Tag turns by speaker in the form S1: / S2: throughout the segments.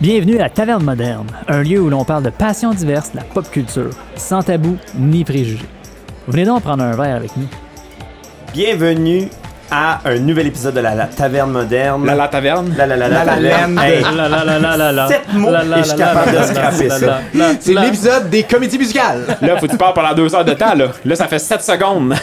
S1: Bienvenue à Taverne Moderne, un lieu où l'on parle de passions diverses, de la pop culture, sans tabou ni préjugés. Venez donc prendre un verre avec nous.
S2: Bienvenue à un nouvel épisode de la, La Taverne Moderne.
S3: La la taverne.
S2: la la la la
S3: La La
S2: taverne.
S3: Land.
S2: Hey,
S4: La la la la la la.
S2: Sept mots
S4: La la
S2: et
S4: la
S2: je suis
S4: la
S2: capable
S4: la
S2: de scraper
S4: la
S2: ça.
S4: la la
S3: C'est
S4: la.
S3: l'épisode des comédies musicales.
S5: Là, faut que tu parles pendant deux heures de temps, là. Là, ça fait 7 secondes.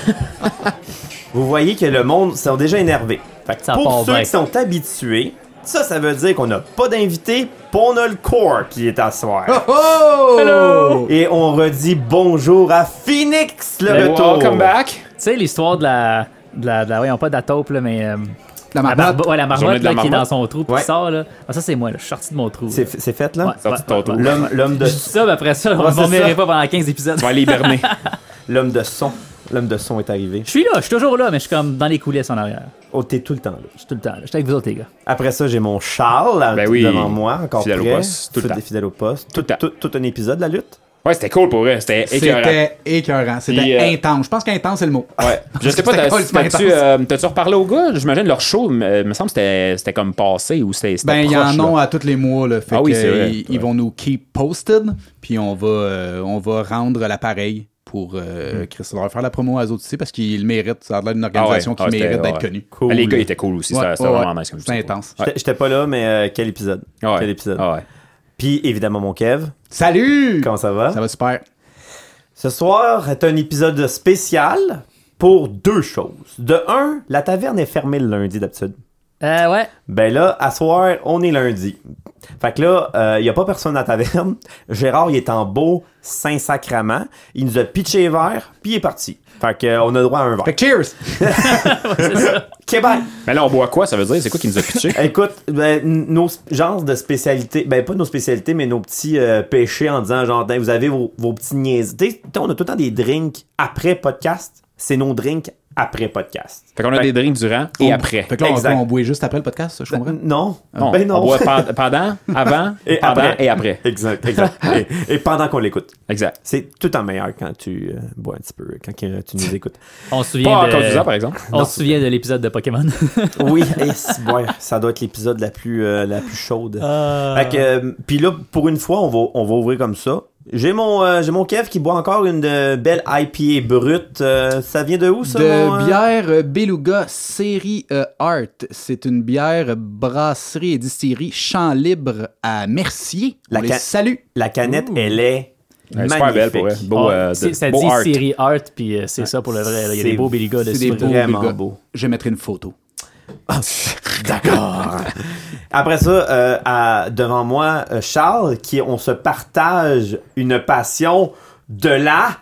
S2: Vous voyez que le monde sont déjà énervés. Fait que
S4: Ça
S2: pour
S4: part
S2: ceux
S4: bien.
S2: qui sont habitués, ça, ça veut dire qu'on n'a pas d'invité, pis on a le corps qui est à soir.
S5: Ah!
S3: Oh oh! Hello!
S2: Et on redit bonjour à Phoenix, le
S5: Mais
S2: retour.
S5: Welcome back.
S1: Tu sais, l'histoire de la. De la, de la voyons pas de la taupe, là, mais. euh, la,
S3: La marmotte.
S1: barbe- ouais, la marmotte,
S5: Journée de la
S1: là, qui est dans
S5: marmotte.
S1: son trou, puis
S2: Ouais.
S1: qui sort, là. Ah, ça, c'est moi, là. Je suis sorti de mon trou.
S2: C'est
S1: là.
S2: c'est fait, là?
S1: Ouais,
S5: Sorti de
S1: ouais,
S5: ton trou.
S1: ouais.
S2: L'homme l'homme de,
S1: Je dis ça, mais après ça,
S2: Ouais,
S1: on
S2: c'est
S1: m'en verrait
S2: ça.
S1: pas pendant 15 épisodes.
S5: Tu vas aller hiberner.
S2: l'homme de son. L'homme de son est arrivé.
S1: Je suis là, je suis toujours là, mais je suis comme dans les coulisses en arrière.
S2: Oh, t'es tout le temps là.
S1: Je suis tout le temps là. Je suis avec vous autres, les gars.
S2: Après ça, j'ai mon Charles là,
S5: Ben
S2: tout
S5: oui,
S2: devant moi, encore
S5: fidèle au
S2: prêt.
S5: poste, tout le
S2: Tout-
S5: temps.
S2: Fidèle au poste. Tout,
S5: le temps.
S2: tout, tout un épisode, la lutte.
S5: Ouais, c'était cool pour eux. C'était écœurant.
S3: C'était écœurant. C'était
S5: Puis, euh,
S3: intense. Je pense qu'intense, c'est le mot.
S5: Ouais. Je sais pas,
S3: C'était
S5: t'as-
S3: cool, c'était
S5: t'as-tu euh, t'as-tu reparlé aux gars? J'imagine leur show, me me semble, c'était c'était comme passé ou c'était c'était
S3: Ben, il y
S5: proche,
S3: en
S5: là.
S3: a à tous les mois. Là, fait
S5: Ah oui,
S3: que,
S5: c'est vrai.
S3: ils, ils vont nous keep posted, puis on va, euh, on va rendre l'appareil pour euh, Chris. On va leur faire la promo à eux autres aussi parce qu'ils le méritent. Ça a l'air d'une organisation
S5: Hmm. Ah ouais,
S3: qui
S5: ah,
S3: mérite
S5: c'était-
S3: d'être
S5: ouais.
S3: connue.
S5: Ah, Les gars, ils étaient cool aussi.
S3: Ouais,
S5: C'était c'était
S3: ouais,
S5: vraiment
S3: ouais.
S5: nice comme
S3: C'était intense.
S5: Ouais.
S2: J'étais- J'étais pas là, mais euh, quel épisode.
S5: Ouais.
S2: Quel épisode.
S5: Ah ouais.
S2: Puis évidemment, mon Kev.
S3: Salut!
S2: Comment ça va?
S3: Ça va super.
S2: Ce soir est un épisode spécial pour deux choses. De un, la taverne est fermée le lundi d'habitude.
S1: Euh, ouais.
S2: Ben là, à soir, on est lundi. Fait que là, il n'y a pas personne à la taverne. Gérard, il est en beau Saint-Sacrement. Il nous a pitché les verres, puis il est parti. Fait que, euh, on a droit à un verre.
S3: Fait que cheers!
S2: Québec!
S5: Mais là, on boit quoi? Ça veut dire, c'est quoi qui nous a pitché?
S2: Écoute, ben, n- nos sp- genres de spécialités, ben pas nos spécialités, mais nos petits euh, péchés en disant genre, Hey, vous avez vos, vos petits niaises. Tu sais, on a tout le temps des drinks après podcast. C'est nos drinks après podcast.
S5: Fait qu'on a des drinks durant et après.
S3: Fait que là, Ben, on,
S2: Exact.
S3: on boit juste après le podcast, ça, je comprends?
S2: Non,
S5: Non,
S2: ben non.
S5: On boit pen- pendant, avant,
S2: Et
S5: pendant
S2: après.
S5: et après.
S2: Exact, exact. et, et pendant qu'on l'écoute.
S5: Exact.
S2: C'est tout en meilleur quand tu euh, bois un petit peu, quand euh, tu nous écoutes.
S1: On se souvient.
S5: Pas en
S1: de...
S5: conduisant, par exemple.
S1: On se souvient de l'épisode de Pokémon.
S2: Oui, et c- ouais, ça doit être l'épisode la plus euh, la plus chaude. Fait que euh, puis là pour une fois on va on va ouvrir comme ça. J'ai mon euh, j'ai mon Kev qui boit encore une de belle IPA brute. Euh, ça vient de où ça mon,
S3: de
S2: euh?
S3: bière euh, Beluga série euh, Art. C'est une bière euh, brasserie et distillerie Champ Libre à Mercier.
S2: La
S3: On les
S2: ca-
S3: salue.
S2: La canette elle est
S5: Elle est
S2: magnifique.
S5: Super belle pour elle. Beau, euh,
S1: Ah, c'est-
S5: de-
S1: ça
S5: beau
S1: dit
S5: art.
S1: série art, puis euh, c'est ça pour le vrai. là. Il y a
S2: C'est-
S1: des beaux béligas
S3: C'est
S1: dessus.
S3: des
S1: là.
S3: beaux
S2: vraiment
S3: Beluga.
S2: beau.
S3: Je mettrai une photo.
S2: D'accord. Après ça, euh, à- devant moi, euh, Charles, qui on se partage une passion de la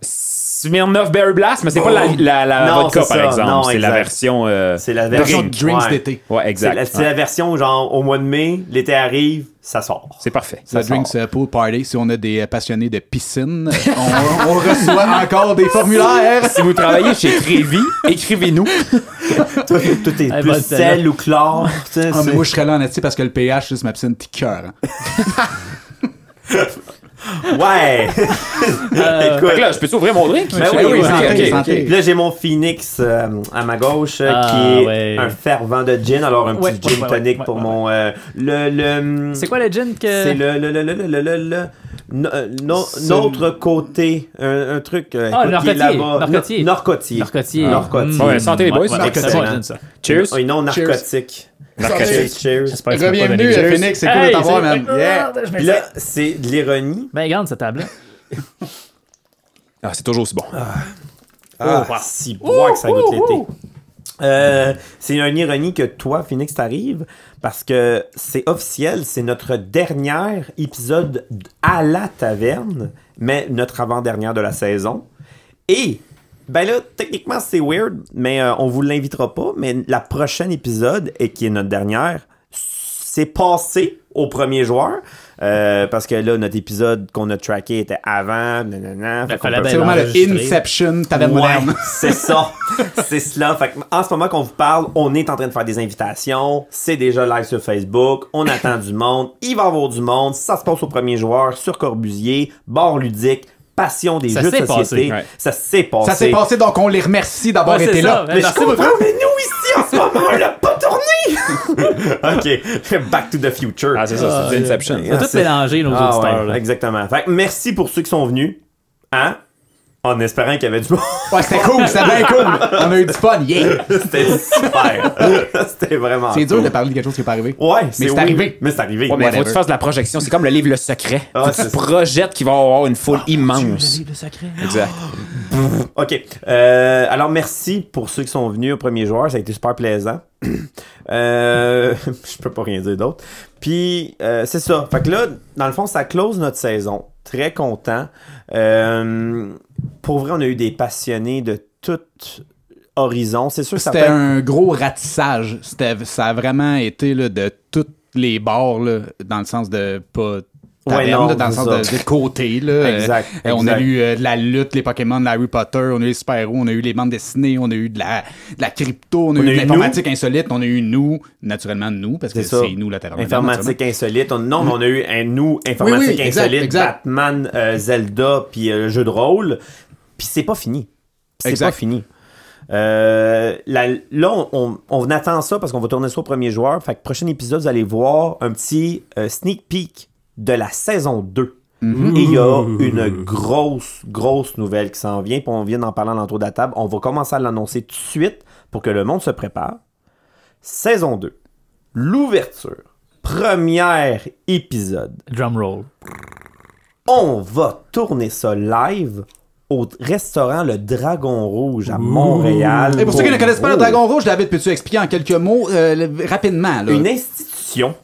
S5: Smirnoff Berry Blast, mais c'est pas la, la, la
S2: Oh. Non,
S5: vodka,
S2: c'est
S5: par
S2: ça.
S5: exemple.
S2: Non,
S5: c'est la
S2: exact.
S5: version. euh,
S2: c'est la version
S3: Version de drinks
S2: ouais.
S3: d'été.
S5: Ouais,
S2: C'est la,
S5: exact.
S2: c'est
S5: Ouais.
S2: la version genre au mois de mai, l'été arrive, ça sort.
S5: C'est parfait.
S3: Ça
S2: sort.
S3: drinks euh, pool party. Si on a des euh, passionnés de piscine, on, on reçoit encore des formulaires.
S5: Si vous travaillez chez Trévi, écrivez-nous.
S2: Toi, tout est
S1: Eh,
S2: plus
S1: bonne
S2: sel ou chlore. tu sais,
S3: Ah, mais
S2: c'est-
S3: moi, je serais là en esti parce que le pH, c'est ma piscine, t'es cœur. hein.
S2: Ouais!
S5: Fait que
S2: Écoute.
S5: là, je peux ouvrir mon drink?
S2: Ben oui,
S5: Ok,
S2: oui,
S5: ok,
S3: santé,
S5: ok.
S3: santé.
S2: Puis Là, j'ai mon Phoenix euh, à ma gauche euh,
S1: Ah,
S2: qui est
S1: ouais.
S2: un fervent de gin. Alors, un petit
S1: Ouais,
S2: gin
S1: ouais, ouais,
S2: tonic
S1: ouais,
S2: pour
S1: ouais,
S2: mon. euh, le. le
S1: C'est quoi le gin
S4: euh?
S1: que.
S2: C'est le. le, le, le, le, le, le, le- no- euh, no-
S3: C'est-
S2: notre côté. Un, un truc. euh,
S1: Ah,
S2: écoute,
S1: le
S2: qui est
S1: narcotier,
S2: là-bas.
S1: narcotier.
S2: No- Narcotier.
S1: Narcotier.
S2: Ah.
S1: Hmm.
S2: Narcotier.
S5: Ouais, santé, les boys.
S1: ouais,
S2: Excellent.
S1: c'est bon, gin, ça.
S5: Cheers.
S2: Et non
S3: Cheers.
S2: narcotique.
S5: Narcotique.
S2: Cheers.
S1: J'espère que tu m'as pas donné le gin.
S3: Phoenix. C'est
S1: Hey, c'est-
S3: man.
S1: Merde, je
S2: Puis
S1: m'excite.
S2: là, c'est de l'ironie.
S1: Ben, regarde cette table.
S5: Ah, c'est toujours aussi bon.
S2: Ah,
S1: wow.
S2: si bois que ça goûte l'été. Euh, c'est une ironie que toi, Phoenix, t'arrives parce que c'est officiel, c'est notre dernier épisode à la taverne, mais notre avant-dernière de la saison. Et, ben là, techniquement, c'est weird, mais euh, on vous l'invitera pas. Mais la prochaine épisode, et qui est notre dernière, c'est passé au premier joueur. euh, parce que là, notre épisode qu'on a tracké était avant. nanana, fait qu'on
S1: fallait
S2: peut-
S1: bien
S3: C'est vraiment le
S1: Enregistré.
S3: Inception taverne
S2: Ouais,
S3: moderne.
S2: c'est ça. c'est cela. Fait que en ce moment qu'on vous parle, on est en train de faire des invitations. C'est déjà live sur Facebook. On attend du monde. Il va y avoir du monde. Ça se passe au premier joueur sur Corbusier, bar ludique, passion des
S4: Ça
S2: jeux de
S4: s'est
S2: société.
S4: passé,
S5: ouais.
S2: Ça s'est passé.
S3: Ça s'est passé, donc on les remercie d'avoir
S4: Ouais, c'est
S3: été
S4: ça,
S3: là.
S4: mais
S2: Mais
S4: merci
S2: je comprends,
S4: beaucoup.
S2: mais nous ici en ce moment, on l'a pas tourné! ok, Back to the Future.
S5: Ah, c'est ça, c'est Inception.
S2: Ah,
S5: ça.
S4: tout
S2: c'est-
S4: mélangé, nos
S2: Ah
S4: auditeurs.
S2: ouais,
S4: là.
S2: exactement. Fait que merci pour ceux qui sont venus. Hein? En espérant qu'il y avait du monde.
S3: Ouais, c'était cool, c'était bien cool. On a eu du fun, yeah.
S2: C'était super. C'était vraiment.
S3: C'est dur
S2: cool.
S3: de parler de quelque chose qui n'est pas arrivé.
S2: Ouais, c'est
S3: c'est
S2: oui.
S3: arrivé.
S2: Mais c'est arrivé.
S5: Ouais, mais faut que
S3: Whatever.
S5: tu fasses de la projection. C'est comme le livre Le Secret.
S2: Ah,
S5: Faut que
S2: c'est
S5: tu
S2: ça. Ah,
S5: projettes qu'il va avoir une foule immense. Exact.
S2: OK. Euh, alors, merci pour ceux qui sont venus au premier joueur. Ça a été super plaisant. euh, je peux pas rien dire d'autre. Puis, euh, c'est ça. Fait que là, dans le fond, ça close notre saison. Très content. Euh, pour vrai, on a eu des passionnés de tout horizon. C'est sûr que ça peut
S3: C'était
S2: être...
S3: un gros ratissage. C'était- Ça a vraiment été là, de tous les bords, là, dans le sens de pas. taverne,
S2: Ouais, non,
S3: là, dans le
S2: c'est
S3: sens
S2: ça.
S3: de, de côté. Là.
S2: Exact,
S3: Euh, On a
S2: exact.
S3: eu euh, de la lutte, les Pokémon, de Harry Potter, on a eu les super-héros, on a eu les bandes dessinées, on a eu de la, de la crypto, on a eu de l'informatique insolite, on a eu nous, naturellement nous, parce que
S2: C'est ça.
S3: c'est nous la taverne.
S2: Informatique insolite. On- non, mais on a eu un nous, informatique
S3: Oui, oui, exact,
S2: insolite,
S3: exact.
S2: Batman, euh, Zelda, puis euh, jeu de rôle. Puis c'est pas fini. C'est
S3: Exact.
S2: pas fini. Euh, la- là, on, on- on attend ça parce qu'on va tourner ça au premier joueur. Fait que prochain épisode, vous allez voir un petit euh, sneak peek de la saison 2. Et il y a une grosse, grosse nouvelle qui s'en vient. Puis on vient d'en parler en l'entour de la table. On va commencer à l'annoncer tout de suite pour que le monde se prépare. Saison 2. L'ouverture. Premier épisode
S4: Drumroll.
S2: on va tourner ça live au restaurant Le Dragon Rouge à Montréal.
S3: Et pour ceux qui ne connaissent pas le
S2: Oh.
S3: Dragon Rouge, David, peux-tu expliquer en quelques mots euh, le- rapidement? Là?
S2: Une institution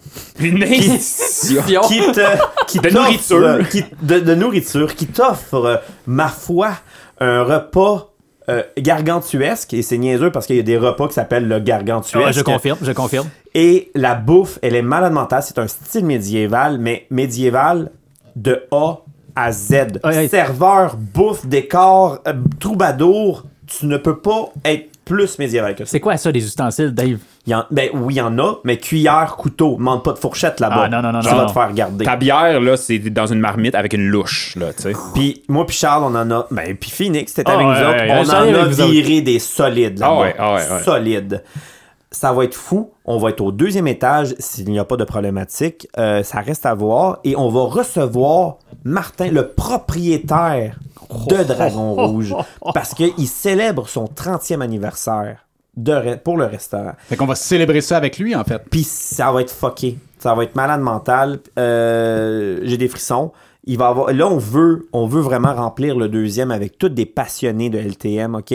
S4: Une institution.
S2: qui te qui
S5: De
S2: t'offre-
S5: nourriture.
S2: qui- de, de nourriture qui t'offre euh, ma foi un repas euh, gargantuesque et c'est niaiseux parce qu'il y a des repas qui s'appellent
S3: Ah
S2: le gargantuesque
S4: Ouais, je confirme, je confirme.
S2: Et la bouffe, elle est malade mentale. C'est un style médiéval, mais médiéval de A à Z.
S4: Ouais, ouais.
S2: Serveur, bouffe, décor, euh, troubadour, tu ne peux pas être plus médiéval que ça.
S4: C'est quoi ça, des ustensiles, Dave?
S2: Il y en- ben oui, il y en a, mais cuillère, couteau, demande pas de fourchette là-bas.
S4: Ah, non, non, non,
S2: Tu
S4: non,
S2: vas
S4: non.
S2: te faire garder.
S5: Ta bière, là, c'est dans une marmite avec une louche, là, tu sais.
S2: Puis moi puis Charles, on en a. Ben puis Phoenix, t'étais
S4: Ah,
S2: avec
S4: ouais,
S2: nous autres.
S4: ouais,
S2: on
S4: ouais, j'allais
S2: en a
S4: avec vous autres.
S2: viré des solides là-bas.
S5: Ah ouais, ah ouais, ouais.
S2: Solides. Ça va être fou. On va être au deuxième étage s'il n'y a pas de problématique. Euh, ça reste à voir. Et on va recevoir Martin, le propriétaire
S4: Oh.
S2: de Dragon Rouge, parce qu'il célèbre son 30e anniversaire de re- pour le restaurant.
S3: Fait qu'on va célébrer ça avec lui, en fait.
S2: Puis ça va être fucké. Ça va être malade mental. Euh, J'ai des frissons. Il va avoir... Là, on veut, on veut vraiment remplir le deuxième avec tous des passionnés de LTM, OK?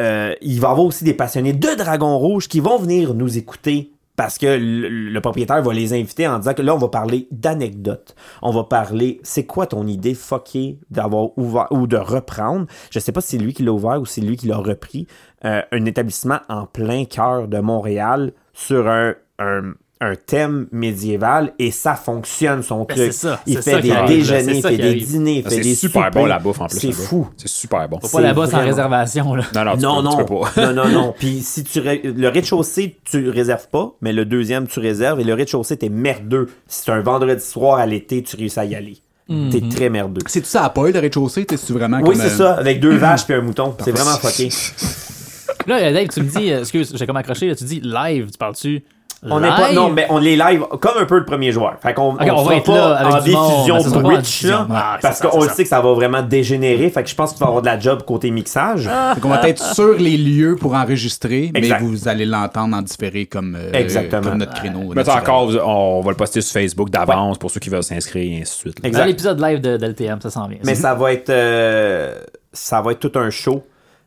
S2: Euh, il va y avoir aussi des passionnés de Dragon Rouge qui vont venir nous écouter parce que le, le propriétaire va les inviter en disant que là, on va parler d'anecdotes. On va parler, c'est quoi ton idée fuckée d'avoir ouvert ou de reprendre? Je sais pas si c'est lui qui l'a ouvert ou si c'est lui qui l'a repris. Euh, un établissement en plein cœur de Montréal sur un, un- un thème médiéval et ça fonctionne son
S4: Ben, c'est
S2: truc.
S4: ça,
S2: il
S4: c'est
S2: fait
S4: ça qui
S2: des
S4: arrive,
S2: déjeuners,
S4: c'est
S2: il
S4: ça
S2: fait
S4: qui
S2: des
S4: arrive.
S2: dîners, il fait
S5: Ah, C'est
S2: des
S5: super
S2: soupers.
S5: bon, la bouffe, en plus.
S2: C'est
S5: là-bas.
S2: fou.
S5: C'est super bon.
S4: Pas là-bas sans
S2: vraiment-
S4: réservation, là.
S5: Non, non, tu
S2: Non,
S5: peux-
S2: non,
S5: tu peux pas.
S2: non, non, non. Puis si tu ré- le rez-de-chaussée, tu réserves pas, mais le deuxième, tu réserves. Et le rez-de-chaussée, t'es merdeux. Si c'est un vendredi soir à l'été, tu réussis à y aller.
S4: Mhm.
S2: T'es très merdeux.
S3: C'est-tu ça à poil, le rez-de-chaussée? T'es-tu vraiment
S2: Oui,
S3: comme,
S2: c'est ça,
S3: euh,
S2: avec deux vaches puis un mouton. C'est vraiment fucké.
S4: Là, euh, Dave, tu me dis, euh, excuse, j'ai comme accroché, là, tu dis live, tu parles-tu?
S2: On n'est pas. Non, mais on les live comme un peu le premier joueur. Fait qu'on
S4: Ok,
S2: on
S4: on va
S2: sera
S4: être
S2: pas
S4: là avec
S2: en
S4: du monde,
S2: diffusion
S4: mais ça sera pas en
S2: Twitch,
S4: diffusion.
S2: là.
S4: Ah, c'est
S2: parce
S4: ça,
S2: qu'on
S4: c'est
S2: le
S4: ça.
S2: sait que ça va vraiment dégénérer. Fait que je pense qu'il va avoir de la job côté mixage.
S4: Ah.
S3: Fait qu'on va être sur les lieux pour enregistrer, mais
S2: Exact.
S3: vous allez l'entendre en différé comme, euh,
S2: Exactement.
S3: comme notre créneau.
S5: Mais t'as
S3: naturel.
S5: encore, on va le poster sur Facebook d'avance pour ceux qui veulent s'inscrire et ainsi de suite. là.
S2: Exact.
S4: Dans l'épisode live de, de LTM, ça s'en vient.
S2: Mais ça va être. euh, ça va être tout un show.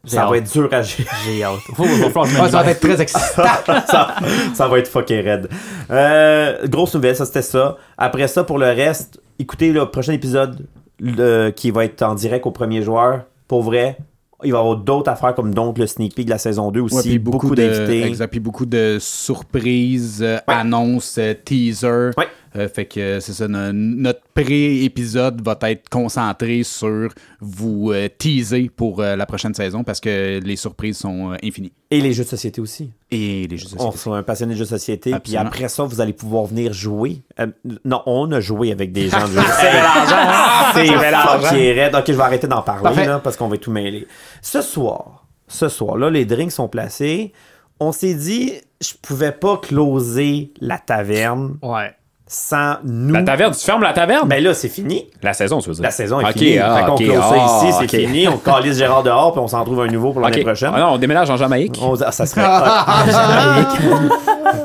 S2: Ça
S4: hâte.
S2: va être dur à gérer.
S4: J'ai hâte. Faut, faut, faut, falloir que je me
S3: Ouais, ça va
S4: libère.
S3: être très excitant.
S2: ça, ça va être fucking raide. Euh, grosse nouvelle, ça c'était ça. Après ça, pour le reste, écoutez le prochain épisode le- qui va être en direct au premier joueur. Pour vrai, il va y avoir d'autres affaires comme donc le sneak peek de la saison 2 aussi.
S3: Ouais, puis
S2: beaucoup
S3: de-
S2: d'invités.
S3: Exact, puis beaucoup de surprises, euh, annonces, euh, teasers.
S2: Ouais.
S3: Euh, fait que euh, c'est ça, no- notre pré-épisode va être concentré sur vous euh, teaser pour euh, la prochaine saison parce que les surprises sont euh, infinies.
S2: Et les jeux de société aussi.
S3: Et les jeux de
S2: On
S3: société.
S2: reçoit un passionné de jeux de société, puis
S3: Absolument.
S2: après ça, vous allez pouvoir venir jouer. Euh, non, on a joué avec des gens de jeux de C'est ça qui est raide. Ok, je vais arrêter d'en parler
S3: Parfait.
S2: là, parce qu'on va tout mêler. Ce soir, ce soir, là, les drinks sont placés. On s'est dit, je pouvais pas closer la taverne
S4: Ouais.
S2: sans nous.
S5: La taverne, tu fermes la taverne?
S2: Mais là, c'est fini.
S5: La saison, tu veux dire?
S2: Ben, La saison est
S5: Ok,
S2: finie.
S5: ah,
S2: fait qu'on
S5: ok,
S2: close
S5: ah,
S2: ça ici, c'est
S5: ok.
S2: fini. On calisse Gérard dehors, puis on s'en trouve un nouveau pour l'année
S5: Ok.
S2: prochaine.
S5: Ah non, on déménage en Jamaïque.
S2: On- ah, ça serait hot.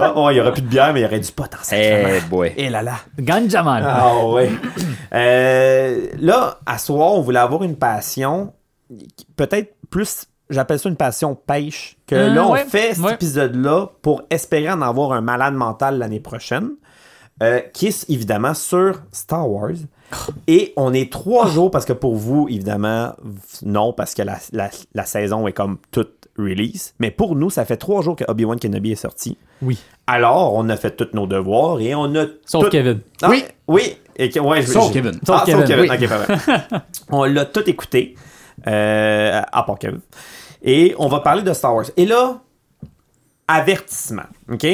S2: Ah, oh, il n'y aurait plus de bière, mais il y aurait du pot en
S5: Eh
S2: sacrement.
S5: boy.
S2: Et là là.
S4: Ganjaman.
S2: Ah ouais. Euh, là, à soir, on voulait avoir une passion, qui- peut-être plus, j'appelle ça une passion pêche, que
S4: Ah,
S2: là, on
S4: ouais,
S2: fait cet
S4: ouais.
S2: épisode-là pour espérer en avoir un malade mental l'année prochaine, euh, qui est évidemment sur Star Wars. Et on est trois
S4: Oh.
S2: jours, parce que pour vous, évidemment, v- non, parce que la, la- la saison est comme toute release. Mais pour nous, ça fait trois jours que Obi-Wan Kenobi est sorti.
S4: Oui.
S2: Alors, on a fait tous nos devoirs et on a.
S4: Sauf
S2: tout-
S4: Kevin.
S2: ah,
S3: Oui.
S2: Oui. Et que- ouais, je-
S3: Sauf
S2: je-
S3: Kevin.
S2: Ah, Sauf
S4: Sauf Kevin, oui.
S2: Kevin. Ok, parfait. on l'a tout écouté, euh, à part Kevin. Et on va parler de Star Wars. Et là, avertissement. OK?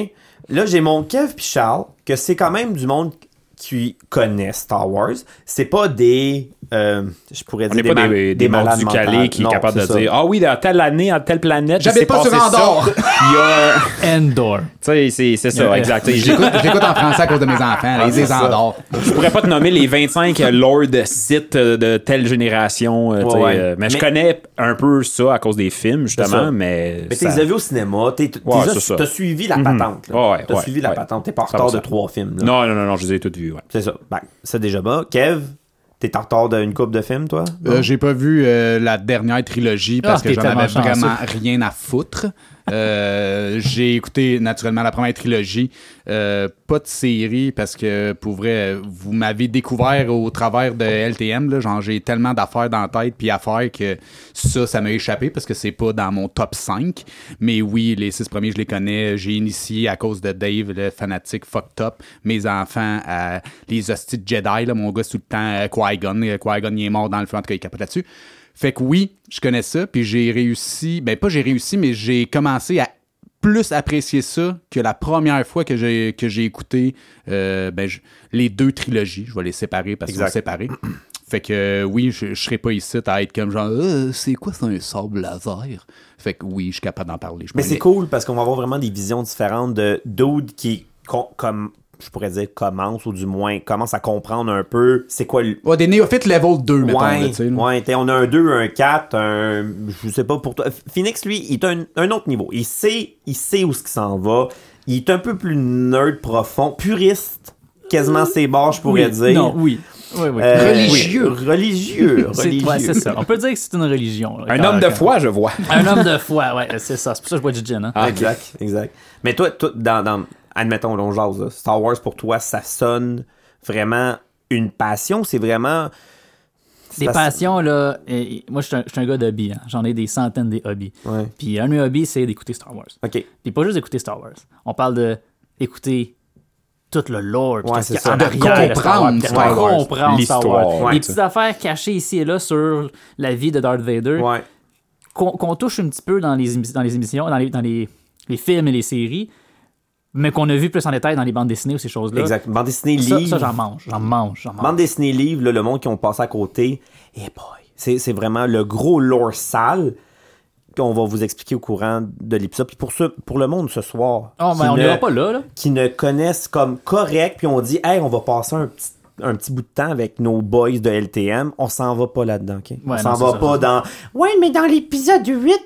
S2: Là, j'ai mon Kev puis Charles, que c'est quand même du monde qui connaît Star Wars. C'est pas des. euh, je pourrais
S5: On
S2: dire
S5: n'est pas
S2: mal-
S5: des, des morts
S2: malades
S5: du
S2: mentales.
S5: Calais qui
S2: Non,
S5: est capable de
S2: c'est ça.
S5: dire Ah oui, dans telle année, à telle planète.
S3: J'habite
S5: il s'est
S3: pas sur
S5: passé ça.
S3: Andorre.
S5: Il y a.
S4: Endor.
S5: Tu sais, c'est- c'est ça,
S4: Ouais.
S5: exact.
S3: Je
S5: Je
S3: l'écoute- je l'écoute en français à cause de mes
S2: Ah,
S3: enfants, les Andorre.
S5: je pourrais pas te nommer les 25 lords sites euh, de telle génération. euh, tu sais,
S2: Ouais, ouais.
S5: euh, Mais je
S2: Mais-
S5: connais un peu ça à cause des films,
S2: ça.
S5: justement. Mais.
S2: Mais tu les
S5: ça-
S2: as vus au cinéma, t'es- t'es-
S5: Ouais,
S2: t'as
S5: c'est ça. Mhm.
S2: t'as suivi la patente. là.
S5: Ouais, ouais,
S2: t'as
S5: ouais,
S2: suivi la
S5: ouais.
S2: patente, t'es pas en retard de
S5: 100%.
S2: trois films. là.
S5: Non, non, non, non, je les ai toutes vues. ouais.
S2: C'est ça. Ben, c'est déjà bas. Kev, t'es en retard d'une coupe de films, toi?
S3: Euh, j'ai pas vu euh, la dernière trilogie parce
S4: Ah,
S3: que
S4: t'es
S3: j'en avais
S4: tellement
S3: vraiment rien à foutre. Euh, j'ai écouté naturellement la première trilogie, Euh, pas de série parce que pour vrai, vous m'avez découvert au travers de LTM. Là, genre, j'ai tellement d'affaires dans la tête puis à faire que ça, ça m'a échappé parce que c'est pas dans mon top 5. Mais oui, les six premiers, je les connais. J'ai initié à cause de Dave, le fanatique fucked up, mes enfants à les hosties de Jedi. Là, mon gars, c'est tout le temps euh, Qui-Gon. Euh, Qui-Gon, il est mort dans le feu, en tout cas, il capote là-dessus. Fait que oui, je connais ça, puis j'ai réussi, ben pas j'ai réussi, mais j'ai commencé à plus apprécier ça que la première fois que j'ai que j'ai écouté euh, ben, je- les deux trilogies. Je vais les séparer parce qu'ils sont
S2: Exact.
S3: séparés. Fait que euh, oui, je, je serais pas ici à être comme genre Euh, c'est quoi c'est un sable laser? Fait que oui, je suis capable d'en parler. Je
S2: Mais
S3: m'en
S2: c'est
S3: ai-
S2: cool parce qu'on va avoir vraiment des visions différentes de dudes qui, com- comme je pourrais dire, commencent ou du moins commencent à comprendre un peu c'est quoi le.
S3: Ouais, des néophytes level 2, mettons, là,
S2: Ouais,
S3: tu sais, là.
S2: ouais, t'es- on a un 2, un 4, un. Je sais pas pour toi. Phoenix, lui, il est un, un autre niveau. Il sait, il sait où ce qui s'en va. Il est un peu plus nerd profond, puriste, quasiment ses bords, je pourrais
S4: Oui.
S2: dire.
S4: Non, oui. Oui, oui.
S2: Euh,
S3: Religieux.
S2: oui, religieux.
S4: C'est
S2: religieux.
S4: ouais, c'est ça. On peut dire que c'est une religion. là,
S5: Un
S4: quand-
S5: homme de
S4: quand-
S5: foi, je vois.
S4: Un homme de foi, ouais, c'est ça. C'est pour ça que je bois du gin. Hein.
S5: Ah, ok.
S2: exact, exact. Mais toi, toi, dans, dans- admettons, là, on jase, là, Star Wars pour toi, ça sonne vraiment une passion. C'est vraiment.
S4: Des
S2: ça-
S4: passions, là. et- et- moi, je suis un, je suis un gars d'hobby. hein. J'en ai des centaines des hobbies.
S2: Ouais.
S4: Puis un de mes hobbies, c'est d'écouter Star Wars.
S2: Ok.
S4: Puis pas juste d'écouter Star Wars. On parle de écouter tout le lore. puis
S2: Ouais,
S4: qu'est-ce
S2: c'est
S4: qu'il y a
S2: ça. De
S4: en arrière de Star Wars,
S3: comprendre
S4: puis
S3: Star Wars.
S4: comprendre Star
S5: L'histoire,
S4: Wars.
S5: ouais,
S4: Les
S5: tu
S4: petites affaires cachées ici et là sur la vie de Darth Vader.
S2: Ouais.
S4: qu'on qu'on touche un petit peu dans les, émi- dans les émissions, dans, les, dans les, les films et les séries, mais qu'on a vu plus en détail dans les bandes dessinées ou ces choses-là.
S2: Exact. Bande dessinée,
S4: Ça,
S2: livre.
S4: ça, j'en mange, j'en mange, j'en mange.
S2: Bande dessinée, livre, là, le monde qui ont passé à côté. Et boy. C'est c'est vraiment le gros lore sale. Puis On va vous expliquer au courant de l'épisode. Puis pour, ce, pour le monde ce soir,
S4: Oh,
S2: qui
S4: mais on
S2: ne-
S4: n'ira pas là, là.
S2: qui ne connaissent comme correct, puis on dit, hey, on va passer un petit un petit bout de temps avec nos boys de LTM, on s'en va pas là-dedans, OK? on
S4: Ouais,
S2: s'en
S4: non, c'est
S2: va
S4: ça,
S2: pas
S4: c'est
S2: dans... Ouais, mais dans l'épisode 8,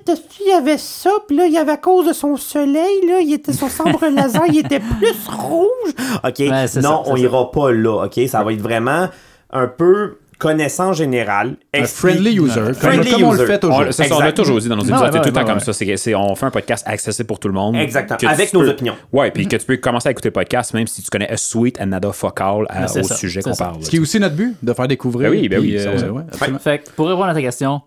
S2: il y avait ça, puis là, il y avait à cause de son soleil, là, il était son sabre laser, il était plus rouge! OK, non,
S4: c'est ça, c'est
S2: on
S4: ça.
S2: ira pas là, OK? Ça va être vraiment un peu connaissance générale.
S3: Un
S2: explique-
S3: friendly user, comme-
S2: Friendly
S3: comme on le
S2: user.
S3: fait
S5: On,
S3: toujours.
S5: c'est ça, on l'a
S2: Exact.
S5: toujours dit dans nos épisodes,
S4: ouais,
S5: c'est tout le
S4: ouais,
S5: temps comme
S4: ouais.
S5: ça. c'est- c'est- on fait un podcast accessible pour tout le monde.
S2: Exactement.
S5: Que tu
S2: Avec
S5: peux-
S2: nos opinions.
S5: Ouais, puis que tu peux commencer à écouter le podcast, même si tu connais A Sweet and Nada Focal à-
S4: Ouais, c'est
S5: euh, au
S4: ça,
S5: sujet
S4: c'est
S5: qu'on
S4: ça.
S5: parle.
S3: Ce qui est aussi notre but, de faire découvrir.
S5: Ben oui, ben
S3: puis,
S5: oui, ça,
S3: euh,
S5: ça.
S3: ouais, absolument.
S4: Fait que pour répondre à ta question,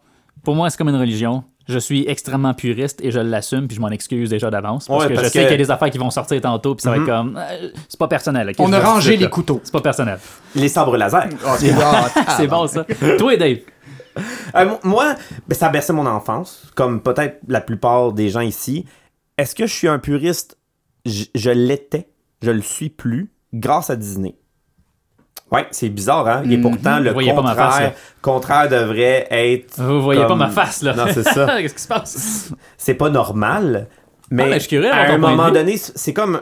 S4: pour moi, c'est comme une religion. Je suis extrêmement puriste et je l'assume, puis je m'en excuse déjà d'avance. Parce
S2: Ouais,
S4: que
S2: parce
S4: je sais qu'il y a
S2: que- Mm-hmm.
S4: des affaires qui vont sortir tantôt, puis ça va être comme. euh, c'est pas personnel. ok,
S3: On
S4: je
S3: a
S4: vais
S3: rangé
S4: expliquer
S3: les
S4: là.
S3: couteaux.
S4: C'est pas personnel.
S2: Les sabres laser.
S4: Ah,
S3: Ah,
S4: c'est bon, ça. Toi, Dave.
S2: Euh, m- moi, ben, ça a bercé mon enfance, comme peut-être la plupart des gens ici. Est-ce que je suis un puriste? J- je l'étais, je le suis plus, grâce à Disney. Ouais, c'est bizarre, hein? Et pourtant, le
S4: Mhm. Vous voyez
S2: contraire,
S4: pas ma face, là.
S2: contraire devrait être...
S4: Vous voyez pas
S2: comme-
S4: ma face, là.
S2: Non, c'est ça.
S4: Qu'est-ce qui se passe?
S2: C'est pas normal, mais,
S4: Ah, ben, je suis curieux d'avoir
S2: à
S4: ton
S2: un
S4: point de
S2: moment
S4: vue.
S2: donné, c- c'est comme,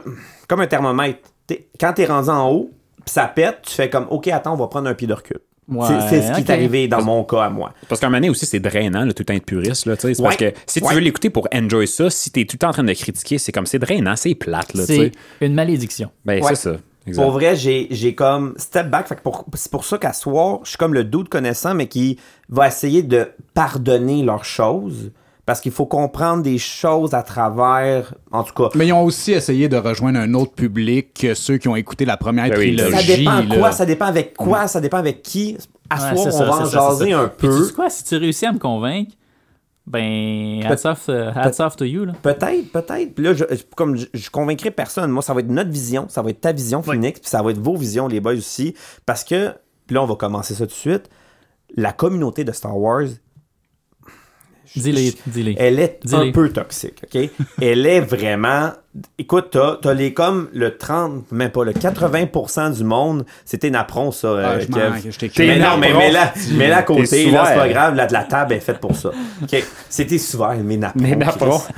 S2: comme un thermomètre. T'es- quand t'es rendu en haut, pis ça pète, tu fais comme, OK, attends, on va prendre un pied de recul.
S4: Ouais,
S2: C'est- c'est ce qui
S4: ok.
S2: est arrivé dans mon cas à moi.
S5: Parce qu'à un moment donné aussi, c'est drainant, le tout le temps de puriste. Là, tu sais. c'est parce que
S2: Ouais.
S5: si tu
S2: Ouais.
S5: veux l'écouter pour enjoy ça, si t'es tout le temps en train de critiquer, c'est comme c'est drainant, c'est plate. Là, tu
S4: C'est
S5: sais.
S4: une malédiction.
S5: ben,
S2: Ouais.
S5: c'est ça. Exact.
S2: Pour vrai, j'ai j'ai comme step back. Fait que pour- c'est pour ça qu'à soir, je suis comme le doute connaissant, mais qui va essayer de pardonner leurs choses. Parce qu'il faut comprendre des choses à travers, en tout cas.
S3: Mais ils ont aussi essayé de rejoindre un autre public que ceux qui ont écouté la première
S5: Ben oui,
S3: trilogie.
S2: Ça dépend quoi,
S3: là.
S2: ça dépend avec quoi, ça dépend avec qui. À
S4: Ouais,
S2: soir,
S4: c'est
S2: Ah, on
S4: ça,
S2: va
S4: c'est ça,
S2: en
S4: c'est
S2: jaser
S4: ça.
S2: un
S4: Puis tu
S2: peu.
S4: sais quoi, si tu réussis à me convaincre, ben, hats off, euh, hats off to you, là.
S2: Peut-être, peut-être. Puis là, je, je- comme je, je convaincrai personne. Moi, ça va être notre vision, ça va être ta vision, Phoenix, puis ça va être vos visions, les boys aussi. Parce que, puis là, on va commencer ça tout de suite. La communauté de Star Wars,
S4: Dis-les, dis-les.
S2: elle est
S4: Dis-les.
S2: un peu toxique, OK? elle est vraiment... Écoute, t'as, t'as les comme le 30, même pas le 80% du monde, c'était napron, ça, euh,
S3: Ah, je m'en-
S2: Kev.
S3: je t'ai
S2: Mais non, mais, mais là, mais là, à
S5: T'es
S2: côté,
S5: souverain.
S2: là, c'est pas grave, la, la table est faite pour ça. OK, c'était souvent, mais napron.
S5: Mais napron.
S2: Chris.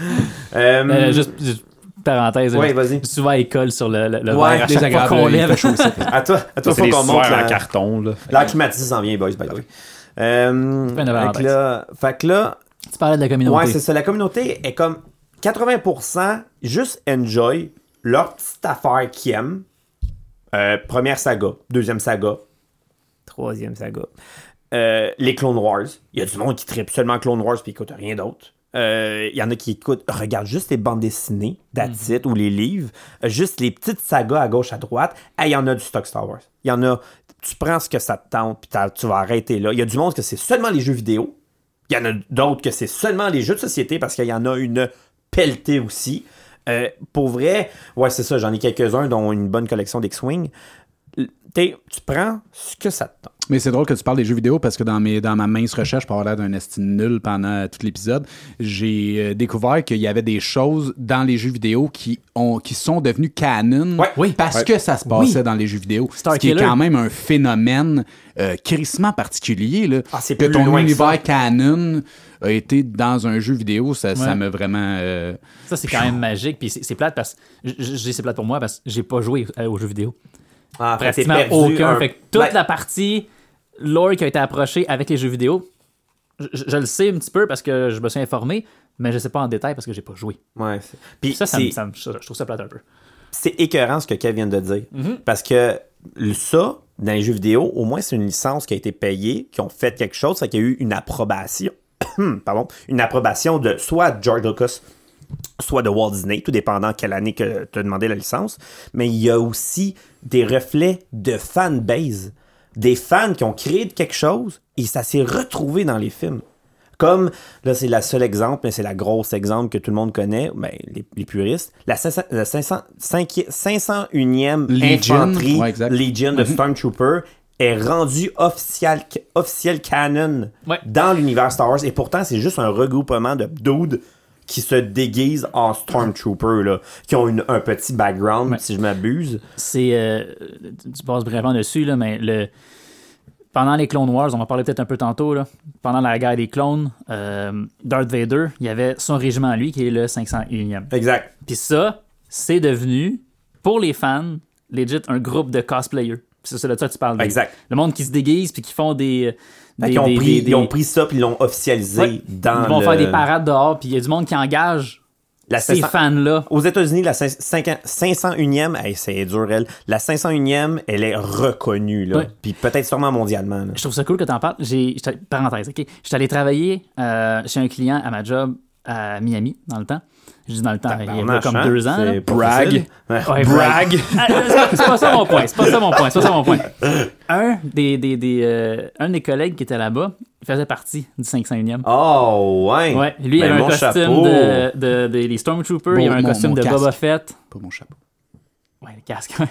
S2: Euh,
S4: Euh, juste, juste parenthèse.
S2: Ouais,
S4: là,
S2: vas-y.
S4: Souvent, elle colle sur le, le, le
S2: Ouais,
S4: verre à chaque fois
S3: Désagréable,
S4: qu'on
S3: il fait
S4: lève.
S3: chaud aussi.
S2: À toi, à toi,
S5: Ça, c'est
S2: faut
S5: des
S2: qu'on monte
S5: sueurs en
S2: la,
S5: carton. Là.
S2: la climatisée s'en vient, boys, by
S5: Ah
S2: the way. Euh,
S4: Fin de
S2: fait, que là, fait que là,
S4: Tu parlais de la communauté.
S2: Ouais, c'est ça. La communauté est comme 80% juste enjoy leur petite affaire qu'ils aiment. Euh, première saga, deuxième saga, troisième saga. Euh, les Clone Wars. Il y a du monde qui tripe seulement Clone Wars puis écoute rien d'autre. Euh, Il y en a qui écoutent, regardent juste les bandes dessinées, that's it, ou les livres, Euh, juste les petites sagas à gauche, à droite. Ah, Il y en a du stock Star Wars. Il y en a, tu prends ce que ça te tente, puis t'as- tu vas arrêter là. Il y a du monde que c'est seulement les jeux vidéo. Il y en a d'autres que c'est seulement les jeux de société parce qu'il y en a une pelletée aussi. Euh, pour vrai, ouais, c'est ça, j'en ai quelques-uns, dont une bonne collection d'X-Wing. L- t'es- Tu prends ce que ça te tente.
S3: Mais c'est drôle que tu parles des jeux vidéo parce que dans, mes, dans ma mince recherche pour avoir l'air d'un esti nul pendant euh, tout l'épisode, j'ai euh, découvert qu'il y avait des choses dans les jeux vidéo qui, ont, qui sont devenues canon
S2: Ouais. Oui.
S3: parce
S2: Ouais.
S3: que ça se passait dans les jeux vidéo.
S4: Star
S3: ce qui
S4: Killer.
S3: est quand même un phénomène euh, crissement particulier. Là,
S2: Ah, c'est
S3: que
S2: plus
S3: ton
S2: loin que
S3: univers
S2: ça.
S3: canon a été dans un jeu vidéo, ça ça m'a vraiment... euh,
S4: Ça, c'est quand même magique. Puis c'est c'est plate parce que j'ai c'est plate pour moi parce que j'ai pas joué euh, aux jeux vidéo.
S2: Ah, après, t'es
S4: Pratiquement
S2: perdu
S4: aucun.
S2: un- ben,
S4: Fait que toute
S2: Ouais.
S4: la partie lore qui a été approchée avec les jeux vidéo, je, je- je le sais un petit peu parce que je me suis informé, mais je sais pas en détail parce que j'ai pas joué.
S2: Ouais, c'est- Puis
S4: Ça, ça, me-
S2: c'est-
S4: ça me- je trouve ça plate un peu.
S2: c'est écœurant ce que Kev vient de dire.
S4: Mhm.
S2: Parce que le- ça, dans les jeux vidéo, au moins c'est une licence qui a été payée, qui ont fait quelque chose, ça qu'il y a eu une approbation. Pardon, une approbation de soit George Lucas, soit de Walt Disney, tout dépendant quelle année que tu as demandé la licence. Mais il y a aussi des reflets de fanbase. Des fans qui ont créé de quelque chose et ça s'est retrouvé dans les films. Comme, là, c'est la seule exemple, mais c'est la grosse exemple que tout le monde connaît, ben, les, les puristes, la, 500 la 500 cinqui- 501e
S3: Legion.
S2: Infanterie
S3: Ouais, exact.
S2: Legion
S4: Mhm.
S2: de Stormtrooper est rendue officielle, officiel canon
S4: Ouais.
S2: dans l'univers Star Wars. Et pourtant, c'est juste un regroupement de dudes qui se déguisent en Stormtrooper, là, qui ont une- un petit background, si je m'abuse.
S4: c'est. euh, tu passes brièvement dessus, là, mais le. Pendant les Clone Wars, on va parler peut-être un peu tantôt, là, pendant la guerre des clones, euh, Darth Vader, il y avait son régiment à lui qui est le 501e.
S2: Exact.
S4: Puis ça, c'est devenu, pour les fans, legit un groupe de cosplayers. C'est c'est de ça que tu parles. Dave.
S2: Exact.
S4: Le monde qui se déguise puis qui font des. euh,
S2: Fait
S4: des-
S2: qu'ils ont
S4: des-
S2: pris-
S4: des-
S2: Ils ont pris ça puis ils l'ont officialisé
S4: Ouais.
S2: dans
S4: Ils vont
S2: le- Ah,
S4: faire des parades dehors, puis il y a du monde qui engage
S2: la
S4: ces
S2: 500
S4: fans-là.
S2: Aux États-Unis, la 500 501e, hey, c'est dur, elle. La 501e, elle est reconnue, là.
S4: Ouais.
S2: Puis peut-être sûrement mondialement. là.
S4: Je trouve ça cool que t'en parles. J'ai, j'étais- parenthèse, ok. J'étais allé travailler euh, chez un client à ma job à Miami dans le temps. Je dis dans le temps, il y a
S2: Tabarnache,
S4: comme
S2: hein?
S4: deux ans.
S2: C'est
S4: là.
S2: pas
S5: Brag.
S2: facile. Ouais.
S4: Ouais, brag. Ah, c'est pas- c'est pas ça mon point. C'est pas ça mon point. C'est pas ça mon point. Un des, des, des, euh, un des collègues qui était là-bas, il faisait partie du 501e.
S2: Oh, ouais.
S4: Ouais, lui, il
S2: Ben,
S4: avait un
S2: mon
S4: costume
S2: chapeau.
S4: de, de- de- des Stormtroopers,
S3: Bon,
S4: il avait un
S3: mon-
S4: costume
S3: mon
S4: de
S3: casque.
S4: Boba Fett.
S3: Pas mon chapeau.
S4: Ouais, le casque, ouais.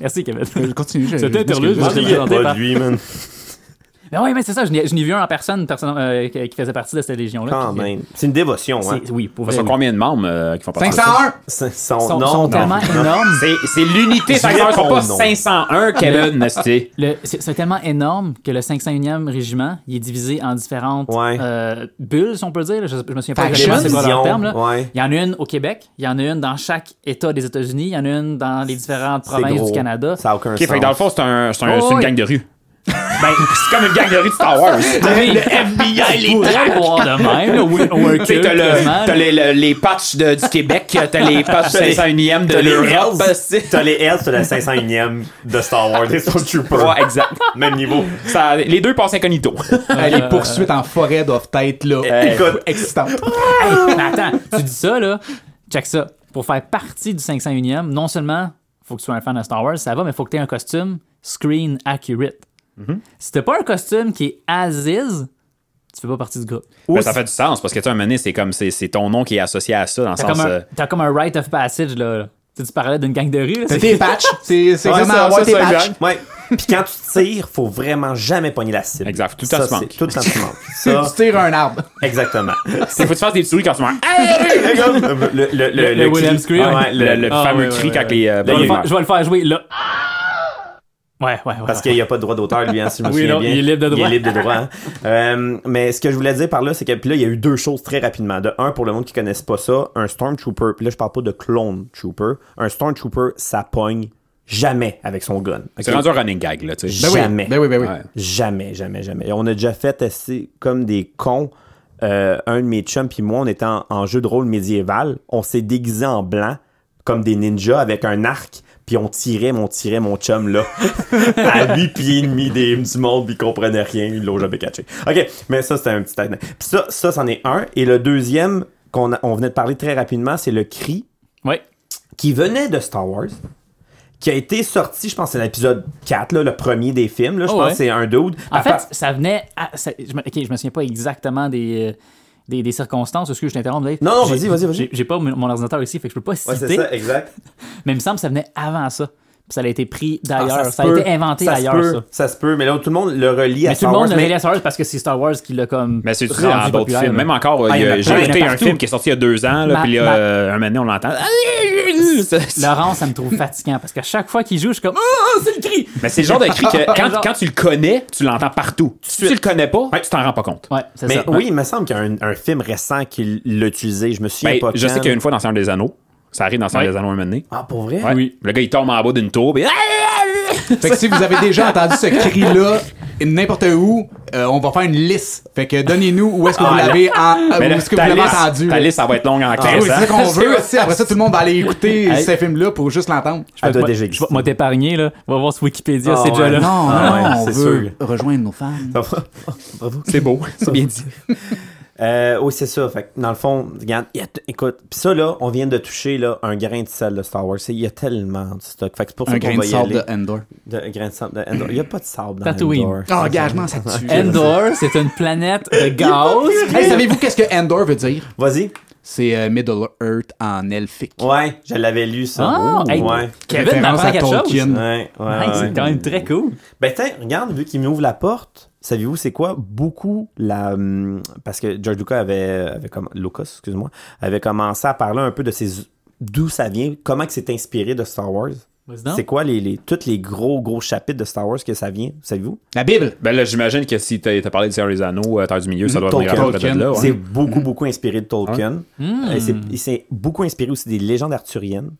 S4: Merci, Kevin.
S3: Je continue. je-
S4: C'était
S3: je-
S4: interlude,
S3: je- je-
S4: vas-y.
S2: Ah,
S3: je-
S2: Il y a
S4: présenté
S2: pas
S4: par-
S2: de lui, man.
S4: Mais oui, mais c'est ça, je n'ai je n'ai vu un en personne, une personne euh, qui qui faisait partie de cette légion-là.
S2: Quand
S4: puis, euh,
S2: même. Ah, C'est une dévotion, hein.
S4: c'est- Oui, pour
S5: Ils
S4: vrai.
S5: sont
S4: oui.
S5: combien de membres euh, qui font partie de ça?
S3: 501!
S2: C'est- Son,
S4: Ils sont,
S2: non,
S4: sont
S2: non.
S4: tellement énormes.
S5: C'est c'est l'unité
S2: Je
S5: 501, ils sont pas
S2: réponds non.
S5: 501, Kevin, Nasty.
S4: Le- C'est c'est tellement énorme que le 501e régiment, il est divisé en différentes
S2: Ouais.
S4: euh, bulles, si on peut dire. là. Je, je me souviens pas
S3: Factions.
S4: exactement c'est quoi leur
S2: Division,
S4: terme. là.
S2: ouais.
S4: Il y en a une au Québec, il y en a une dans chaque État des États-Unis, il y en a une dans les différentes
S2: C'est
S4: provinces
S2: gros.
S4: du Canada.
S2: Ça a aucun
S5: Ok, fait que dans le
S2: sens.
S5: fond, c'est un, c'est un-
S4: Oh,
S5: c'est une
S4: oui.
S5: gang de rue. ben, c'est comme une gang de rue de Star Wars.
S4: Oui, le FBI, les voir de même, là, ou, ou un
S5: Tu sais,
S4: culte,
S5: t'as le-
S4: quasiment,
S5: t'as
S4: là.
S5: les, le- les patchs de- du Québec, t'as les patchs
S2: T'as les-
S5: 501e de
S2: T'as les
S5: l'Europe.
S2: Hells, t'as les Hells, t'as la 501e de Star Wars, les Stormtroopers.
S5: Ouais, exact.
S2: Même niveau.
S5: Ça- les deux passent incognito.
S3: Ah, les poursuites en forêt doivent être là. Euh,
S2: écoute.
S3: Excitantes.
S4: Hey, mais attends, tu dis ça, là. Check ça. Pour faire partie du 501e, non seulement faut que tu sois un fan de Star Wars, ça va, mais faut que tu aies un costume screen accurate.
S2: Mm-hmm.
S4: Si t'as pas un costume qui est Aziz, tu fais pas partie du groupe.
S5: Ben, ça fait du sens parce que tu sais, un moment donné, c'est comme c'est c'est ton nom qui est associé à ça dans le
S4: T'as
S5: sens.
S4: comme, un-
S5: euh,
S4: t'as comme un rite of passage, là. Tu sais, tu parlais d'une gang de rue, là.
S3: T'as
S4: c'est-
S3: tes patchs. C'est c'est
S5: Ouais,
S3: vraiment
S5: ça,
S3: avoir
S5: ouais,
S3: tes
S5: ça,
S3: patchs.
S5: exact.
S2: Ouais. Puis quand tu tires, faut vraiment jamais pogner la cible.
S5: Exact, tout le temps
S2: Ça,
S5: tu
S2: c'est-
S5: manques.
S2: Tout le temps tu manques. Ça,
S3: Tu tires un arbre.
S2: exactement.
S5: C'est faut que tu fasses des souris quand tu meurs.
S2: le, le, le,
S4: Le- le William
S2: cri-
S4: Scream.
S2: Ah ouais,
S5: le,
S2: le-
S5: le
S4: Ah,
S5: fameux
S4: ouais,
S5: cri
S4: ouais,
S5: quand
S4: ouais.
S5: les. euh,
S4: Je vais,
S5: les
S4: le
S5: meurent.
S4: faire, je vais le faire jouer, là. Ouais, ouais, ouais.
S2: Parce qu'il n'y a pas de droit d'auteur, lui, hein, si je me
S4: Oui,
S2: souviens
S4: non,
S2: bien.
S4: il est libre de
S2: Il
S4: droit.
S2: est libre de droit. hein. Euh, mais ce que je voulais dire par là, c'est que puis là, il y a eu deux choses très rapidement. De un, pour le monde qui ne connaisse pas ça, un Stormtrooper, puis là, je parle pas de clone trooper. Un Stormtrooper, ça pogne jamais avec son gun.
S5: C'est
S2: Ok?
S5: rendu un running gag, là, tu sais.
S3: Ben oui.
S2: Jamais.
S3: Ben oui, ben oui.
S5: Ouais.
S2: Jamais, jamais, jamais. Et on a déjà fait tester comme des cons. euh, un de mes chums puis moi, on était en, en jeu de rôle médiéval. On s'est déguisé en blanc comme des ninjas avec un arc. Puis on tirait, mon tirait mon chum là. à huit pieds et demi des, du monde, puis il comprenait rien, ils l'ont jamais catché. OK, mais ça, c'était un petit acte. Puis ça, ça, c'en est un. Et le deuxième qu'on a- on venait de parler très rapidement, c'est le cri
S4: Ouais.
S2: qui venait de Star Wars, qui a été sorti, je pense, c'est l'épisode 4, là, le premier des films. Là, je
S4: Oh,
S2: pense
S4: ouais.
S2: que c'est un dude.
S4: En
S2: Papa-
S4: fait, ça venait. À, ça- je, me, ok, je me souviens pas exactement des, euh, des, des circonstances. Est-ce que je t'interromps, Dave?
S2: Non, non,
S4: J'ai-
S2: vas-y, vas-y, vas-y.
S4: j'ai- J'ai pas mon mon ordinateur ici, fait que je peux pas
S2: Ouais, c'est
S4: citer.
S2: ça, exact.
S4: mais il me semble que ça venait avant ça. Puis ça a été pris
S2: Ah,
S4: d'ailleurs.
S2: se
S4: ça, a
S2: peut,
S4: été inventé
S2: ça se
S4: ailleurs,
S2: peut,
S4: ça.
S2: se peut, mais là, tout le monde le relie à
S4: Mais tout le
S2: Star
S4: monde
S2: Wars.
S4: le
S2: mais-
S4: relève à Star Wars parce que c'est Star Wars qui l'a comme.
S5: Mais c'est utilisé
S4: rendu
S5: dans d'autres
S4: populaire,
S5: films.
S4: là.
S5: Même encore, euh,
S2: Ah, il y en a
S5: euh, j'ai
S2: plein,
S5: écouté
S4: il y en a
S5: un
S4: partout.
S5: film qui est sorti il y a deux ans, là,
S4: Ma-
S5: puis là,
S4: ma-
S5: euh, un moment donné, on l'entend.
S4: Laurent, ça me trouve fatigant parce qu'à chaque fois qu'il joue, je suis comme. Ah, c'est le cri!
S5: Mais c'est le genre de cri que quand,
S4: Genre-
S5: quand tu le connais, tu l'entends partout. Si tu le connais pas, tu t'en rends pas compte.
S4: Ouais, c'est
S2: Mais
S4: ça.
S2: oui, il me semble qu'il y a un, un film récent qui l'utilisait. Je me souviens
S5: Ben,
S2: pas.
S5: je
S2: quand.
S5: sais qu'il y a une fois dans Seigneur des Anneaux, ça arrive dans Seigneur
S4: Ouais.
S5: des Anneaux un moment donné.
S2: Ah, pour vrai?
S5: Ouais.
S4: Oui.
S5: Le gars, il tombe en bas d'une tour, puis...
S3: Ah, Fait que si vous avez déjà entendu ce cri-là, n'importe où, euh, on va faire une liste. Fait que donnez-nous où est-ce que vous
S2: Ah,
S3: l'avez en- euh,
S5: Mais
S3: où
S5: là,
S3: est-ce que vous
S5: ta
S3: l'avez
S5: liste-
S3: entendu.
S5: Ta
S3: là.
S5: liste, ça va être longue en hein.
S3: Ah oui,
S5: crise.
S3: c'est ça qu'on veut. Si après ça, tout le monde va aller écouter
S4: Hey.
S3: ces films-là pour juste l'entendre.
S2: Elle doit
S4: Moi,
S2: déjà
S4: je vais
S2: exister.
S4: moi, t'épargner, là. On va voir sur Wikipédia,
S2: Ah,
S4: c'est déjà
S2: ouais.
S4: là.
S3: Non,
S2: Ah
S3: non,
S2: ouais,
S3: on
S2: c'est
S3: veut rejoindre nos femmes.
S2: Bravo.
S5: C'est beau, c'est bien dit.
S2: Euh, oui, c'est ça. Fait que dans le fond, regarde, il y a t- écoute, pis ça là, on vient de toucher là, un grain de sel de Star Wars. C'est- Il y a tellement de stock. Fait que c'est pour
S3: Un
S2: ça qu'on
S3: grain
S2: va
S3: de
S2: y
S3: sable
S2: aller.
S3: de Endor.
S2: De... Un grain de sable de Endor. Il n'y a pas de sable dans
S4: Tatooine.
S2: Endor.
S3: Oh, gagement, ça tue.
S4: Endor, c'est une planète de gaz.
S3: Hey, savez-vous qu'est-ce que Endor veut dire?
S2: Vas-y.
S3: C'est euh, Middle Earth en elfique.
S2: Ouais, je l'avais lu ça.
S4: Ah,
S2: Ouh,
S4: hey,
S2: Oh, ouais.
S4: Kevin
S3: Référence
S4: m'apprend
S3: à
S4: quelque chose.
S3: Tolkien.
S2: Ouais, ouais,
S4: Hey,
S2: Ah, ouais.
S4: C'est quand même très cool.
S2: Ben tiens, regarde, vu qu'il m'ouvre la porte, savez-vous c'est quoi? Beaucoup la hum, parce que George Lucas avait, avait comme Lucas, excuse-moi, avait commencé à parler un peu de ses d'où ça vient, comment que c'est inspiré de Star Wars.
S4: Vas-y donc.
S2: C'est quoi les, les tous les gros gros chapitres de Star Wars que ça vient, savez-vous?
S3: La Bible.
S5: Ben là, j'imagine que si t'as t'as parlé de Seigneur des Anneaux, euh, Terre du Milieu, ça doit venir à peu près
S3: Tolkien.
S5: de là. ouais.
S2: C'est beaucoup beaucoup inspiré de Tolkien. Et c'est- Il s'est beaucoup inspiré aussi des légendes arthuriennes.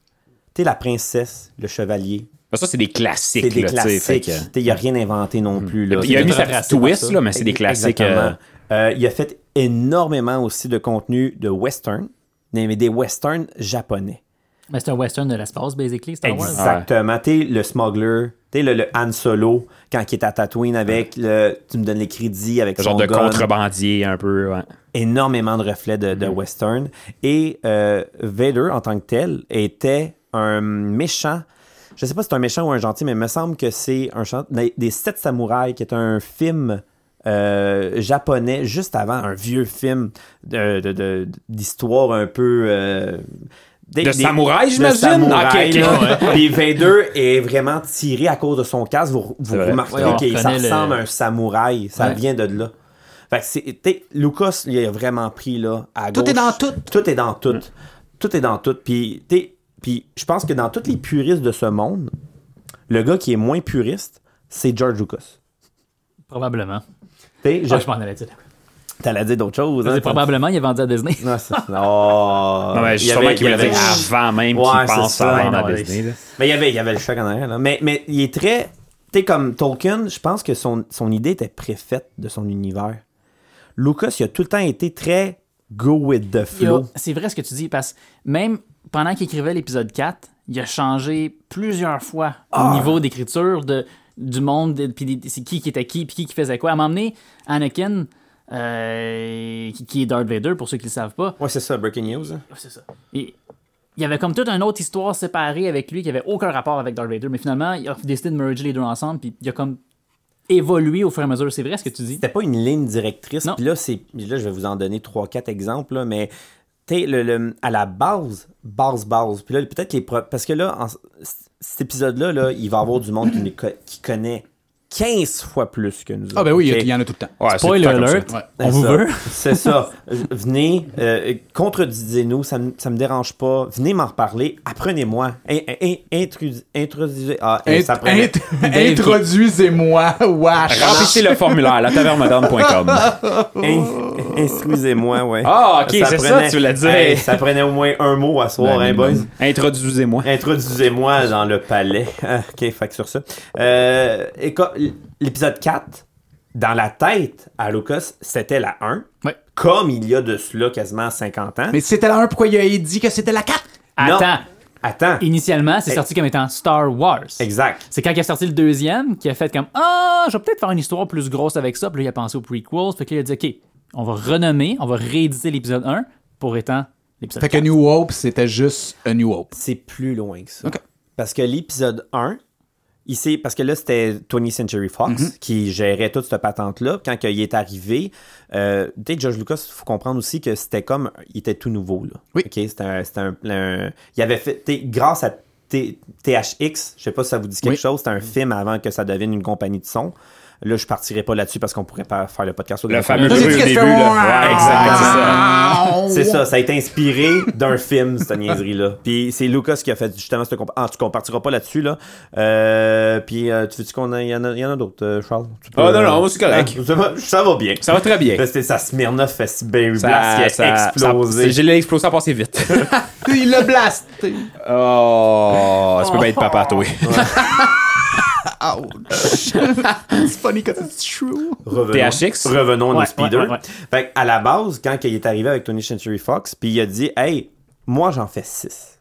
S2: Tu sais, la princesse, le chevalier,
S5: Ben ça, c'est des classiques.
S2: c'est des
S5: là, tu sais, fait
S2: classiques.
S5: que- Hmm.
S2: Tu sais, Il n'y a rien inventé non plus. là.
S5: Il a
S2: C'est
S5: mis
S2: tout
S5: sa petite
S4: tracé par
S5: twist,
S4: ça.
S5: là, mais c'est des classiques. euh,
S2: Exactement. Euh, il a fait énormément aussi de contenu de western, mais des westerns japonais.
S4: Mais c'est un western de l'espace, basically, Star Wars.
S2: Exactement. T'es le smuggler, t'es le, le Han Solo quand il est à Tatooine avec le. Tu me donnes les crédits avec
S5: le genre
S2: son
S5: de
S2: gun.
S5: contrebandier un peu. ouais.
S2: Énormément de reflets de, de western. Et euh, Vader, en tant que tel, était un méchant. Je sais pas si c'est un méchant ou un gentil, mais il me semble que c'est un chan- des, des Sept Samouraïs, qui est un film euh, japonais juste avant, un vieux film de- de- de- d'histoire un peu. euh, des-
S5: De
S2: des-
S5: samouraï,
S2: de
S5: j'imagine?
S2: samouraï,
S5: Ok, ok.
S2: là. Puis 22 est vraiment tiré à cause de son casque. Vous, vous
S5: vrai.
S2: remarquerez
S4: Ouais, on
S2: qu'il ça
S4: reconnaît le-
S2: ressemble à un samouraï. Ça
S4: Ouais.
S2: vient de là. Fait que c'est- t'es- Lucas, il a vraiment pris là, à
S3: Tout est
S2: gauche.
S3: dans tout.
S2: Tout est dans tout.
S5: Mm.
S2: Tout est dans tout. Puis, t'es- puis je pense que dans tous les puristes de ce monde, le gars qui est moins puriste, c'est George Lucas.
S4: Probablement.
S2: T'sais, je-
S4: Ah, je m'en allais dire.
S2: T'allais dire d'autres choses.
S4: C'est
S2: hein,
S4: probablement, il est vendu à Disney.
S2: t'as- Non, c'est- oh,
S5: Non, mais
S2: il y
S5: sûrement
S2: avait-
S5: qu'il
S2: il y
S5: voulait
S2: avait-
S5: dire avant même
S2: Ouais,
S5: qu'il
S2: c'est
S5: pense
S2: ça,
S5: à
S2: non,
S5: vendre à
S2: mais-
S5: Disney. là.
S2: Mais il y avait, il y avait le choc en arrière. Là. Mais, mais il est très. Tu sais, comme Tolkien, je pense que son, son idée était préfaite de son univers. Lucas, il a tout le temps été très go with
S4: Il
S2: the
S4: a-
S2: flow.
S4: C'est vrai ce que tu dis, parce que même pendant qu'il écrivait l'épisode 4, il a changé plusieurs fois au niveau d'écriture de, du monde, de- puis des- c'est qui qui était qui, puis qui qui faisait quoi. À m'emmener, Anakin, euh, qui, qui est Darth Vader, pour ceux qui ne le savent pas,
S2: Ouais, c'est ça, Breaking News. hein.
S4: et il y avait comme toute une autre histoire séparée avec lui qui avait aucun rapport avec Darth Vader, mais finalement, il a décidé de merger les deux ensemble, puis il a comme évolué au fur et à mesure. C'est vrai ce que tu dis.
S2: C'était pas une ligne directrice.
S4: Non.
S2: Puis là, c'est, puis là, je vais vous en donner 3-4 exemples, là, mais tu sais, le, le- à la base, base, base. Puis là, peut-être les. pro- Parce que là, en- c- cet épisode-là, là, il va y avoir du monde qui, nous co- qui connaît 15 fois plus que nous autres.
S3: Ah, ben oui, il y a-
S2: ok?
S3: il y en a tout le temps.
S5: Ouais, c'est
S4: Spoiler
S5: tout le temps comme ça.
S4: alert,
S3: Ouais.
S4: on
S2: C'est
S4: vous
S2: ça.
S4: veut.
S2: C'est ça. Venez, euh, contredisez-nous, ça me, ça me dérange pas. Venez m'en reparler, apprenez-moi. In- in- intrus- Introduisez. Ah, eh, ça
S3: Int-
S2: prenait-
S3: int- Introduisez-moi, wesh.
S5: Remplissez le formulaire, la taverne-moderne.com.
S2: in- Instruisez-moi, ouais.
S5: Oh! Ah, ok, c'est ça, tu voulais dire.
S2: Hey, ça prenait au moins un mot à soir, hein, boys.
S5: Ben, Introduisez-moi.
S2: Introduisez-moi dans le palais. Ah, ok, fait que sur ça. Euh, éco- L'épisode 4, dans la tête à Lucas, c'était la 1.
S4: Ouais.
S2: Comme il y a de cela quasiment 50 ans.
S3: Mais c'était la 1, pourquoi il a dit que c'était la 4?
S2: Non.
S4: Attends,
S2: Attends.
S4: initialement, c'est
S2: Eh.
S4: sorti comme étant Star Wars.
S2: Exact.
S4: C'est quand il a sorti le deuxième qu'il a fait comme Ah, je vais peut-être faire une histoire plus grosse avec ça. Puis là, il a pensé aux prequels. Fait que là, il a dit Ok, on va renommer, on va rééditer l'épisode 1 pour étant l'épisode
S3: Fait que
S4: 4.
S3: New Hope, c'était juste a New Hope.
S2: C'est plus loin que ça.
S3: OK.
S2: Parce que l'épisode 1, ici, parce que là, c'était 20th Century Fox
S3: Mhm.
S2: qui gérait toute cette patente-là. Quand il est arrivé, euh, tu sais, George Lucas, il faut comprendre aussi que c'était comme. Il était tout nouveau, là.
S3: Oui.
S2: OK, c'était un, c'était un- un- Il avait fait. tu sais, Grâce à T- THX, je sais pas si ça vous dit quelque
S3: Oui.
S2: chose, c'était un film avant que ça devienne une compagnie de son. Là, je partirai pas là-dessus parce qu'on pourrait pas faire le podcast sur
S5: Le
S2: le
S5: fameux
S3: Là,
S5: bruit
S3: c'est
S5: au
S3: ce que
S5: début.
S3: je fais,
S5: là.
S3: ouais.
S5: Ouais, exactement, c'est ça.
S2: C'est ça, ça a été inspiré d'un film, cette niaiserie-là. Puis c'est Lucas qui a fait justement ce compa- Ah, tu ne partira pas là-dessus, là. Euh, puis euh, tu veux-tu qu'on a... Il y en a, il y en a d'autres, euh, Charles? Tu peux-
S5: Ah, non, non, c'est correct.
S2: Ah, ça, va, ça va bien.
S5: Ça va très bien.
S2: C'était sa Smirnoff Fest Berry
S5: Ça-
S2: Blast qui a
S5: ça-
S2: explosé.
S5: ça- J'ai l'explosé à passer vite.
S3: Il le blasté.
S5: Oh, tu peux pas être papa, toi.
S3: Ouch. It's funny because it's true.
S2: Revenons,
S5: THX?
S2: Revenons
S4: Ouais,
S2: au Speeder.
S4: ouais, ouais, ouais.
S2: Fait qu'à la base, quand il est arrivé avec Tony Century Fox, puis il a dit Hey, moi j'en fais 6.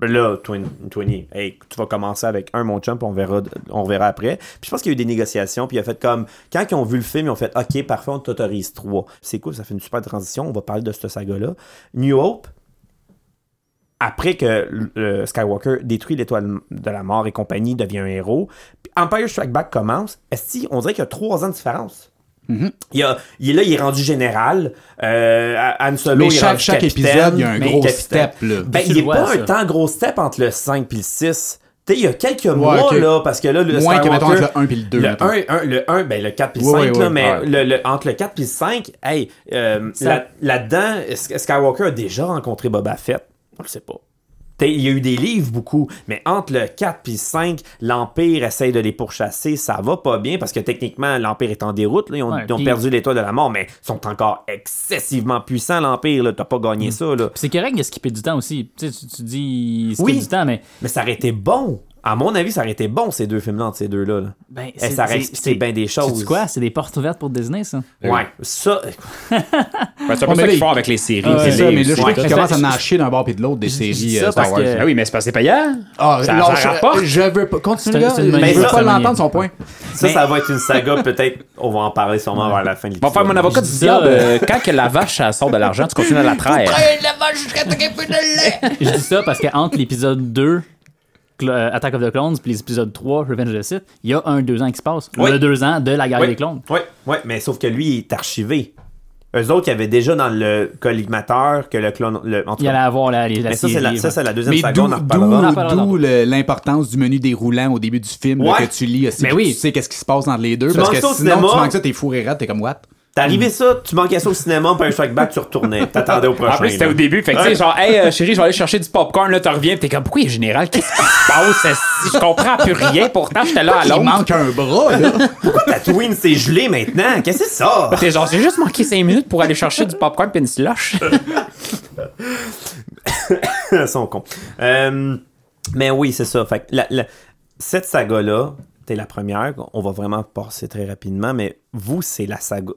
S2: Là, Tony, Tony, hey, tu vas commencer avec un, mon chum, puis on verra, on verra après. Puis je pense qu'il y a eu des négociations, puis il a fait comme. Quand ils ont vu le film, ils ont fait Ok, parfait, on t'autorise 3. C'est cool, ça fait une super transition, on va parler de cette saga-là. New Hope, après que le Skywalker détruit l'étoile de la mort et compagnie, devient un héros. Puis Empire Strike Back commence. Est-ce qu'on dirait qu'il y a trois ans de différence?
S3: Mhm.
S2: il, y a- il est là, il est rendu général. Euh, Han Solo,
S3: Mais
S2: il est
S3: chaque-
S2: rendu
S3: chaque
S2: capitaine.
S3: épisode, il y a un
S2: Mais
S3: gros
S2: capitaine.
S3: step, là.
S2: Ben,
S4: Tu
S2: il
S4: le
S2: n'est
S4: vois,
S2: pas
S4: ça.
S2: un tant gros step entre le 5 et le 6. Tu sais, il y a quelques mois,
S3: ok.
S2: là, parce que là, le
S3: Moins que, mettons,
S2: Skywalker...
S3: entre le un puis le deux,
S2: Le
S3: mettons.
S2: 1, le 1, ben, le 4 puis le 5,
S3: Ouais, ouais,
S2: là,
S3: ouais.
S2: mais
S5: Ouais.
S2: le- le- entre le 4 puis le 5, hey, euh,
S4: Ça-
S2: là- là-dedans, S- Skywalker a déjà rencontré Boba Fett. On le sait pas. T'sais, Il y a eu des livres beaucoup, mais entre le 4 puis le 5, l'Empire essaye de les pourchasser, ça va pas bien parce que techniquement, l'Empire est en déroute, là, ils ont,
S4: Ouais,
S2: ils ont
S4: puis-
S2: perdu l'étoile de la mort, mais ils sont encore excessivement puissants, l'Empire, là, t'as pas gagné ça. Là.
S4: Puis c'est correct, il a skippé du temps aussi. Tu, sais, tu, tu dis il skip
S2: Oui.
S4: du temps, mais
S2: Mais ça aurait été bon, à mon avis, ça aurait été bon ces deux films-là, entre ces deux-là. là.
S4: ben,
S2: Eh, ça aurait expliqué bien des choses.
S4: C'est quoi C'est des portes ouvertes pour Disney, ça.
S2: Ouais, ça,
S5: Ben, c'est un peu
S3: Ouais,
S5: ça
S3: mais
S5: qu'ils
S3: là,
S5: font avec les séries.
S3: C'est
S5: les
S3: ça, mais là, je
S5: livres,
S3: crois
S5: tout
S3: qu'ils
S5: ça.
S3: commencent à marcher d'un bord puis de l'autre des séries
S4: ça
S3: euh, Star
S4: parce
S3: Wars.
S4: que-
S5: Ben oui, mais c'est parce que c'est payant.
S3: Ah,
S5: ça-
S3: lâche-
S5: ça rapporte.
S3: Je veux pas. Continue,
S4: C'est-
S3: le gars.
S4: c'est une
S3: Je
S4: magnifique
S3: veux pas
S4: harmonie.
S3: l'entendre, son point.
S2: Ça, ça va être une saga, peut-être. On va en parler sûrement vers la fin de
S5: On
S2: l'épisode.
S5: va faire mon avocat du
S4: ça,
S5: diable.
S4: euh,
S5: euh, Quand que la vache elle sort de l'argent, tu continues à la traire.
S4: Je dis ça parce qu'entre l'épisode 2, Cl- euh, Attack of the Clones puis les épisodes 3, Revenge of the Sith, il y a un, deux ans qui se passe.
S2: Oui.
S4: Le deux ans de la guerre
S2: Oui,
S4: des clones.
S2: Oui, oui, mais sauf que lui, il est archivé. Eux autres, il y avait déjà dans le collimateur que le clone. Le, en tout
S4: Il allait
S2: cas,
S4: avoir la, la, la
S2: mais ça, c'est la,
S4: série,
S2: ça,
S4: ouais.
S2: c'est la deuxième
S3: Mais
S2: saga,
S3: d'où,
S2: on
S4: On
S2: en
S3: d'où-
S4: en
S2: reparlera.
S4: reparlera
S3: d'où le- l'importance du menu déroulant au début du film là,
S2: Ouais. Ben
S3: que tu lis, aussi,
S4: Mais
S3: que
S4: oui.
S3: tu sais qu'est-ce qui se passe entre les deux,
S2: Tu
S3: parce
S2: manques
S3: que
S2: ça au
S3: sinon
S2: cinéma.
S3: tu manques ça, t'es fourré rat, t'es comme what?
S2: T'arrivais ça, tu manquais ça au cinéma, puis un strike back, tu retournais. T'attendais au prochain.
S5: En plus, c'était
S2: là.
S5: au début. Fait que, tu sais, genre, hey, euh, chérie, je vais aller chercher du popcorn, là, tu reviens, pis t'es comme, pourquoi il est général? Qu'est-ce qui se passe? esti? Je comprends plus rien, pourtant, j'étais là à
S3: Il
S5: l'autre.
S3: manque un bras, là.
S2: Tatooine, c'est gelé maintenant. Qu'est-ce que c'est ça?
S5: T'es genre, j'ai juste manqué 5 minutes pour aller chercher du popcorn pis une slush.
S2: Ils sont cons. Euh, mais oui, c'est ça. Fait que la- la- cette saga-là, t'es la première. On va vraiment passer très rapidement, mais vous, c'est la saga,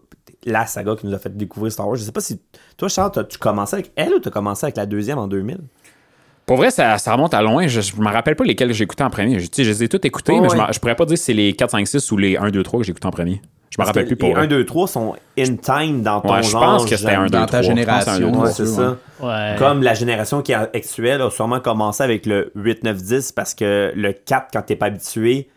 S2: la saga qui nous a fait découvrir Star Wars. Je sais pas si. Toi, Charles, t'as- tu commençais avec elle ou t'as commencé avec la deuxième en 2000?
S5: Pour vrai, ça, ça remonte à loin. Je, je me rappelle pas lesquels j'ai écoutés en premier. Je, tu sais, je les ai tous écoutés,
S2: Oh,
S5: mais je,
S2: ouais.
S5: m'en- je pourrais pas dire si c'est les 4, 5, 6 ou les 1, 2, 3 que j'ai écoutés en premier. Je me
S2: Parce que
S5: rappelle Ah, ben, plus pour
S2: Les 1,
S5: vrai.
S2: 2, 3 sont in time dans ton
S5: Ouais, je
S2: genre.
S5: pense que c'était un, deux,
S3: dans
S5: trois.
S3: ta
S5: Je pense que c'est un, deux,
S3: génération.
S5: trois.
S2: Ouais, c'est
S3: Ouais.
S2: ça.
S4: Ouais.
S2: Comme la génération qui est actuelle a sûrement commencé avec le 8, 9, 10 parce que le 4, quand t'es pas habitué,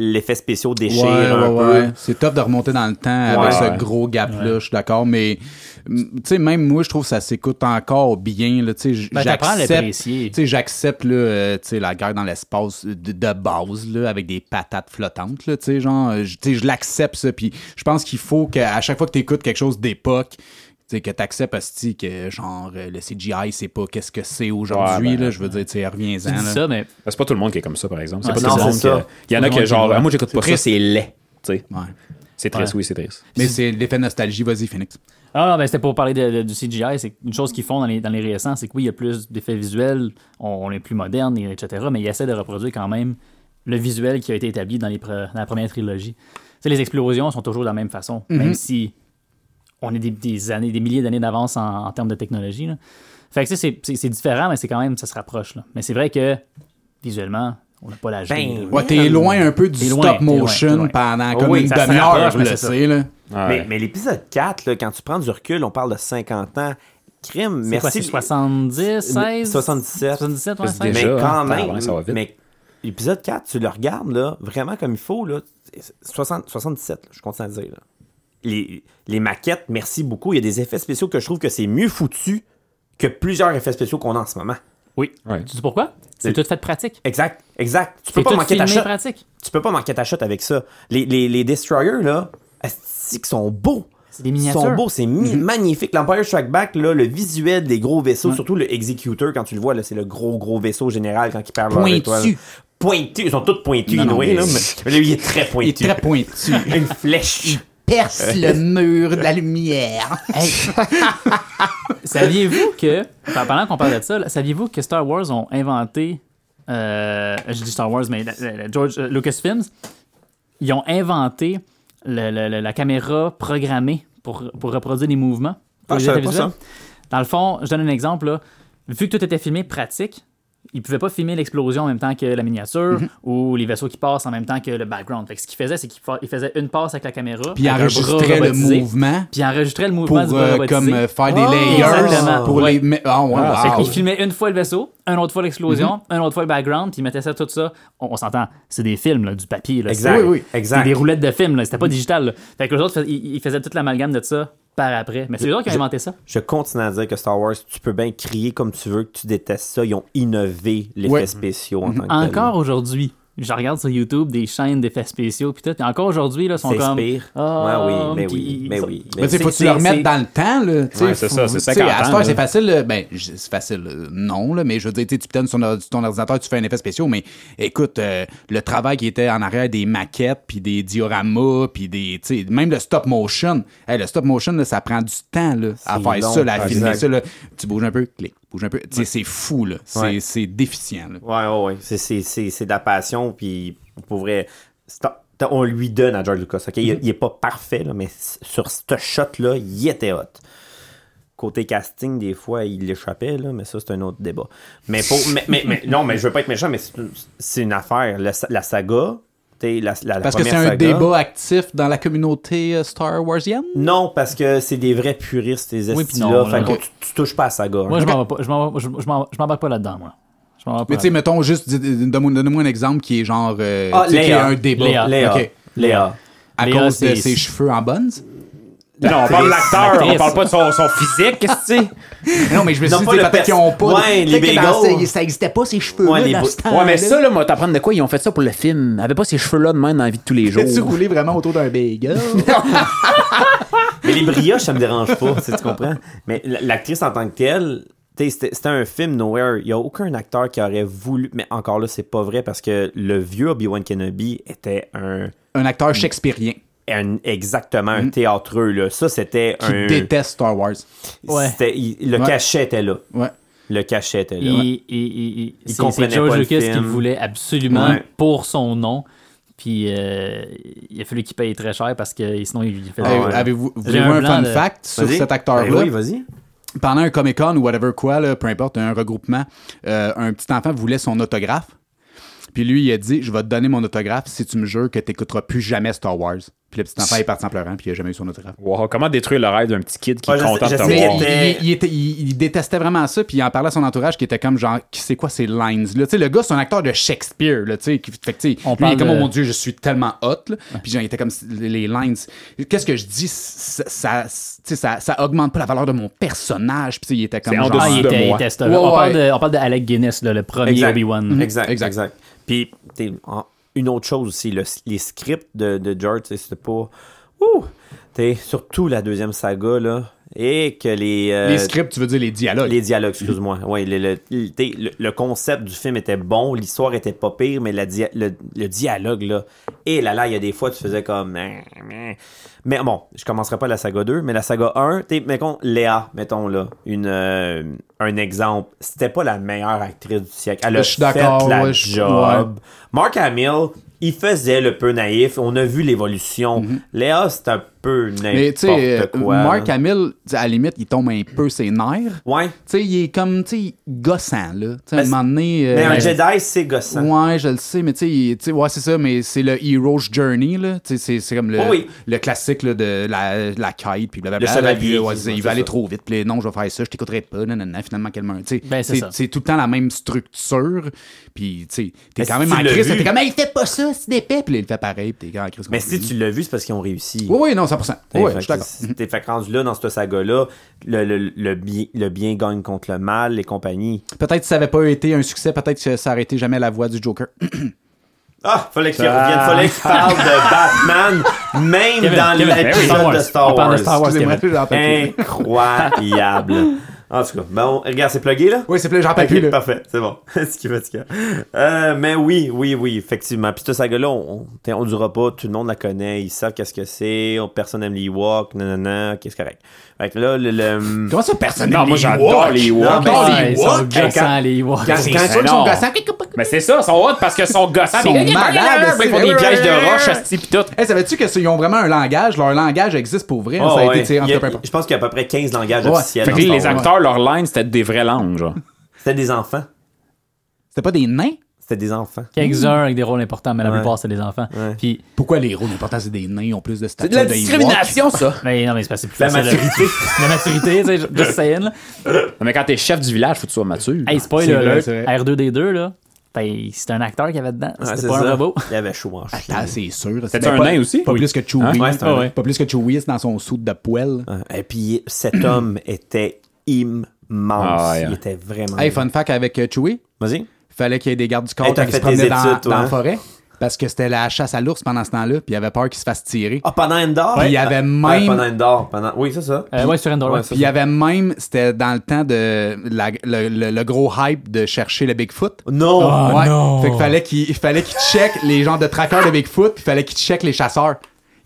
S2: l'effet spéciaux déchire un peu.
S3: C'est top de remonter dans le temps
S2: Ouais.
S3: avec ce gros gap-là, je suis d'accord. Mais, mm, tu sais, même moi, je trouve que ça s'écoute encore bien. Là, tu sais, j-
S4: Ben, t'apprends à
S3: j'accepte
S4: l'apprécier.
S3: tu sais, j'accepte là, euh, tu sais, la guerre dans l'espace euh, de, de base là, avec des patates flottantes. Là, tu sais, genre, euh, je- tu sais, je l'accepte ça. Puis je pense qu'il faut qu'à chaque fois que tu écoutes quelque chose d'époque, tu sais, que tu acceptes que genre euh, le CGI, c'est pas qu'est-ce que c'est aujourd'hui.
S5: Ouais, ben,
S3: là, je veux dire, tu sais, reviens-en.
S4: Tu dis
S3: là.
S4: ça, mais
S5: C'est pas tout le monde qui est comme ça, par exemple. C'est
S4: Ouais,
S5: pas
S4: c'est
S5: tout le
S4: ça.
S5: monde
S2: C'est ça.
S5: que- Il y en a
S4: Tout le
S5: que
S4: monde
S5: genre,
S4: qui-
S5: ah, moi, j'écoute pas ça, c'est laid. Tu sais.
S3: Ouais.
S5: C'est triste,
S4: Ouais.
S5: oui, c'est triste.
S3: Mais c'est l'effet nostalgie. Vas-y, Phoenix.
S4: Ah, ben c'était pour parler de- de- du CGI. C'est une chose qu'ils font dans les, dans les récents, c'est que oui, il y a plus d'effets visuels, on, on est plus moderne, et- etc. Mais ils essaient de reproduire quand même le visuel qui a été établi dans, les pre- dans la première trilogie. Tu sais, les explosions sont toujours de la même façon, même si on est des, des années, des milliers d'années d'avance en, en termes de technologie. là. Fait que ça, c'est- c'est c'est différent, mais c'est quand même, ça se rapproche. là. Mais c'est vrai que visuellement, on n'a pas la gêne.
S2: Ben,
S4: là.
S3: Ouais, t'es loin un peu du
S4: T'es loin,
S3: stop
S4: t'es loin,
S3: motion
S4: t'es loin.
S3: pendant
S2: Oh
S3: comme
S2: oui,
S3: une
S2: ça se
S3: demi-heure,
S4: rapproche,
S3: je
S4: mais
S3: le
S4: c'est ça.
S3: sais. Là.
S2: Mais, mais l'épisode 4, là, quand tu prends du recul, on parle de 50 ans. Crime,
S4: C'est quoi, c'est
S2: merci.
S4: 70, 16
S2: 77.
S4: 77, ouais, Ben,
S5: Parce que
S4: 16.
S2: mais
S5: Déjà,
S2: quand
S5: hein,
S2: même,
S5: ouais, ça va vite.
S2: mais l'épisode 4, tu le regardes là, vraiment comme il faut, là, 60 77, là, je continue à dire. là. Les, les maquettes, merci beaucoup. Il y a des effets spéciaux que je trouve que c'est mieux foutu que plusieurs effets spéciaux qu'on a en ce moment.
S4: Oui.
S5: Ouais.
S4: Tu sais pourquoi? C'est tout fait pratique.
S2: Exact, exact. Tu peux
S4: C'est
S2: pas
S4: tout
S2: manquer ta
S4: filmé
S2: shot.
S4: pratique.
S2: Tu peux pas manquer ta shot avec ça. Les, les, les destroyers là, asti qu'ils sont beaux.
S4: C'est des
S2: Ils
S4: miniatures.
S2: sont beaux, c'est mi-
S3: Mhm.
S2: magnifique. L'Empire Strike Back, là, le visuel des gros vaisseaux, surtout le Executor, quand tu le vois, là, c'est le gros, gros vaisseau général quand il perd leur
S3: Pointu.
S2: étoile. Pointu. Ils sont tous pointus,
S3: Non, non,
S2: oui,
S3: mais-
S2: là, mais lui, il est très
S3: Il est
S2: pointu.
S3: très pointu.
S2: Une flèche.
S3: Perce le mur de la lumière.
S4: Saviez-vous que, enfin, pendant qu'on parle de ça, là, saviez-vous que Star Wars ont inventé, euh, je dis Star Wars, mais la- la- la- George euh, Lucasfilms, ils ont inventé le- le- le- la caméra programmée pour, pour reproduire des mouvements. pour
S2: Ah, je
S4: les
S2: savais
S4: effets
S2: pas
S4: visuels.
S2: ça.
S4: Dans le fond, je donne un exemple. là. Vu que tout était filmé pratique, ils pouvaient pas filmer l'explosion en même temps que la miniature
S2: Mhm.
S4: ou les vaisseaux qui passent en même temps que le background. Fait que ce qu'ils faisaient, c'est qu'ils fa- ils faisaient une passe avec la caméra.
S3: Puis il
S4: avec un bras
S3: enregistrait le
S4: robotisé,
S3: mouvement
S4: Puis il enregistrait le
S3: pour
S4: mouvement du bras
S3: euh,
S4: robotisé.
S3: comme euh, faire des
S2: Oh,
S3: layers
S4: exactement.
S3: pour
S4: Ouais.
S3: les. mais- Ah, Mhm. ouais,
S5: Ah,
S3: wow.
S4: Il filmait une fois le vaisseau, une autre fois l'explosion, une autre fois le background, puis il mettait ça, tout ça. On, on s'entend, c'est des films, là, du papier. Là,
S2: Exact.
S4: C'est-
S3: Oui, oui,
S4: C'est
S2: Exact.
S4: des roulettes de films, là, c'était pas digital. là. Fait que les autres, fais- ils, ils faisaient toute l'amalgame de ça par après. Mais c'est eux autres qui ont inventé ça.
S2: Je continue à dire que Star Wars, tu peux bien crier comme tu veux, que tu détestes ça. Ils ont innové l'effet
S3: Ouais. Mhm.
S2: spéciaux en tant que tel.
S3: Ben
S4: Encore aujourd'hui, je regarde sur YouTube des chaînes d'effets spéciaux, puis tout. puis encore aujourd'hui, là, ils sont
S2: C'est
S4: comme.
S2: pire.
S4: Ah,
S2: ouais, oui, mais
S4: puis
S2: oui,
S4: ils-
S2: mais oui.
S3: Mais tu sais, faut que tu le remettes dans le temps, là. tu sais,
S5: Ouais, c'est ça,
S3: faut-
S5: c'est ça
S3: tu sais,
S5: qu'on
S3: À
S5: attend,
S3: cette heure,
S5: là.
S3: c'est facile, euh, ben, j- c'est facile, euh, non, là, mais je veux dire, tu sais, tu donnes sur ordi- ton ordinateur, tu fais un effet spécial, mais écoute, euh, le travail qui était en arrière des maquettes, puis des dioramas, puis des, tu sais, même le stop motion. Hey, le stop motion, là, ça prend du temps, là, à
S2: C'est
S3: faire
S2: long,
S3: ça, là, à
S2: exact.
S3: filmer ça, là. Tu bouges un peu, clic, bouge un peu. Tu sais, c'est fou, là. C'est
S2: Ouais.
S3: c'est déficient, là.
S2: Ouais, ouais, ouais. C'est- C'est c'est- c'est de la passion, puis pour vrai, c'est- t'as- on lui donne à George Lucas. ok? Il,
S3: Mm-hmm.
S2: il est pas parfait, là, mais s- sur ce shot-là, il était hot. Côté casting, des fois, il l'échappait, là, mais ça, c'est un autre débat. Mais, pour, mais, mais- mais- non, mais je veux pas être méchant, mais c'est une- c'est une affaire. La, sa- la saga, t'sais, la, la, la
S3: Parce que c'est
S2: première
S3: un
S2: saga-
S3: débat actif dans la communauté euh, Star Warsienne.
S2: Non, parce que c'est des vrais puristes, ces
S4: Oui, puis
S2: estis-là.
S4: non,
S2: fait
S4: là.
S2: qu'on- tu, tu touches pas à la saga.
S4: Moi,
S2: hein.
S4: je m'en vais pas- je m'en vais- je- je m'en- je m'embarque pas là-dedans, moi. Je m'en rappelle
S3: Mais tu sais, mettons juste, dis- dis- donne-moi donne-moi un exemple qui est genre. euh,
S2: Ah,
S3: tu sais, qui est
S2: Léa.
S3: un débat.
S4: Léa.
S2: Léa.
S3: Ok.
S2: Léa.
S3: À
S4: Léa,
S3: cause de
S4: c'est-
S3: ses cheveux en buns?
S5: Non, on parle de l'acteur, on
S4: L'actrice.
S5: parle pas de son, son physique, qu'est-ce que c'est?
S3: Non, mais je me
S2: Non,
S3: suis dit,
S2: pas le
S3: peut-être
S2: pers-
S3: qu'ils ont pas.
S2: Ouais, les
S3: peut-être que dans
S2: bagels.
S3: ce- Ça n'existait pas, ces cheveux-là,
S2: Ouais, les
S3: dans
S2: bou-
S3: ce temps-là.
S5: Ouais, mais ça, là, moi, t'apprendre de quoi? Ils ont fait ça pour le film. Elle avait pas ses cheveux-là de même dans la vie de tous les jours.
S3: Tu roulais vraiment autour d'un bagel?
S2: Mais les brioches, ça me dérange pas, tu sais, tu comprends? Mais l- l'actrice en tant que telle, tu sais, c'était c'était un film nowhere. Il n'y a aucun acteur qui aurait voulu. Mais encore là, c'est pas vrai parce que le vieux Obi-Wan Kenobi était un.
S3: un acteur shakespearien
S2: un- exactement un théâtreux. Là. Ça, c'était
S3: Mm. qui
S2: un.
S3: déteste Star Wars.
S4: Ouais.
S2: c'était- il- le
S3: Ouais.
S2: cachet était là.
S3: Ouais.
S2: Le cachet était là.
S4: Il,
S2: Ouais.
S4: il, il, il- c'est-
S2: comprenait
S4: c'est George
S2: pas le
S4: Lucas qui
S2: film.
S4: voulait absolument
S2: Ouais.
S4: pour son nom. Puis euh, il a fallu qu'il paye très cher parce que sinon il lui fait.
S2: Ah ouais.
S3: Avez-vous
S4: J'ai
S3: voulez-vous
S4: un
S3: un
S4: blanc
S3: fun
S4: de-
S3: fact sur
S2: Vas-y.
S3: cet
S2: Ben
S3: acteur-là?
S2: oui, vas-y.
S3: pendant un Comic Con ou whatever quoi, là, peu importe, un regroupement, euh, un petit enfant voulait son autographe. Puis lui, il a dit Je vais te donner mon autographe si tu me jures que tu n'écouteras plus jamais Star Wars. Puis le petit enfant est parti en pleurant, puis il a jamais eu son autographe.
S5: Wow, comment détruire le rêve d'un petit kid qui
S2: Ouais,
S5: est
S2: je
S5: content
S2: sais-
S5: de
S2: je
S5: te
S2: sais,
S5: voir?
S2: il
S3: Il, il- il était- il- il détestait vraiment ça, puis il en parlait à son entourage qui était comme genre, qui c'est quoi ces lines là. Tu sais, le gars c'est un acteur de Shakespeare là, tu sais, qui- fait que, tu sais,
S4: On
S3: lui, il est
S4: parle
S3: comme
S4: de-
S3: oh mon dieu, je suis tellement hot là. Puis genre, il était comme les les lines. Qu'est-ce que je dis ça, ça, tu sais, ça, ça augmente pas la valeur de mon personnage. Puis tu sais, il était comme
S5: C'est en
S3: genre,
S5: dessous
S4: Ah, il
S5: de
S4: était, il
S5: moi.
S4: était star.
S3: Ouais,
S4: on, parle
S3: ouais.
S4: de, on parle de Alec Guinness, là, le premier
S2: Exact. Mhm.
S4: Obi-Wan.
S2: Exact,
S3: Exact.
S2: exact. Puis, t'es- en- une autre chose aussi, le- les scripts de, de George, t'sais, c'était pas. Ouh! T'sais, surtout la deuxième saga, là. Et que les. euh,
S3: les scripts, tu veux dire les dialogues.
S2: les dialogues,
S3: Mhm.
S2: excuse-moi. Ouais, le, le- le- t'sais, le- le concept du film était bon, l'histoire était pas pire, mais la dia- le, le dialogue, là. Et là, là, il y a des fois, tu faisais comme. Mais bon, je commencerai pas la saga 2, mais la saga 1, t'sais, mettons, Léa, mettons, là, une, euh, un exemple. C'était pas la meilleure actrice du siècle. Elle a
S3: Je suis d'accord,
S2: fait la
S3: ouais, je-
S2: job. Mark Hamill, il faisait le peu naïf. On a vu l'évolution. Léa, c'est un peu
S3: Mhm. Mais
S2: n'importe
S3: tu sais, euh,
S2: quoi.
S3: Mark
S2: là.
S3: Hamill, tu sais, à la limite, il tombe un peu ses nerfs.
S2: Ouais.
S3: Tu sais, il est comme, tu sais, gossant, là. Tu sais, à un
S2: Ben,
S3: moment donné. euh,
S2: Mais un
S3: ben,
S2: Jedi, c'est gossant.
S3: Ouais, je le sais, mais tu sais, il- tu sais, ouais, c'est ça, mais c'est le Hero's Journey, là. Tu sais, c'est- c'est comme le,
S2: Oh oui.
S3: le classique là, de la, la quête, puis blablabla.
S2: Le chevalier,
S3: puis, ouais,
S2: c'est ça,
S3: il
S2: c'est
S3: va aller
S2: ça.
S3: trop vite, puis non, je vais faire ça, je t'écouterai pas, nanana, finalement, quelqu'un. Tu sais,
S4: Ben, c'est
S3: c'est
S4: ça.
S3: c'est tout le temps la même structure, puis tu sais, t'es
S2: Mais
S3: quand
S2: si
S3: même
S2: tu
S3: en
S2: l'as
S3: crise,
S2: vu-
S3: t'es comme, hey, fais pas ça, c'est des puis là, il le fait pareil, puis t'es quand même en crise.
S2: Mais si tu l'as vu, c'est parce qu'ils ont réussi.
S3: Oui, oui, non, 100%.
S2: T'es fait
S3: Oui, je
S2: que
S3: suis d'accord.
S2: c'est- T'es fait que rendu là, dans cette saga-là, le, le- le bi- le bien gagne contre le mal et compagnie.
S3: Peut-être que ça n'avait pas été un succès, peut-être que ça n'aurait été jamais la voix du Joker.
S2: Ah, fallait qu'il revienne, fallait qu'il parle de Batman, même
S4: Kevin,
S2: dans
S4: Kevin, Star
S2: l'épisode
S4: Wars.
S2: de
S4: On
S2: Star
S4: parle de
S2: Wars.
S4: Star Wars.
S3: Excusez-moi,
S4: Kevin.
S3: j'en peux plus.
S2: Hein? Incroyable. En tout cas, bon, regarde, c'est plugué là?
S3: Oui, c'est plus, j'en peux
S2: Ok,
S3: plus. là.
S2: parfait, c'est bon. Ce qui est fatigant. Euh, mais oui, oui, oui, effectivement. Puis cette saga-là, on ne on, durera pas. Tout le monde la connaît. Ils savent qu'est-ce que c'est. on- Personne n'aime les Ewoks. Nanana. Ok, c'est correct. Fait que là, le. le-
S3: Comment ça, personne
S5: Non,
S3: aime
S5: moi,
S3: les
S5: j'adore
S3: Ewoks?
S5: les Ewoks.
S3: Non,
S4: Ouais,
S3: j'adore
S2: Ah,
S3: les
S4: ils sont
S3: Ewoks.
S4: gossants,
S2: quand-
S4: les Ewoks.
S2: quand-
S3: Quand
S5: Mais
S3: ils sont
S5: non.
S3: gossants,
S5: Mais c'est ça, ils sont hot parce que sont gossants.
S3: Ils sont
S5: Puis-
S3: malades,
S5: Ils font des
S3: c'est-
S5: pièges de roche, asti, pis tout.
S3: Hey, Eh, savais-tu qu'ils ont vraiment un langage? Leur langage existe pour vrai. hein,
S2: Ah,
S3: ça a
S2: ouais.
S3: été tiré en
S2: Il y a-
S3: tout cas, peu importe.
S2: Je pense qu'il y a à peu près 15 langages
S3: Ouais.
S2: officiels.
S5: Fait
S2: dans
S5: que les
S2: Star Wars.
S5: acteurs, leur line, c'était des vrais langues, genre.
S2: C'était des enfants.
S3: C'était pas des nains?
S2: C'était des enfants.
S4: Quelques-uns avec des rôles importants, mais la
S2: Ouais.
S4: plupart, c'est des enfants.
S2: Ouais.
S4: Puis,
S3: Pourquoi les héros, l'important, c'est des nains, ont plus de statut d'un Ewok?
S5: ça.
S4: mais non, mais c'est parce que c'est plus
S2: La
S4: facile.
S2: maturité.
S4: la maturité, tu sais, just saying. là.
S5: Non, mais quand t'es chef du village, faut que tu sois mature.
S4: Hey,
S3: C'est
S4: spoiler
S3: vrai,
S4: alert,
S3: c'est vrai.
S4: R2D2, là, ben, c'était un acteur qui avait dedans.
S2: Ouais,
S4: C'était
S2: c'est
S4: pas
S2: ça.
S4: un robot.
S2: Il y avait chou en chou.
S3: Ah, c'est sûr.
S5: C'était
S3: Ben,
S5: un
S3: pas-
S5: nain aussi?
S3: Pas
S5: Oui.
S3: plus que Chewie.
S2: Hein? Ouais, c'est un
S3: Ah,
S2: nain.
S3: Pas plus que Chewie, c'est dans son soude de poêle.
S2: Et puis cet homme était immense.
S5: Ah, ouais.
S2: Il était vraiment.
S3: Hey, fun fact avec euh, Chewie.
S2: Vas-y.
S3: fallait qu'il y ait des gardes du corps
S2: Hey, t'as
S3: quand ils se
S2: fait
S3: promenaient
S2: tes
S3: dans,
S2: études, toi,
S3: dans la
S2: hein?
S3: forêt. Parce que c'était la chasse à l'ours pendant ce temps-là, puis il avait peur qu'il se fasse tirer.
S2: Ah, pendant Endor.
S3: Puis il y avait même-
S2: Ouais, pendant Endor. Pendant... Oui, c'est ça.
S4: Euh, ouais, sur Endor.
S2: Ouais,
S4: ouais.
S2: ça,
S3: Puis il y avait même, c'était dans le temps de la- le, le- le gros hype de chercher le Bigfoot.
S2: Non.
S3: Oh,
S5: Ah,
S3: ouais. Fait qu'il fallait qu'il il fallait qu'il check les genres de traqueurs de Bigfoot, puis il fallait qu'il check les chasseurs.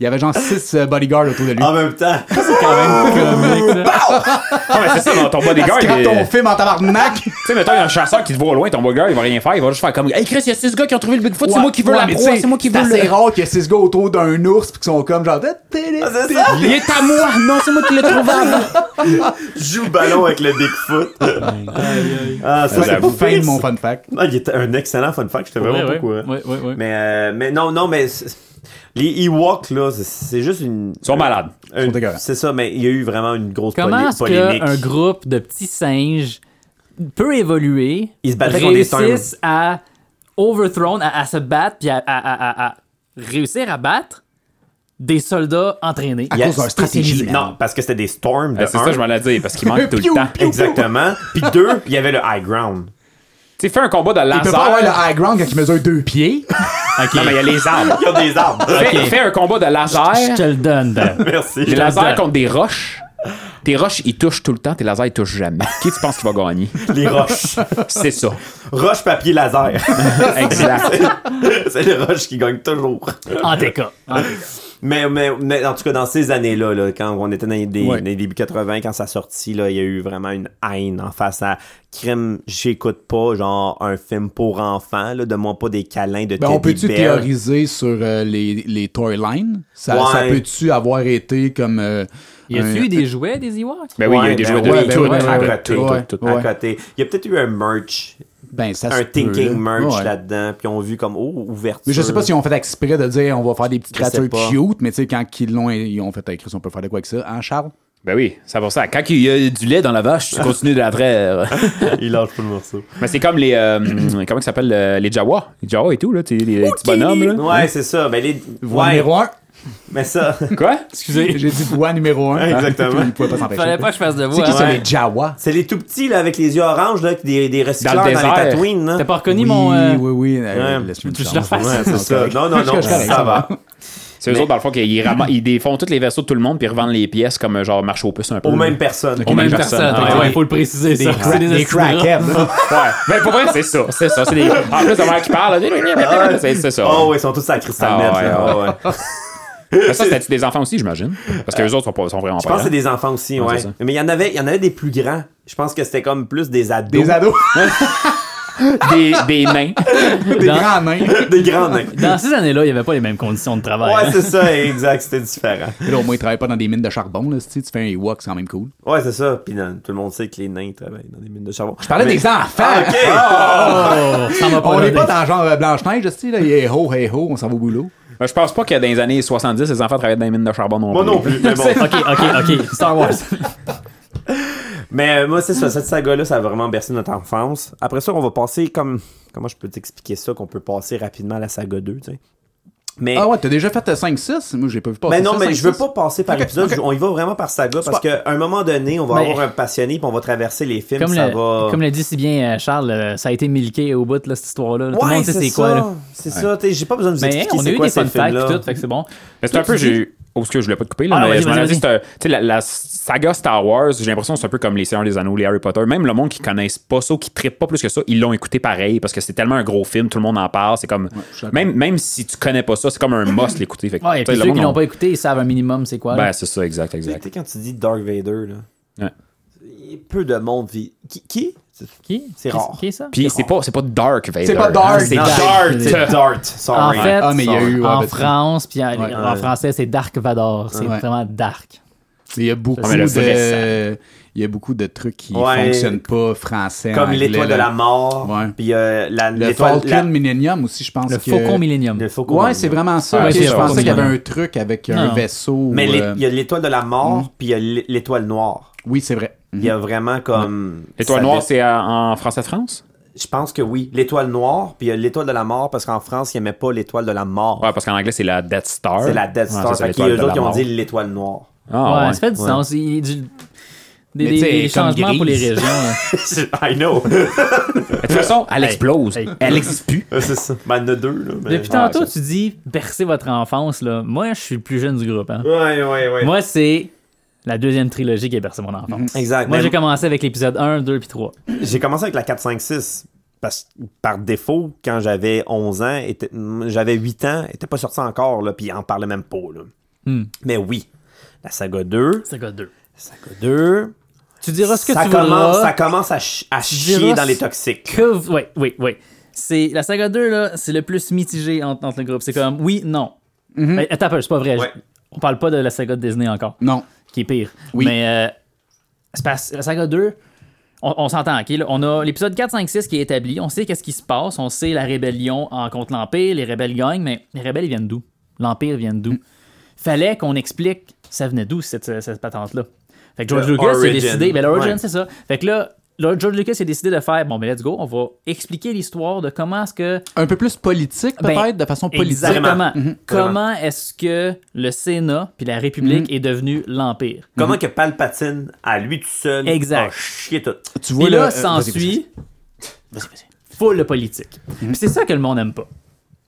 S3: Il y avait genre six euh, bodyguards autour de lui.
S2: En même temps.
S3: quand même comique.
S5: Non, mais c'est ça, dans ton bodyguard.
S3: Parce que quand
S5: il
S3: on
S5: est- Tu
S3: filme en tabarnak,
S5: sais, mettons, il y a un chasseur qui te voit au loin, ton bodyguard, il va rien faire, il va juste faire comme. Hey Chris, il y a six gars qui ont trouvé le Bigfoot, c'est
S3: Ouais,
S5: moi qui veux
S3: ouais,
S5: la
S3: mais
S5: proie,
S3: t'sais,
S5: c'est moi qui veux
S3: C'est assez
S5: le.
S3: rare qu'il y a six gars autour d'un ours, puis qui sont comme genre. Ah,
S2: c'est ça.
S5: Il est à moi! Non, c'est moi qui l'ai trouvé avant!
S2: Joue ballon avec le Bigfoot. ah, ça,
S3: C'est
S2: c'est
S3: la
S2: pas
S3: fin de
S2: pire,
S3: mon
S2: ça.
S3: fun fact.
S2: Ah, il était un excellent fun fact. J'étais vraiment
S4: Ouais,
S2: pas
S4: ouais.
S2: au courant.
S4: Ouais, ouais, ouais.
S2: Mais, euh, mais non, non, mais c'est- les Ewoks, là, c'est- c'est juste une.
S5: Ils sont malades.
S2: une-
S3: dégueulasses.
S2: C'est ça, mais il y a eu vraiment une grosse
S4: Comment
S2: polé-
S4: est-ce
S2: polémique.
S4: qu'un groupe de petits singes peut évoluer,
S2: Ils se battaient contre des
S4: réussissent à overthrown, à, à se battre, puis à, à- à- à- à réussir à battre des soldats entraînés.
S3: À
S2: Il y a-
S3: cause de leur stratégie, man.
S2: Non, parce que c'était des storms. de
S5: Ben, c'est ça,
S2: un.
S5: je m'en ai dit, parce qu'il manque tout le
S3: Piou,
S5: temps.
S3: piou.
S5: Tu
S2: Exactement. Puis deux, il y avait le high ground.
S5: sais, fais un combat de
S3: Il peut
S5: laser.
S3: pas avoir le high ground quand il mesure deux pieds.
S5: Non, mais il y a les arbres.
S2: Il y a des arbres.
S5: Fais, fais un combat de
S4: Je te
S5: laser.
S4: le donne, Ben. Dan.
S2: Merci.
S5: Des
S4: donne.
S5: lasers contre des roches. Tes roches, ils touchent tout le temps. Tes lasers, ils touchent jamais. Qui tu penses qui va gagner?
S2: Les roches.
S5: C'est ça.
S2: Roche, papier, laser.
S5: Exact.
S2: c'est les roches qui gagnent toujours.
S4: En tes cas. En tes cas.
S2: Mais, mais, mais en tout cas, dans ces années-là, là, quand on était dans les, des-
S3: Ouais.
S2: dans les débuts 80, quand ça sortit, là, il y a eu vraiment une haine en face à crime. J'écoute pas, genre, un film pour enfants, là, donne-moi pas des câlins de
S3: Ben,
S2: Teddy
S3: on peut-tu
S2: Bear.
S3: théoriser sur euh, les, les toy lines? Ça,
S2: Ouais.
S3: ça peut-tu avoir été comme... euh,
S4: Y
S3: un-
S4: a-tu eu des jouets, des Ewoks?
S5: Ben oui, il y a eu
S2: Ouais,
S5: des
S2: ben
S5: jouets de
S2: oui,
S5: tout,
S3: ben oui,
S5: tout,
S2: à
S3: ouais,
S2: côté,
S5: tout,
S3: ouais.
S5: tout, tout.
S2: à
S3: Ouais.
S2: côté. Il y a peut-être eu un merch,
S3: Ben, ça se
S2: un
S3: peut,
S2: thinking
S3: là.
S2: merch
S3: Ouais.
S2: là-dedans, puis on vu comme, oh, ouverture.
S3: Mais je sais pas si on fait exprès de dire on va faire des petites
S2: Je sais
S3: créatures
S2: pas.
S3: cute, mais tu sais, quand ils l'ont, ils ont fait écrire, on peut faire de quoi avec ça, hein, Charles?
S5: Ben oui, c'est pour ça. Quand il y a du lait dans la vache, tu continues de la euh, traire.
S2: Il lâche pas le morceau.
S5: Mais c'est comme les. euh, comment ils s'appellent euh, Les Jawa. Les Jawa et tout, là. tu sais, Les, les petits bonhommes, là.
S2: Ouais, c'est ça. Ben, les...
S3: Voix
S2: ouais,
S3: numéro 1.
S2: mais ça,
S5: Quoi
S3: J'ai dit voix numéro 1.
S2: Exactement.
S3: Il pouvait pas s'empêcher.
S4: Fallait pas que je fasse de
S3: C'est
S4: voix.
S3: qui ça,
S4: hein.
S3: les Jawa?
S2: c'est les tout petits, là, avec les yeux oranges, là, qui- des, des recycleurs dans,
S5: désert.
S2: les Tatooines, là.
S4: T'as pas reconnu
S3: Oui,
S4: mon. euh,
S3: oui, oui, euh,
S2: Ouais.
S3: laisse-moi une
S4: Tu veux que je
S3: chance.
S4: le fasse?
S2: Ouais, c'est ça. Non, non, non,
S3: Je correct,
S2: ça
S3: ça
S2: va.
S5: C'est eux autres, dans le fond, qu'ils ils ram- ils défont toutes les versos de tout le monde puis ils revendent les pièces comme euh, genre marche aux puces un peu.
S2: Aux mêmes
S5: là.
S2: personnes.
S4: Aux mêmes
S5: Des
S4: personnes.
S5: personnes,
S4: Ouais,
S5: ouais.
S4: faut le préciser, ça. C'est des
S3: Des
S4: astuces
S3: crackheads.
S5: Ouais. Ben pour vrai, c'est ça. C'est ça. C'est des... En plus, la mère qui parle, là, c'est c'est ça.
S2: Oh, ouais, ils sont tous à cristal net,
S5: Ah, ouais,
S2: là. Ouais, ouais.
S5: Mais ça, c'était des enfants aussi, j'imagine. Parce que les autres sont, pas, sont vraiment
S2: Euh, Je pense que
S5: pas.
S2: c'est des enfants aussi, ouais.
S5: c'est ça.
S2: Mais il y en avait, il y en avait des plus grands. Je pense que c'était comme plus des ados.
S3: Des ados,
S5: Des, des nains.
S3: des
S4: Dans-
S3: grands nains.
S2: Des grands nains.
S4: Dans ces années-là, il y avait pas les mêmes conditions de travail. hein.
S2: Ouais, c'est ça, exact, c'était différent.
S3: Puis Là, au moins, ils travaillent pas dans des mines de charbon. Là, tu sais, tu fais un Ewok, c'est quand même cool.
S2: Ouais, c'est ça. Puis dans- tout le monde sait que les nains travaillent dans des mines de charbon. Je
S3: Parler des enfants!
S2: Ah, OK!
S4: Oh, ça m'a pas
S3: On n'est
S4: donné.
S3: pas dans genre euh, Blanche-Neige, tu sais, là, hey ho, hey ho, on s'en va au boulot.
S5: Mais je pense pas que dans les années 70, les enfants travaillaient dans les mines de charbon non
S2: Moi non plus, mais bon.
S4: Ok, ok, ok. Star Wars.
S2: Mais euh, moi, c'est ça, cette saga-là, ça a vraiment bercé notre enfance. Après ça, on va passer comme. Comment je peux t'expliquer ça, qu'on peut passer rapidement à la saga 2, tu sais? Mais.
S3: Ah ouais, t'as déjà fait euh, 5-6? Moi, j'ai pas vu passer
S2: Mais Ben non,
S3: ça,
S2: mais
S3: 5-6.
S2: je veux pas passer par
S3: Ok,
S2: épisode.
S3: ok.
S2: On y va vraiment par saga parce qu'à un moment donné, on va
S4: Mais-
S2: avoir un passionné puis on va traverser les films.
S4: Comme
S2: ça
S4: le,
S2: va.
S4: comme le dit si bien euh, Charles, euh, ça a été milqué au bout, là, cette histoire-là. Tout le
S2: Ouais,
S4: monde sait
S2: c'est
S4: c'est quoi.
S2: ça.
S4: Là.
S2: C'est ça. t'sais, J'ai pas besoin de vous
S4: Mais hey,
S2: expliquer
S4: on a
S2: c'est
S4: eu
S2: quoi
S4: des
S2: ces
S4: fun facts
S2: films-là.
S4: et tout, fait que c'est bon.
S5: Mais c'est un peu. J'ai... Oh, excuse, je voulais pas te couper. Là,
S4: Ah non,
S5: mais
S4: vas-y,
S5: je m'en
S4: vas-y,
S5: ai
S4: vas-y.
S5: dit, c'est un- tu sais, la, la saga Star Wars, j'ai l'impression que c'est un peu comme les Seigneurs des Anneaux, les Harry Potter. Même le monde qui connaissent pas ça, ou qui trippent pas plus que ça, ils l'ont écouté pareil parce que c'est tellement un gros film, tout le monde en parle. C'est comme.
S3: je suis d'accord.
S5: même, même si tu connais pas ça, c'est comme un must l'écouter. Fait que,
S4: Ouais, et
S5: tu sais,
S4: puis
S5: le
S4: ceux
S5: monde
S4: qui
S5: en-
S4: l'ont pas écouté, ils savent un minimum c'est quoi. là.
S5: Ben, c'est ça, exact,
S2: Tu sais,
S5: exact.
S2: t'sais, quand tu dis Dark Vader, là.
S5: Ouais.
S2: il- Peu de monde vit. Qui, qui? C'est-
S4: qui
S2: c'est
S4: Qui-
S2: rare.
S4: Qui est ça
S5: Puis c'est pas, c'est pas Dark Vader. Ah,
S3: C'est pas Dark,
S5: C'est
S3: non.
S5: Dark.
S2: Ah, C'est Dart.
S4: En
S2: Sorry.
S4: fait,
S3: Ah, mais il y a eu. ouais,
S4: en
S3: ben,
S4: France, puis en,
S3: Ouais.
S4: en français, c'est Dark Vador. C'est
S3: Ouais.
S4: vraiment dark.
S3: Il y a beaucoup
S5: Ah, mais le
S3: de. Il y a beaucoup de trucs qui
S2: Ouais.
S3: fonctionnent pas français.
S2: Comme
S3: anglais,
S2: l'étoile de
S3: là.
S2: la mort.
S3: Ouais.
S2: Puis euh, la-
S3: Le
S2: l'étoile.
S3: Falcon
S2: la-
S3: Millennium aussi, je pense.
S4: Le
S3: que-
S4: Faucon Millennium.
S2: le Falcon
S3: Ouais,
S2: Millennium.
S3: c'est vraiment ça.
S5: Ouais,
S3: ok,
S5: c'est le
S3: je pensais
S5: Falcon
S3: qu'il y avait un
S4: Millennium.
S3: truc avec
S4: Non.
S3: un vaisseau.
S2: Mais l'é-
S3: euh,
S2: il y a l'étoile de la
S5: Hmm.
S2: mort, puis il y a l'é- l'étoile noire.
S3: Oui, c'est vrai.
S2: Il y a vraiment comme.
S5: L'étoile
S2: ça
S5: noire,
S2: dé-
S5: c'est euh, en français de France?
S2: Je pense que oui. L'étoile noire, puis il y a l'étoile de la mort, parce qu'en France, ils n'aimaient pas l'étoile de la mort.
S5: Ouais, parce qu'en anglais, c'est la Death Star.
S2: C'est la Death Star.
S5: Ouais, c'est
S2: Fait
S5: ça,
S2: qu'il y a
S5: l'étoile
S2: eux
S5: de
S2: autres
S5: la
S2: qui ont
S5: mort.
S2: dit l'étoile noire.
S5: Ah,
S4: ouais,
S5: ouais.
S4: ça fait du
S2: ouais.
S4: sens. Il- du- Des,
S3: Mais
S4: des-
S3: tu sais,
S4: des
S3: comme
S4: changements pour les
S3: grise.
S4: régions. là.
S2: I know.
S5: De toute façon, elle
S4: Hey,
S5: explose.
S4: hey.
S5: Elle existe plus.
S2: Euh, c'est ça. Ben, il y en a deux, là. mais-
S4: Depuis tantôt,
S5: ça-
S4: tu dis bercer votre enfance. Là. Moi, je suis le plus jeune du groupe. hein.
S2: Ouais, ouais, ouais. Mm.
S4: Moi, c'est la deuxième trilogie qui a bercé mon enfance.
S2: exact. Ben,
S4: Moi,
S2: Mais
S4: j'ai commencé avec l'épisode 1, 2 puis 3.
S2: j'ai commencé avec la 4, 5, 6. Parce que par défaut, quand j'avais 11 ans, était- j'avais 8 ans, était pas sorti encore, là, puis il en parlait même pas, là.
S4: Hmm.
S2: Mais oui, la saga 2,
S4: Saga 2.
S2: saga 2,
S4: Tu diras ce que
S2: ça,
S4: tu
S2: commence,
S4: voudras.
S2: ça commence à, ch- à chier
S4: diras
S2: dans les
S4: ce-
S2: toxiques.
S4: Que vous- Oui, oui, oui. C'est... La saga 2, là, c'est le plus mitigé entre, entre le groupe. C'est comme, oui, non. Mais attends un peu, c'est pas vrai.
S2: Mm-hmm. Ouais.
S4: Je- On parle pas de la saga de Disney encore,
S3: Mm. Non.
S4: qui est pire.
S3: Oui.
S4: Mais euh, c'est parce que la saga 2, on, on s'entend, OK? là, on a l'épisode 4, 5, 6 qui est établi. On sait qu'est-ce qui se passe. On sait la rébellion en contre l'Empire. Les rebelles gagnent, mais les rebelles, ils viennent d'où? L'Empire vient
S2: Mm.
S4: d'où? Fallait qu'on explique ça venait d'où, cette, cette patente-là. Fait que George
S2: Le
S4: Lucas s'est
S2: origin.
S4: décidé. Ben, l'origin,
S2: Ouais.
S4: c'est ça. Fait que là, là, George Lucas a décidé de faire bon, mais let's go, on va expliquer l'histoire de comment est-ce que.
S3: Un peu plus politique, peut-être,
S4: Ben,
S3: de façon politique.
S4: Exactement.
S2: Vraiment. Mhm.
S4: Comment est-ce que le Sénat puis la République
S3: Mm-hmm.
S4: est devenu l'Empire?
S2: Comment que Palpatine, à lui tout seul,
S4: Exact.
S2: a chié tout.
S3: Tu
S4: Et
S3: euh,
S4: là,
S3: vas-y, vas-y. Mhm.
S4: s'ensuit. Full de politique. Puis c'est ça que le monde n'aime pas.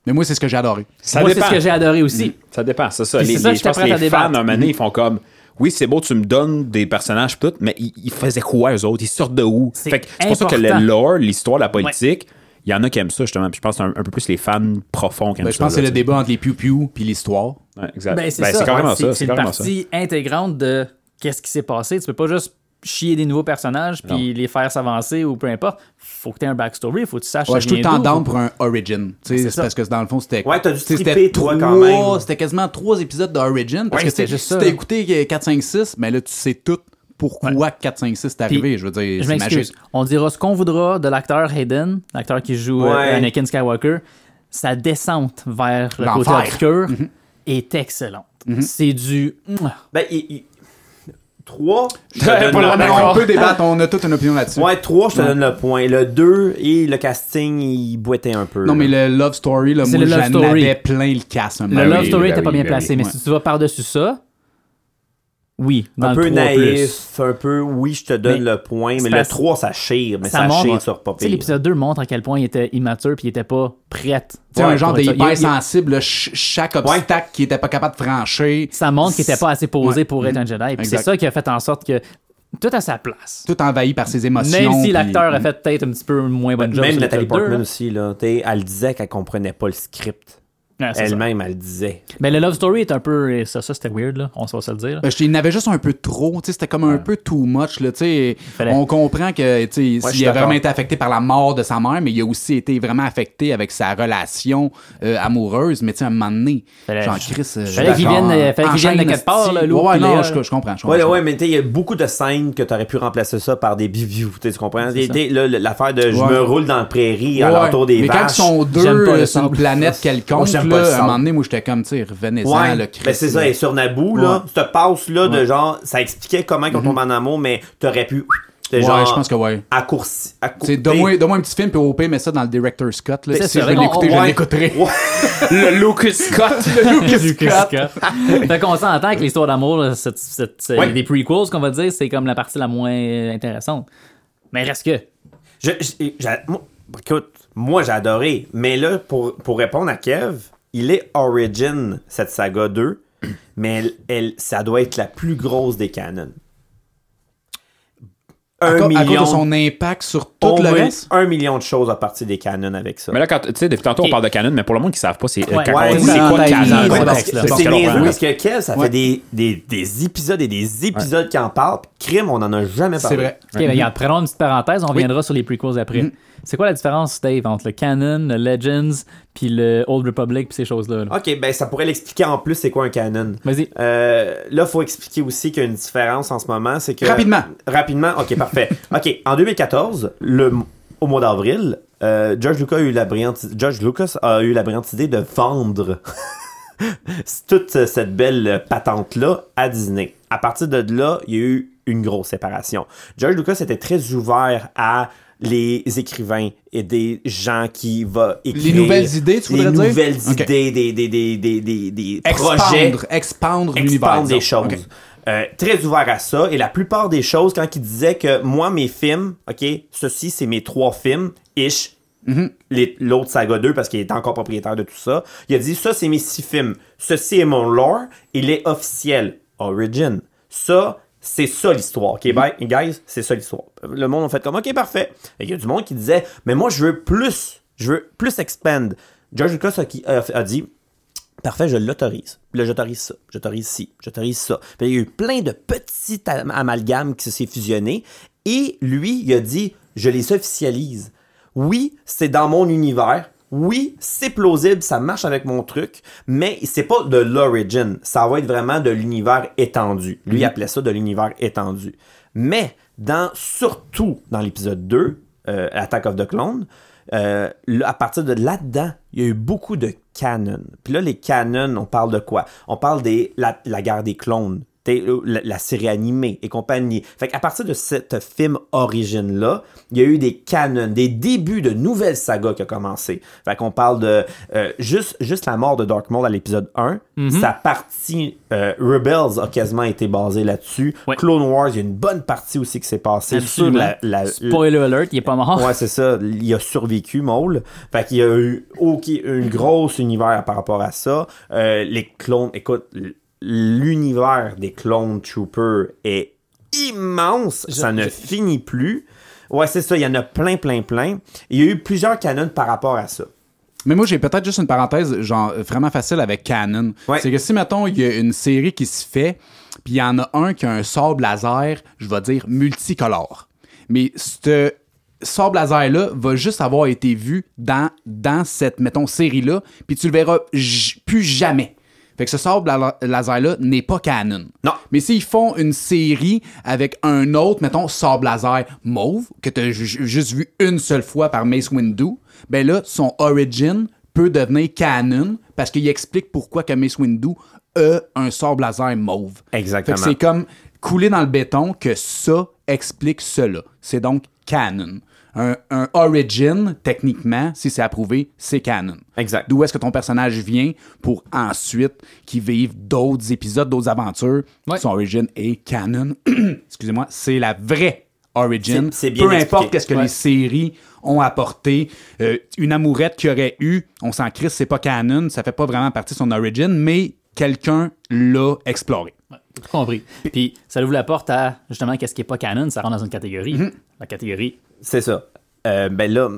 S3: Mais moi, c'est ce que j'ai adoré.
S5: Ça
S4: Moi, c'est
S5: dépend.
S4: ce que j'ai adoré aussi.
S3: Mhm.
S5: Ça dépend, c'est ça.
S4: Puis
S5: Les,
S4: c'est ça
S5: les-
S4: que
S5: je pense
S4: t'apprêtes
S5: que
S4: à
S5: les fans,
S4: débattre.
S5: un moment donné, ils font comme. Oui, c'est beau, tu me donnes des personnages pis tout, mais ils, ils faisaient quoi, eux autres? Ils sortent de où?
S4: C'est
S5: Fait que c'est pour ça que le
S4: important.
S5: lore, l'histoire, la politique, il y en a qui aiment ça, justement. Puis je pense que c'est un, un peu plus les fans profonds qui aiment
S3: Ben,
S5: ça.
S3: je pense que c'est
S5: là,
S3: le
S5: tu sais.
S3: débat entre les piou-piou puis l'histoire.
S5: Ouais, exact.
S4: Ben,
S5: Ben,
S4: c'est
S5: c'est
S4: ça.
S5: carrément
S4: Ouais,
S5: ça. C'est
S4: une
S5: carrément ça.
S4: partie intégrante de qu'est-ce qui s'est passé. Tu peux pas juste chier des nouveaux personnages puis les faire s'avancer ou peu importe. Faut que tu aies un backstory, faut que tu saches.
S3: Ouais, je
S4: ça
S3: suis tout le
S4: vient
S3: temps
S4: d'où.
S3: down pour un origin. tu sais,
S4: c'est
S3: c'est
S4: ça.
S3: parce que dans le fond, c'était.
S2: Ouais, t'as dû
S3: tu sais,
S2: triper,
S3: c'était
S2: toi, quand
S3: trois-
S2: même.
S3: C'était quasiment trois épisodes d'origin. Parce
S4: Ouais,
S3: que c'était
S4: c'était juste
S3: Si
S4: ça.
S3: t'as écouté euh, 4, 5, 6, mais là, tu sais tout pourquoi 4, 5, 6 est
S4: Puis,
S3: arrivé. Je veux dire,
S4: Je
S3: c'est
S4: m'excuse.
S3: magique.
S4: On dira ce qu'on voudra de l'acteur Hayden, l'acteur qui joue euh,
S2: Ouais.
S4: Anakin Skywalker. Sa descente vers le côté
S3: L'enfer. Mhm.
S4: obscur est excellente. C'est du.
S2: Ben, il. il- Trois, je te
S5: Pas
S2: donne
S5: le
S2: le
S5: même
S2: point.
S3: on peut débattre, on a toute une opinion là-dessus.
S2: Ouais, trois, je te donne le point. Le deux et le casting, il boitait un peu.
S3: Non,
S2: là.
S3: mais le Love Story, là,
S4: C'est
S3: moi,
S4: le Love
S3: j'en
S4: Story.
S3: avais plein le casse.
S4: Le love story n'était
S5: ben
S4: pas
S5: oui,
S4: bien
S5: ben
S4: placé,
S5: oui,
S4: mais
S3: ouais.
S4: si tu vas par-dessus ça, oui, dans
S2: un
S4: le
S2: peu
S4: 3
S2: naïf,
S4: plus.
S2: un peu oui, je te donne
S4: Mais
S2: le point, mais
S4: c'est
S2: le
S4: parce-
S2: 3, ça chire, mais ça, chire sur pas
S4: Tu sais,
S2: pire.
S4: l'épisode 2 montre à quel point il était immature puis il était pas prêt.
S3: Tu sais,
S4: Ouais,
S3: un genre
S4: pour être ça. Il-
S3: d'hyper
S4: il-
S3: sensible, là, ch- chaque obstacle qu'il était pas capable de franchir.
S4: Ça montre qu'il était pas assez posé
S3: Ouais.
S4: pour être un Jedi. Puis
S3: Exact.
S4: c'est ça qui a fait en sorte que tout à sa place.
S3: Tout envahi par ses émotions.
S4: Même si
S3: puis-
S4: l'acteur a fait peut-être un petit peu moins bonne job.
S2: Même
S4: sur
S2: Nathalie
S4: l'épisode
S2: Portman
S4: deux,
S2: aussi, là, t'sais, elle disait qu'elle comprenait pas le script.
S4: là. Ouais, Ah, c'est ça.
S2: Elle-même, elle le disait.
S4: Mais le love story est un peu. Ça, ça c'était weird, là. On va se le dire. là.
S3: Ben, je- il y en avait juste un peu trop, tu sais, c'était comme un peu too much. Là, tu sais.
S4: Fallait-
S3: On comprend que tu sais,
S2: je suis
S3: il a
S2: d'accord.
S3: vraiment été affecté par la mort de sa mère, mais il a aussi été vraiment affecté avec sa relation euh, amoureuse. Mais tu sais, à un moment donné,
S4: Fallait-
S3: Jean-Chris. euh,
S4: fallait qu'il vienne-
S3: d'accord,
S4: fallait qu'il vienne de
S3: enchaîne,
S4: quelque part, là,
S3: hostie.
S4: Lou,
S3: Ouais, ouais,
S4: puis
S3: non,
S4: là-
S3: je, je comprends. je comprends,
S2: Ouais,
S3: je comprends.
S2: ouais, mais t'sais, il y a beaucoup de scènes que t'aurais pu remplacer ça par des bivious, tu comprends? T'sais, t'sais, là, L'affaire de je
S3: Ouais.
S2: me roule dans le prairie à
S3: Ouais,
S2: l'entour des
S3: mais quand ils
S2: vaches.
S3: sont deux
S4: J'aime pas le
S3: euh, sur une
S4: sable.
S3: planète quelconque,
S2: Moi,
S3: là,
S2: j'aime pas le
S3: à un
S2: sable.
S3: moment donné, moi, j'étais comme, tu sais, revenez-en,
S2: Ouais,
S3: le
S2: ben c'est ça, et sur Naboo,
S3: Ouais.
S2: là, cette passe-là de
S3: Ouais. Mhm.
S2: genre, ça expliquait comment qu'on tombe en amour, mais t'aurais pu. t'sais,
S3: Ouais,
S2: genre,
S3: je pense que ouais.
S2: Accourci. accou-
S3: C'est donne-moi donne-moi un petit film, puis au pire, mets ça dans le director's cut. Là,
S4: C'est
S3: si je
S4: ça,
S3: veux
S4: on-
S3: l'écouter, je
S4: ouais.
S3: l'écouterai.
S2: Ouais.
S5: Le Lucas Scott.
S4: Lucas Scott. fait qu'on s'entend que l'histoire d'amour, là, cette, cette- c'est
S2: Ouais.
S4: des prequels qu'on va dire, c'est comme la partie la moins euh, intéressante. Mais reste que.
S2: Je, je- j'a- moi, écoute, moi j'ai adoré, mais là, pour, pour répondre à Kev, il est Origin, cette saga 2, mais elle, elle- ça doit être la plus grosse des canons.
S3: À,
S2: Un
S3: co- à cause
S2: million,
S3: de son impact sur
S2: au
S3: tout le
S2: moins
S3: reste.
S2: un million de choses à partir des canons avec ça.
S5: Mais là, quand, tu sais, depuis tantôt, on
S4: Ok.
S5: parle de canon, mais pour le monde qui ne savent pas, c'est euh,
S4: Ouais.
S5: quand
S2: Ouais,
S5: on dit
S2: oui,
S5: c'est
S3: dans
S5: quoi
S3: ta vie,
S5: canon.
S3: dans
S5: je
S2: Ouais,
S5: pense
S3: le
S2: parce
S5: que-
S2: que-
S5: je
S3: contexte,
S5: pense
S2: C'est
S5: que l'on
S2: niaiseux
S5: comprend.
S2: parce que Kev, ça
S3: Ouais.
S2: fait des, des, des épisodes et des épisodes qui en parlent. puis Crime, on en a jamais parlé.
S3: C'est vrai.
S4: Ok, ben, regarde, prenons une petite parenthèse, on reviendra sur les prequels après.
S2: Mm-hmm.
S4: C'est quoi la différence, Dave, entre le canon, le Legends, puis le Old Republic, puis ces choses-là? là?
S2: Ok, ben ça pourrait l'expliquer en plus c'est quoi un canon.
S4: Vas-y.
S2: Euh, là, faut expliquer aussi qu'il y a une différence en ce moment, c'est que...
S3: Rapidement.
S2: Rapidement, ok, parfait. ok, en 2014, le, au mois d'avril, euh, George, Lucas a eu la brillante, George Lucas a eu la brillante idée de vendre toute euh, cette belle euh, patente-là à Disney. À partir de là, il y a eu une grosse séparation. George Lucas était très ouvert à les écrivains et des gens qui vont écrire...
S3: nouvelles idées, tu voudrais
S2: les
S3: dire?
S2: nouvelles
S3: Ok.
S2: idées, des, des, des, des, des, des projets
S3: Expandre, expandre l'univers.
S2: expandre des
S3: disons.
S2: choses.
S3: Ok.
S2: Euh, très ouvert à ça. Et la plupart des choses, quand il disait que moi, mes films, OK, ceci, c'est mes trois films, ish,
S3: Mhm.
S2: les- l'autre saga 2, parce qu'il est encore propriétaire de tout ça, il a dit ça, c'est mes six films. Ceci est mon lore. Il est officiel. Origin. Ça, c'est ça l'histoire.
S3: Mhm.
S2: OK, bye, guys, c'est ça l'histoire. Le monde a fait comme OK, parfait. Et Il y a du monde qui disait, mais moi, je veux plus. Je veux plus expand. George Lucas a- qui- a- a dit, Parfait, je l'autorise. Puis Là, j'autorise ça, j'autorise ci, j'autorise ça. Puis il y a eu plein de petits am- amalgames qui se sont fusionnés. Et lui, il a dit, je les officialise. Oui, c'est dans mon univers. Oui, c'est plausible, ça marche avec mon truc, mais c'est pas de l'origin. Ça va être vraiment de l'univers étendu. Lui, il appelait ça de l'univers étendu. Mais, dans, surtout dans l'épisode 2, euh, Attack of the Clone, euh, là, à partir de là-dedans, il y a eu beaucoup de canons. Puis là, les canons, on parle de quoi? On parle de la, la guerre des clones. t'es- euh, la, la série animée et compagnie. Fait qu'à partir de cette film origine-là, il y a eu des canons, des débuts de nouvelles sagas qui ont commencé. Fait qu'on parle de euh, juste, juste la mort de Dark Maul à l'épisode 1.
S4: Mm-hmm.
S2: Sa partie euh, Rebels a quasiment été basée là-dessus.
S4: Ouais.
S2: Clone Wars, il y a une bonne partie aussi qui s'est passée sur
S4: Absolument.
S2: la- la,
S4: Spoiler alert, il est pas mort.
S2: Ouais, c'est ça. Il a survécu, Maul. Fait qu'il y a eu ok, un gros univers par rapport à ça. Euh, les clones, écoute, l- l'univers des clones troopers est immense. ça ne finit plus. Ouais, c'est ça. Il y en a plein, plein, plein. Il y a eu plusieurs canons par rapport à ça.
S3: Mais moi, j'ai peut-être juste une parenthèse, genre, vraiment facile avec Canon.
S2: Ouais.
S3: C'est que si, mettons, il y a une série qui se fait, puis il y en a un qui a un sable laser, je vais dire multicolore. Mais ce sable laser-là va juste avoir été vu dans, dans cette, mettons, série-là, puis tu le verras j- plus jamais. Fait que ce sable la- laser-là n'est pas canon.
S2: Non.
S3: Mais s'ils font une série avec un autre, mettons, sable laser mauve, que tu as juste vu une seule fois par Mace Windu, ben là, son origin peut devenir canon parce qu'il explique pourquoi que Mace Windu a un sable laser mauve.
S2: Exactement.
S3: Fait que c'est comme couler dans le béton que ça explique cela. C'est donc canon. Un, un origin, techniquement, si c'est approuvé, c'est canon.
S2: Exact.
S3: D'où est-ce que ton personnage vient pour ensuite qu'il vive d'autres épisodes, d'autres aventures.
S4: Ouais.
S3: Son origin est canon. Excusez-moi, c'est la vraie origin.
S2: C'est- c'est bien
S3: Peu
S2: expliqué.
S3: importe qu'est-ce que
S4: Ouais.
S3: les séries ont apporté. Euh, une amourette qu'il aurait eu, on s'en crisse, c'est pas canon, ça fait pas vraiment partie de son origin, mais quelqu'un l'a exploré.
S4: Tout compris. Puis ça ouvre la porte à justement qu'est-ce qui est pas canon, ça rentre dans une catégorie.
S2: Mm-hmm.
S4: La catégorie.
S2: C'est ça. Euh, ben là,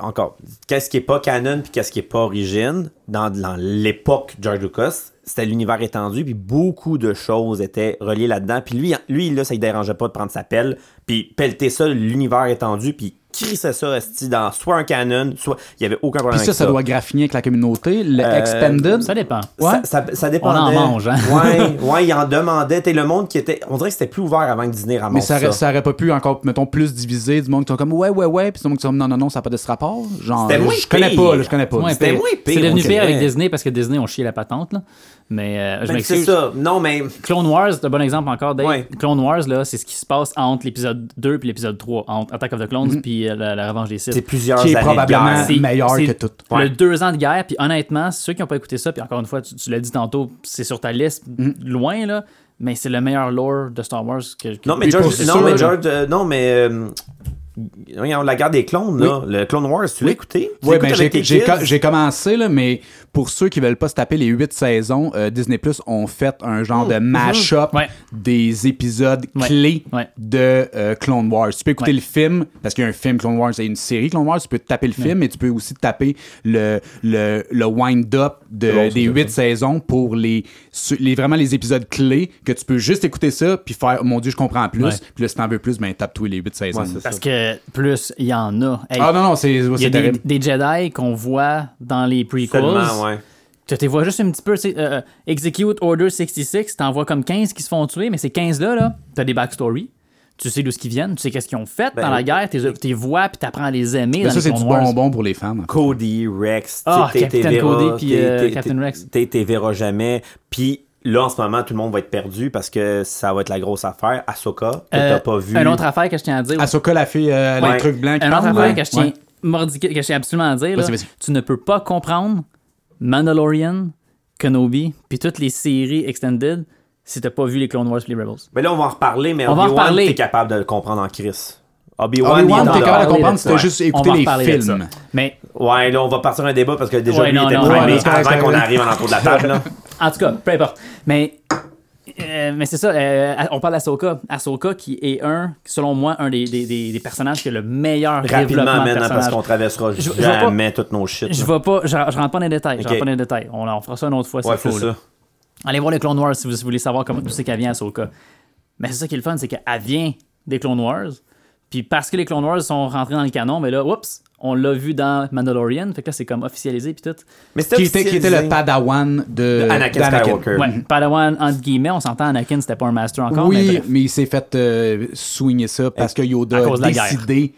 S2: encore, qu'est-ce qui est pas canon puis qu'est-ce qui est pas origine dans, dans l'époque George Lucas, c'était l'univers étendu puis beaucoup de choses étaient reliées là-dedans. Puis lui, lui là, ça ne dérangeait pas de prendre sa pelle puis pelleter ça l'univers étendu puis crissait ça esti, dans soit un canon, soit il y avait aucun problème
S3: Puis ça,
S2: avec
S3: ça, doit graffiner avec la communauté. Le
S2: Euh,
S3: expanded.
S4: Ça dépend.
S2: Ça, ça, ça dépendait.
S4: On en mange, hein?
S2: ouais, ouais, il en demandait. T'es le monde qui était. On dirait que c'était plus ouvert avant que Disney ramasse
S3: Mais ça
S2: ça.
S3: aurait, ça aurait pas pu encore, mettons, plus diviser du monde qui sont comme ouais, ouais, ouais, puis du monde qui sont comme non, non, non, ça n'a pas de ce rapport. Genre,
S2: C'était moins
S3: je connais
S2: pire.
S3: pas, là, je connais pas.
S4: Ouais,
S2: C'était
S4: pire.
S2: moins ben pire,
S4: C'est devenu
S2: on
S4: pire
S2: dirait.
S4: avec Disney parce que Disney ont chié la patente. Là. Mais euh, je
S2: Ben, C'est
S4: m'excuse.
S2: ça. Non, mais.
S4: Clone Wars, c'est un bon exemple encore, Dave.
S2: Ouais.
S4: Clone Wars, là, c'est ce qui se passe entre l'épisode 2 et l'épisode 3, entre Attack of the Clones puis euh, la, la Revanche des Sith.
S2: Mm-hmm. C'est plusieurs
S3: Qui est
S2: années de
S3: probablement-
S2: guerre.
S4: C'est-
S3: meilleur
S4: c'est
S3: que tout.
S2: Ouais.
S4: Le deux ans de guerre, puis honnêtement, ceux qui n'ont pas écouté ça, puis encore une fois, tu, tu l'as dit tantôt, c'est sur ta liste,
S2: Mm.
S4: loin, là, mais c'est le meilleur lore de Star Wars que, que-
S2: Non, mais
S3: Puis
S2: George,
S3: pour- c'est
S2: non,
S3: sûr,
S2: mais
S3: là.
S2: George, euh, non, mais euh, regarde, la guerre des clones, là, le Clone Wars, tu l'as écouté? Tu
S3: Ouais,
S2: l'écoutes
S3: ben,
S2: avec tes
S3: j'ai- j'ai
S2: kids?
S3: co- j'ai commencé, là, mais pour ceux qui veulent pas se taper les huit saisons, euh, Disney Plus ont fait un genre de mash-up
S4: Oh, mm-hmm. Ouais.
S3: des épisodes
S4: Ouais.
S3: clés
S4: Ouais.
S3: de euh, Clone Wars. Tu peux écouter
S4: Ouais.
S3: le film, parce qu'il y a un film Clone Wars et une série Clone Wars, tu peux te taper le film, mais tu peux aussi te taper le, le, le wind-up de- des huit saisons pour les, su- les vraiment les épisodes clés que tu peux juste écouter ça, puis faire, oh mon Dieu, je comprends plus.
S4: Ouais.
S3: Puis là, si t'en veux plus, ben tape tous les huit saisons.
S2: Ouais, c'est ça.
S4: Parce que plus, il y en a. Hey,
S3: ah non, non, c'est
S4: Il y a
S3: c'est
S4: des,
S3: terrible.
S4: des Jedi qu'on voit dans les prequels.
S2: Seulement, ouais.
S4: Tu les vois juste un petit peu. tu sais, euh, euh, Execute Order 66, t'en vois comme 15 qui se font tuer, mais ces 15-là, là, t'as des backstories. Tu sais d'où ce qu'ils viennent, tu sais qu'est-ce qu'ils ont fait
S2: Ben
S4: dans la
S2: oui.
S4: guerre, t'es, t'es vois, puis t'apprends à les aimer.
S3: Mais
S4: dans
S3: ça,
S4: les
S3: c'est
S4: Clone
S3: du
S4: Wars.
S3: bonbon pour les femmes.
S2: Cody, Rex, tu sais,
S4: Ah,
S2: t'es- t'es
S4: Capitaine
S2: verras-
S4: Cody, puis,
S2: t'es-
S4: euh,
S2: t'es-
S4: Captain
S2: t'es-
S4: Rex.
S2: t'es- T'es verras jamais. Puis là, en ce moment, tout le monde va être perdu parce que ça va être la grosse affaire. Ahsoka, que
S4: Euh,
S2: t'as pas vu.
S4: Une autre affaire que je tiens à dire.
S3: Ahsoka, la fille, euh,
S2: Ouais.
S3: le truc blanc qui
S4: Un autre
S3: parle,
S4: affaire
S3: là.
S4: que je tiens
S3: Ouais.
S4: mordiquée- que je tiens absolument à dire. là.
S3: Vas-y, vas-y.
S4: tu ne peux pas comprendre Mandalorian, Kenobi, puis toutes les séries extended si t'as pas vu les Clone Wars et les Rebels.
S2: Mais là, on va en reparler, mais
S4: On va en
S2: Obi-Wan,
S4: reparler.
S2: t'es capable de le comprendre en Chris. Obi-Wan, il est
S3: Obi-Wan,
S2: dans
S3: t'es
S2: le-
S3: capable de
S4: parler
S3: comprendre
S4: de
S3: si
S4: ça.
S3: t'as juste
S4: On va
S3: écouté
S4: en
S3: les
S4: parler de ça.
S3: films.
S4: Mais
S2: Ouais, là, on va partir un débat parce que déjà,
S4: Ouais,
S2: lui,
S4: non,
S2: était
S4: non,
S2: primé
S4: ouais,
S3: correct,
S2: avant qu'on
S3: correct.
S2: arrive en entour de la table, là.
S4: En tout cas, peu importe. Mais, euh, mais c'est ça, euh, on parle d'Asoka. Asoka qui est un, selon moi, un des, des, des, des personnages qui a le meilleur
S2: Rapidement,
S4: développement de
S2: maintenant, parce
S4: personnage.
S2: qu'on traversera
S4: Je- je vais pas-
S2: jamais toutes nos shit.
S4: Je
S2: là.
S4: vais pas, je, je rentre pas dans les détails. Je
S2: Ok.
S4: rentre pas dans les détails. On, on fera ça une autre fois.
S2: Ouais,
S4: c'est
S2: c'est
S4: cool.
S2: ça.
S4: Allez voir les Clone Wars si vous, si vous voulez savoir comment tout c'est qu'elle vient Asoka. Mais c'est ça qui est le fun, c'est qu'elle vient des Clone Wars. Puis parce que les Clone Wars sont rentrés dans le canon, mais là, oups, on l'a vu dans Mandalorian. Fait que là, c'est comme officialisé puis tout.
S2: Mais c'était
S3: Qui était, qui était le
S2: officialisé.
S3: padawan de
S2: Anakin
S3: d'Anakin.
S2: Skywalker.
S4: Ouais, Padawan, entre guillemets, on s'entend, Anakin, c'était pas un master encore. mais
S3: Oui,
S4: bref.
S3: mais il s'est fait euh, soigner ça parce que Yoda
S4: À
S3: a
S4: cause de la
S3: décidé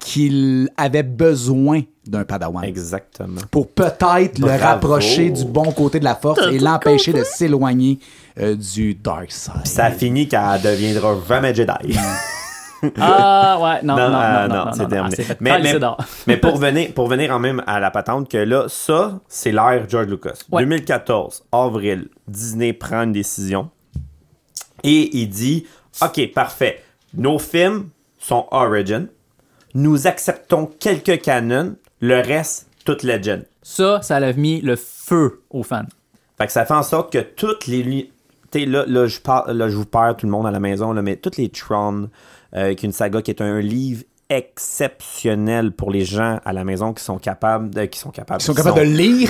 S3: qu'il avait besoin d'un padawan.
S2: Exactement.
S3: Pour peut-être le
S2: Bravo.
S3: rapprocher du bon côté de la force et l'empêcher de s'éloigner euh, du dark side.
S2: Ça finit qu'elle deviendra jamais Jedi.
S4: Ah, ouais, non, non, non,
S2: euh,
S4: non, non,
S2: c'est
S4: non,
S2: terminé.
S4: c'est fait
S2: mais
S4: calisser
S2: mais,
S4: dehors.
S2: mais pour venir pour venir en même à la patente que là, ça, c'est l'ère George Lucas.
S4: Ouais.
S2: 2014, avril, Disney prend une décision et il dit OK, parfait. Nos films sont origin. Nous acceptons quelques canons, le reste toute legend.
S4: Ça, ça l'a mis le feu aux fans.
S2: Fait que ça fait en sorte que toutes les li- tu sais, là, là, je parle, là, je vous perds tout le monde à la maison, là, mais toutes les Tron, euh, qui est une saga qui est un livre exceptionnel pour les gens à la maison qui sont capables de, qui sont capables
S3: Ils sont capables de lire.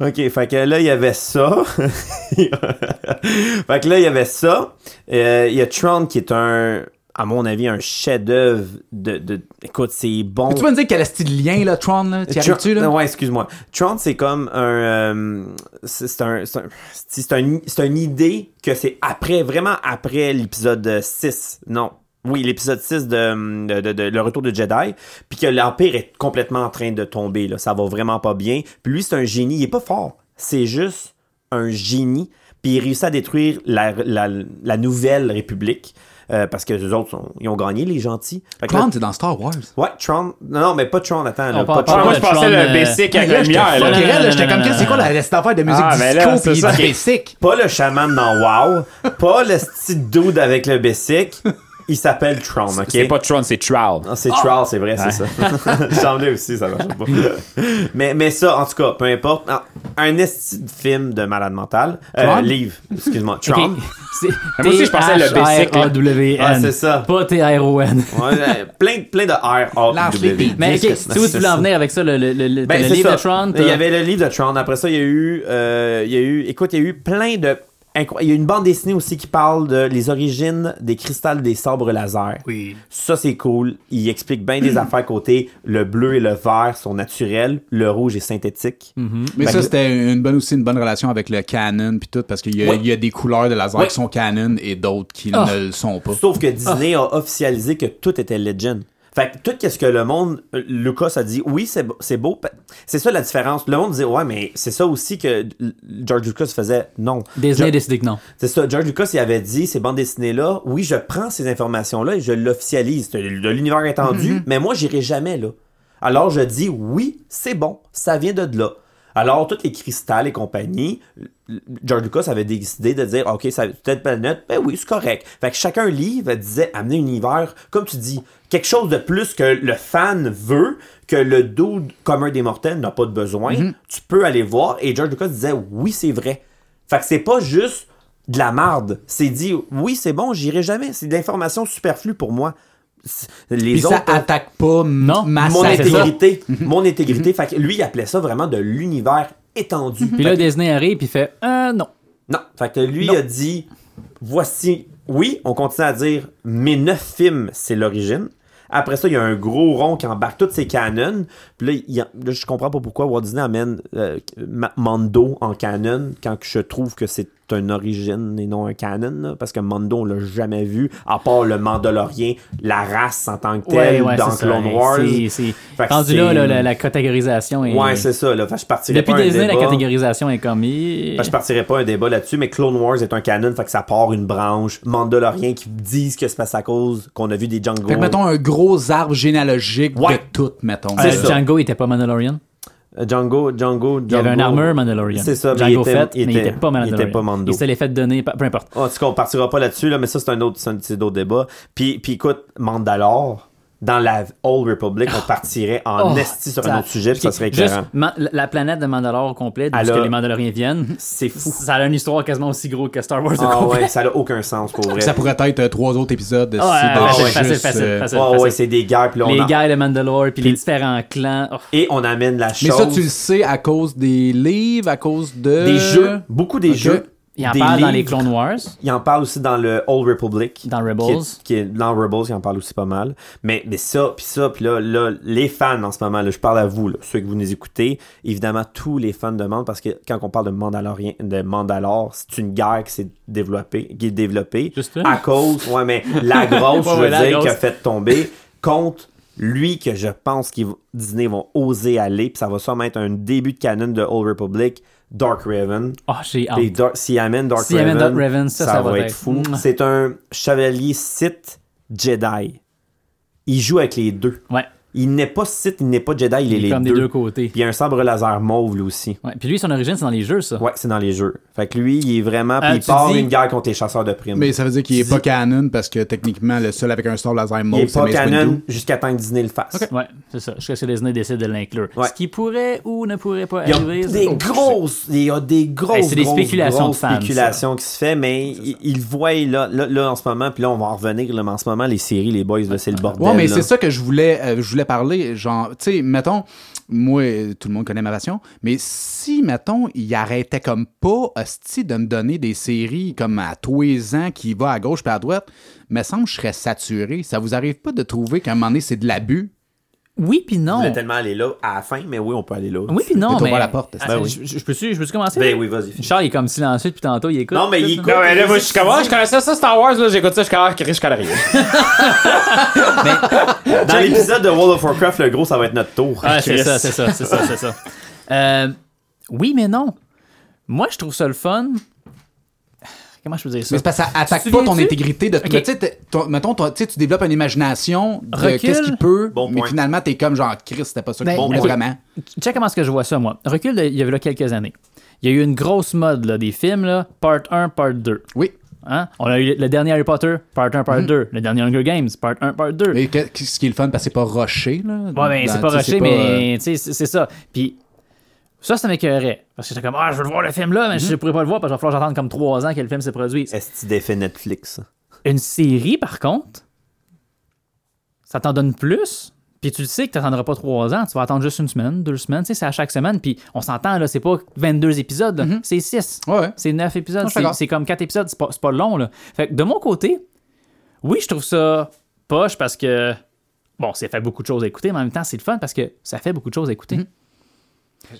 S2: OK, fait que là, il y avait ça. fait que là, il y avait ça. Euh, Il y a Tron qui est un, à mon avis, un chef-d'œuvre de, de. Écoute, c'est bon.
S3: Tu vas me dire quel est le style lien, là, Tron, là? T'y
S2: Tron-
S3: arrives-tu, là?
S2: Non, ouais, excuse-moi. Tron, c'est comme un. euh, c'est c'est un. C'est un- c'est un- c'est une idée que c'est après, vraiment après l'épisode 6. Non. Oui, l'épisode 6 de, de- de- de Le Retour de Jedi. Puis que l'Empire est complètement en train de tomber. Là. Ça va vraiment pas bien. Puis lui, c'est un génie. Il est pas fort. C'est juste un génie. Puis il réussit à détruire la, la- la nouvelle République. euh, parce que les autres, sont- ils ont gagné, les gentils. Fait que là-
S3: Tron, c'est dans Star Wars.
S2: ouais, Tron. Non, non, mais pas Tron. Attends, là,
S4: On
S2: pas
S4: parle-
S2: Tron.
S5: Ah, moi, je
S4: Tron,
S5: pensais le
S4: euh,
S5: basic avec la
S3: Là, j'étais
S5: lumière.
S3: fucké
S5: Ah, là.
S3: raide,
S4: Non,
S3: là, j'étais
S4: non,
S3: comme,
S4: non,
S3: qu'est-ce que c'est quoi
S4: non,
S3: la- cette affaire de musique
S5: Ah, mais là,
S3: disco
S5: c'est
S3: pis
S5: ça.
S3: du basic?
S2: pas le chaman dans WoW, pas le petit dude avec le bessic. Il s'appelle Tron, ok?
S5: C'est pas Tron, c'est Trowl.
S2: Non, c'est Troll, c'est vrai, c'est ça. Il semblait aussi, ça marche pas. mais, mais ça, en tout cas, peu importe. Ah, Un esti de film de malade mental. Euh,
S3: Tron?
S2: livre, excuse-moi. Tron.
S5: Moi aussi, je pensais le basic, là.
S4: W
S2: Ah, c'est ça.
S4: Pas T-R-O-N.
S2: Ouais, euh, plein, plein de R, A,
S3: Lâche
S2: W.
S3: les billes.
S4: Mais
S3: Dis
S4: ok,
S3: que
S4: tu vois, tu
S2: c'est
S4: voulais
S2: ça.
S4: en venir avec ça, le, le, le,
S2: Ben,
S4: t'as le
S2: c'est
S4: livre
S2: ça.
S4: de Tron. t'as-
S2: Il y avait le livre de Tron. Après ça, il y a eu, euh, il y a eu, écoute, il y a eu plein de incro- il y a une bande dessinée aussi qui parle de les origines des cristals des sabres laser.
S4: Oui.
S2: Ça, c'est cool. Il explique bien des affaires côté. Le bleu et le vert sont naturels. Le rouge est synthétique.
S4: Mhm.
S3: Mais
S2: Fait
S3: ça,
S2: que-
S3: c'était une bonne, aussi une bonne relation avec le canon puis tout, parce qu'il y, a-
S2: Ouais.
S3: il y a des couleurs de laser
S2: Ouais.
S3: qui sont canon et d'autres qui
S4: Ah.
S3: ne le sont pas.
S2: Sauf que Disney a officialisé que tout était legend. Fait que tout ce que le monde, euh, Lucas a dit, oui, c'est beau. C'est, beau, pa- c'est ça la différence. Le monde disait, ouais, mais c'est ça aussi que euh, George Lucas faisait. Non.
S4: Disney
S2: Jo-
S4: a décidé que non.
S2: C'est ça, George Lucas, il avait dit, ces bandes dessinées-là, oui, je prends ces informations-là et je l'officialise, C'est de l'univers étendu, mais moi, j'irai jamais là. Alors, je dis, oui, c'est bon, ça vient de là. Alors, toutes les cristals et compagnie, George Lucas avait décidé de dire, OK, ça peut-être planète, ben oui, c'est correct. Fait que chacun livre disait, amener un univers, comme tu dis, quelque chose de plus que le fan veut, que le dos commun des mortels n'a pas de besoin, tu peux aller voir. Et George Lucas disait, oui, c'est vrai. Fait que c'est pas juste de la marde. C'est dit, oui, c'est bon, j'irai jamais. C'est de l'information superflue pour moi. C'est- Les
S3: Puis ça
S2: autres, euh,
S3: attaque pas non, ma
S2: mon
S4: ça, c'est ça.
S2: intégrité. Mon intégrité. Fait que lui, il appelait ça vraiment de l'univers étendu.
S4: Puis là, Disney arrive, puis il fait Euh, non.
S2: Non. Fait que lui, il a dit voici. Oui, on continue à dire mes neuf films, c'est l'origine. Après ça, il y a un gros rond qui embarque tous ces canons. Puis là, il y a- là, je comprends pas pourquoi Walt Disney amène euh, Ma- Mando en canon quand je trouve que c'est une origine et non un canon. là, parce que Mando, on l'a jamais vu, à part le Mandalorien, la race en tant que telle dans
S4: c'est ça.
S2: Clone Wars.
S4: C'est- c'est-
S2: Fait que
S4: Rendu
S2: c'est-
S4: là, là, la, la catégorisation est.
S2: Ouais, c'est ça. Là. Fait que je partirais
S4: Depuis
S2: pas un
S4: Disney, la
S2: débat.
S4: catégorisation est comme. eh,
S2: Ben, je partirai pas un débat là-dessus, mais Clone Wars est un canon, fait que ça part une branche. Mandalorian qui disent que c'est passe à cause qu'on a vu des Django.
S3: Fait que mettons un gros arbre généalogique de
S2: Ouais.
S3: tout, mettons.
S4: Euh,
S2: c'est ça.
S4: Django était pas Mandalorian.
S2: Euh, Django, Django, Django.
S4: Il y avait un armure Mandalorian.
S2: C'est ça, mais
S4: Django
S2: il était-
S4: Fett,
S2: il
S4: mais il
S2: était-
S4: était pas Mandalorian.
S2: il était pas Mando. Ah,
S4: Il se l'est fait donner, peu importe.
S2: En tout cas, on partira pas là-dessus, là, mais ça, c'est un autre, c'est un- c'est d'autres débats. Puis, puis écoute, Mandalore, dans la Old Republic, on partirait en
S4: Oh,
S2: esti sur un
S4: ça-
S2: autre sujet, puis ça serait
S4: Juste,
S2: éclairant.
S4: man- la- la planète de Mandalore au complet,
S2: Elle
S4: puisque
S2: a-
S4: les Mandaloriens viennent,
S2: C'est fou.
S4: ça a une histoire quasiment aussi grosse que Star Wars au
S2: Ah
S4: complet.
S2: ouais, ça n'a aucun sens pour vrai.
S3: Ça pourrait être euh, trois autres épisodes de
S4: Ah ouais,
S3: Cyborg,
S2: facile,
S4: facile,
S3: juste,
S4: facile,
S3: euh,
S2: Ah, Ouais,
S4: facile.
S2: ouais, c'est des guerres, puis là, on
S4: les
S2: en-
S4: gars de Mandalore, puis les différents clans. Oh,
S2: Et on amène la chose.
S3: Mais ça, tu le sais à cause des livres, à cause de...
S2: Des jeux, beaucoup des
S3: Euh, Ok.
S2: jeux.
S4: Il en
S2: Des
S4: parle dans les
S2: livres.
S4: Clone Wars.
S2: Il en parle aussi dans le Old Republic.
S4: Dans Rebels.
S2: Qui est, qui est- dans Rebels, il en parle aussi pas mal. Mais, mais ça, puis ça, puis là, là, les fans en ce moment, là, je parle à vous, là, ceux que vous nous écoutez, évidemment, tous les fans demandent, parce que quand on parle de Mandalorian, de Mandalore, c'est une guerre qui s'est développée, qui est développée.
S4: Juste une?
S2: À cause, ouais, mais la grosse,
S4: Ouais,
S2: je
S4: ouais,
S2: veux
S4: la
S2: dire, qui a
S4: grosse.
S2: fait tomber, contre lui que je pense qu'ils vont- Disney vont oser aller, puis ça va sûrement être un début de canon de Old Republic, Dark Raven.
S4: Ah, j'ai hâte.
S2: Puis Dar- S'il amène Dark
S4: S'il
S2: Raven,
S4: amène Dark Raven, ça, ça va être-
S2: fou.
S4: Mouah.
S2: C'est un chevalier Sith Jedi. Il joue avec les deux.
S4: Ouais.
S2: Il n'est pas Sith, il n'est pas Jedi, il, est les
S4: comme
S2: deux.
S4: des deux côtés.
S2: Puis il y a un sabre laser mauve lui aussi.
S4: Ouais. Puis lui, son origine, c'est dans les jeux, ça.
S2: Ouais, c'est dans les jeux. Fait que lui, il est vraiment.
S4: Euh,
S2: Puis il
S4: tu
S2: part
S4: dis-
S2: une guerre contre les chasseurs de primes.
S3: Mais ça veut dire qu'il est pas canon parce que techniquement, le seul avec un star laser
S2: il
S3: mauve,
S2: est
S3: c'est
S2: pas
S3: Mace
S2: canon
S3: Windu.
S2: jusqu'à temps que Disney le fasse.
S4: Ouais, c'est ça. Jusqu'à ce que Disney décide de l'inclure.
S2: Ouais.
S4: Ce qui pourrait ou ne pourrait pas
S2: Il y a
S4: arriver. ça.
S3: Oh,
S2: des grosses, il y a des grosses,
S4: Hey, c'est des
S2: grosses,
S4: spéculations
S2: grosses
S4: de fans,
S2: spéculations qui se fait, mais il, il voit là, là, là, en ce moment, puis là on va en revenir, là, mais en ce moment les séries, les boys, là, c'est le bordel.
S3: Ouais, mais
S2: là.
S3: c'est ça que je voulais, euh, je voulais parler. Genre, tu sais, mettons, moi, euh, tout le monde connaît ma passion, mais si, mettons, il arrêtait comme pas, hostie, de me donner des séries comme à tous les ans qui va à gauche puis à droite, me semble que je serais saturé. Ça vous arrive pas de trouver qu'à un moment donné, c'est de l'abus?
S4: Oui, puis non.
S2: On voulait tellement aller là à la fin, mais oui, on peut aller là.
S4: Oui, puis non.
S3: Peut-on
S4: Mais...
S3: voir la porte,
S4: Ah,
S2: ben oui.
S4: je, je- je peux-tu je peux commencer?
S2: Ben oui, vas-y.
S4: Charles est comme silencieux depuis tantôt, il écoute.
S2: Non, mais il
S4: Tout
S2: écoute.
S4: ça.
S5: Non, mais là, moi, je suis comme, Ah, je connaissais ça, Star Wars, là, j'écoute ça jusqu'à je jusqu'à l'arrivée.
S2: Dans l'épisode de World of Warcraft, le gros, ça va être notre tour.
S4: Ah, c'est
S5: Chris.
S4: ça, c'est ça, c'est ça, c'est ça. Euh, oui, mais non. Moi, je trouve ça le fun. Comment je peux dire ça?
S3: Mais c'est parce que ça attaque pas
S4: Souviens-tu?
S3: ton intégrité de
S4: Ok.
S3: tu sais, t'es- ton- mettons ton- tu sais, tu développes une imagination de
S4: Recul.
S3: qu'est-ce qu'il peut
S2: Bon
S3: mais
S2: point.
S3: finalement t'es comme genre Chris c'était pas ça que
S4: Ben,
S3: je
S4: bon
S3: voulais
S4: point.
S3: vraiment
S4: Check comment est-ce que je vois ça, moi. Recul, de- il y avait là quelques années. Il y a eu une grosse mode là, des films, là, part 1, part 2.
S3: oui
S4: Hein? On a eu le dernier Harry Potter, part 1, part 2. Le dernier Hunger Games, part 1, part 2.
S3: Mm-hmm. mais que- que- ce qui est le fun parce que c'est pas rushé là
S4: Ouais, ben,
S3: Dans-
S4: c'est pas
S3: tu
S4: rushé,
S3: sais, pas, euh,
S4: mais tu sais, c'est c'est ça. Puis ça, ça m'écœurait. Parce que j'étais comme, ah, je veux le voir le film là, mais
S3: Mm-hmm.
S4: je pourrais pas le voir parce qu'il va falloir que j'attende comme trois ans que le film se produise.
S2: Est-ce que tu défais Netflix?
S4: Une série, par contre, ça t'en donne plus. Puis tu le sais que t'attendras pas trois ans, tu vas attendre juste une semaine, deux semaines, tu sais, c'est à chaque semaine. Puis on s'entend, là, c'est pas 22 épisodes, là, c'est 6.
S3: euh, ouais, ouais.
S4: C'est 9 épisodes,
S3: Non, je suis
S4: c'est-
S3: d'accord.
S4: c'est comme 4 épisodes, c'est pas, c'est pas long. Là. Fait que de mon côté, oui, je trouve ça poche parce que, bon, ça fait beaucoup de choses à écouter, mais en même temps, c'est le fun parce que ça fait beaucoup de choses à écouter.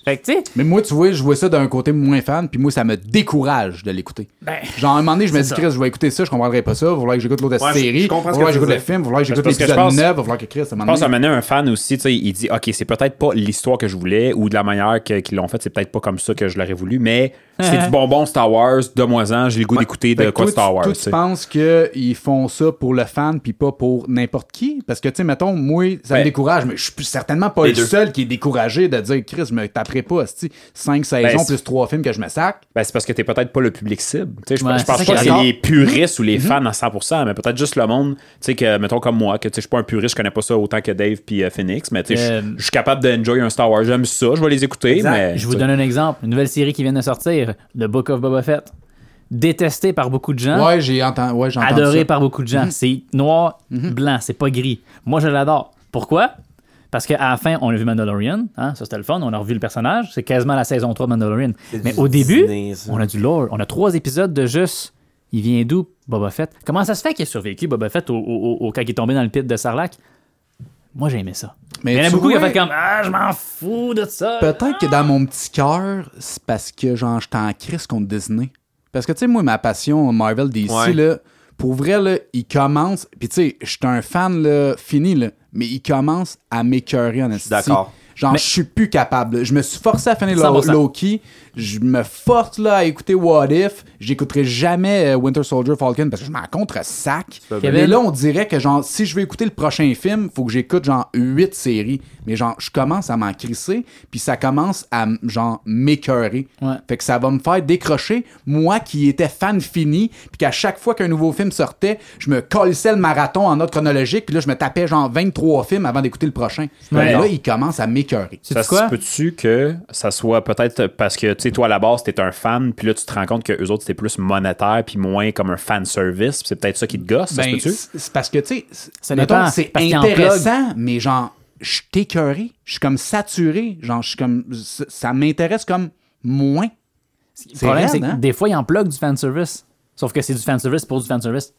S4: Fait que, tu sais,
S3: mais moi tu vois je vois ça d'un côté moins fan puis moi ça me décourage de l'écouter
S4: ben,
S3: genre à un moment donné je me dis
S4: ça.
S3: Chris je vais écouter ça je comprendrai pas ça vouloir que j'écoute l'autre
S2: Ouais, je-
S3: série
S2: je comprends ce
S3: vouloir
S2: que
S3: que
S2: tu
S3: j'écoute
S2: veux
S3: le
S2: dire.
S3: film vouloir que j'écoute
S5: parce que je
S3: l'épisode
S5: pense-
S3: 9 vouloir que Chris à un
S5: Je
S3: moment
S5: pense à
S3: donné-
S5: mener un fan aussi, tu sais, il dit OK, c'est peut-être pas l'histoire que je voulais ou de la manière que- qu'ils l'ont faite, c'est peut-être pas comme ça que je l'aurais voulu, mais c'est
S4: Uh-huh.
S5: du bonbon Star Wars, de moi en, j'ai le goût d'écouter
S3: Fait
S4: Ben,
S5: de
S3: que
S5: quoi
S3: toi,
S5: Star
S3: tu-
S5: Wars.
S3: toi,
S5: tu
S3: tu
S5: sais.
S3: penses qu'ils font ça pour le fan puis pas pour n'importe qui? Parce que, tu sais, mettons, moi, ça
S5: Ben,
S3: me décourage, mais je suis plus- certainement pas
S2: les
S3: le
S2: deux.
S3: seul qui est découragé de dire, Chris, je me taperai pas, tu 5 saisons
S5: Ben, c'est-
S3: plus 3 films que je me sac.
S5: Ben, c'est parce que t'es peut-être pas le public cible. Tu sais, Je,
S4: Ouais,
S5: pense- je pense
S4: c'est
S5: pas que
S4: ça qui est Mm-hmm.
S5: c'est les puristes ou les fans à 100%, mais peut-être juste le monde, tu sais, que, mettons comme moi, que tu sais, je suis pas un puriste, je connais pas ça autant que Dave puis euh, Phoenix, mais tu sais,
S4: Euh,
S5: je- je suis capable d'enjoy un Star Wars. J'aime ça, je vais les écouter,
S2: Exact.
S5: mais.
S4: je vous donne un exemple. Une nouvelle série qui vient de sortir, The Book of Boba Fett. Détestée par beaucoup de
S5: Hein?
S4: gens,
S3: Ouais, j'ai entendu, ouais, j'ai entendu
S4: adorée
S3: ça. Mhm.
S4: par beaucoup de gens. C'est noir, blanc, c'est pas gris. Moi, je l'adore. Pourquoi? Parce qu'à la fin, on a vu Mandalorian, hein, ça c'était le fun, on a revu le personnage, c'est quasiment la saison 3 de Mandalorian.
S2: C'est
S4: Mais
S2: du
S4: au début,
S2: Disney, ça.
S4: on a du lore, on a trois épisodes de juste, il vient d'où Boba Fett? Comment ça se fait qu'il a survécu Boba Fett au, au- au- au- quand il est tombé dans le pit de Sarlacc? Moi j'ai aimé ça.
S3: Mais
S4: Il y en a
S3: tu
S4: beaucoup qui ont
S3: vois,
S4: fait comme, ah je m'en fous de ça.
S3: Peut-être que dans mon petit cœur, c'est parce que, genre, je en crise contre Disney. Parce que, tu sais, moi, ma passion Marvel DC,
S2: Ouais.
S3: là, pour vrai, là, il commence. Puis, tu sais, je suis un fan, là, fini, là, mais il commence à m'écœurer en esti.
S2: d'accord.
S3: Genre, je suis plus capable. là. Je me suis forcé à finir Lo-
S4: 100%.
S3: Loki. Je me force, là, à écouter What If. J'écouterai jamais euh, Winter Soldier Falcon parce que je m'en contre sac.
S4: bien.
S3: Mais là, on dirait que, genre, si je veux écouter le prochain film, faut que j'écoute, genre, 8 séries. Mais, genre, je commence à m'en crisser, puis ça commence à, m- genre, m'écœurer.
S4: Ouais.
S3: Fait que ça va me faire décrocher, moi qui étais fan fini, puis qu'à chaque fois qu'un nouveau film sortait, je me colissais le marathon en ordre chronologique, puis là, je me tapais, genre, 23 films avant d'écouter le prochain. Mais là, il commence à m'écœurer.
S4: Sais-tu
S5: Ça se
S4: quoi?
S5: peut-tu que ça soit peut-être parce que, tu sais, toi, à la base, t'es un fan, puis là, tu te rends compte que eux autres, c'était plus monétaire, puis moins comme un fan service, puis c'est peut-être ça qui te gosse, ça se
S3: Ben,
S5: peut-tu?
S3: c'est c'est parce que, tu sais, c'est-
S4: dépend,
S3: mettons, c'est
S4: parce qu'il en
S3: intéressant, mais genre, je suis écœuré, je suis comme saturé, genre, je suis comme, ça ça m'intéresse comme moins.
S4: Le
S3: C'est
S4: problème,
S3: raide,
S4: c'est que
S3: hein?
S4: des fois, ils en plug du fanservice. Sauf que c'est du fanservice pour du fanservice.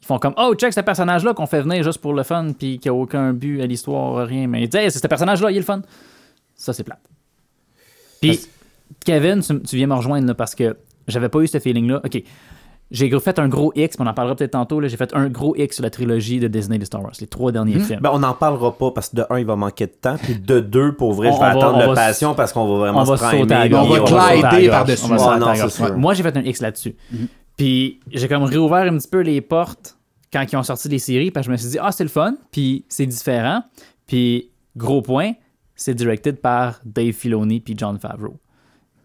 S4: Ils font comme Oh, check ce personnage-là qu'on fait venir juste pour le fun, puis qui a aucun but à l'histoire, rien. Mais ils disent Hey, c'est ce personnage-là, il est le fun. Ça, c'est plate. Puis, Kevin, tu, tu viens me rejoindre là, parce que j'avais pas eu ce feeling-là. Ok. J'ai gros- fait un gros X, mais on en parlera peut-être tantôt. là. J'ai fait un gros X sur la trilogie de Disney de Star Wars, les trois derniers films.
S2: Ben, on n'en parlera pas parce que de un, il va manquer de temps. Puis de deux, pour vrai,
S4: On-
S2: je vais
S4: on va-
S2: attendre
S4: on
S2: le
S4: va s-
S2: patient parce qu'on va vraiment
S4: on va
S2: se primer,
S4: sauter à
S2: puis
S4: gauche.
S3: On va
S4: sauter à
S3: glider
S4: gauche.
S3: par-dessus.
S4: On va
S3: Ah,
S4: sauter à
S2: non,
S4: gauche.
S2: c'est sûr.
S4: Moi, j'ai fait un X là-dessus.
S2: Mhm.
S4: Puis j'ai comme réouvert un petit peu les portes quand ils ont sorti les séries, parce que je me suis dit, ah, c'est le fun, puis c'est différent. Puis, gros point, c'est directed par Dave Filoni puis John Favreau,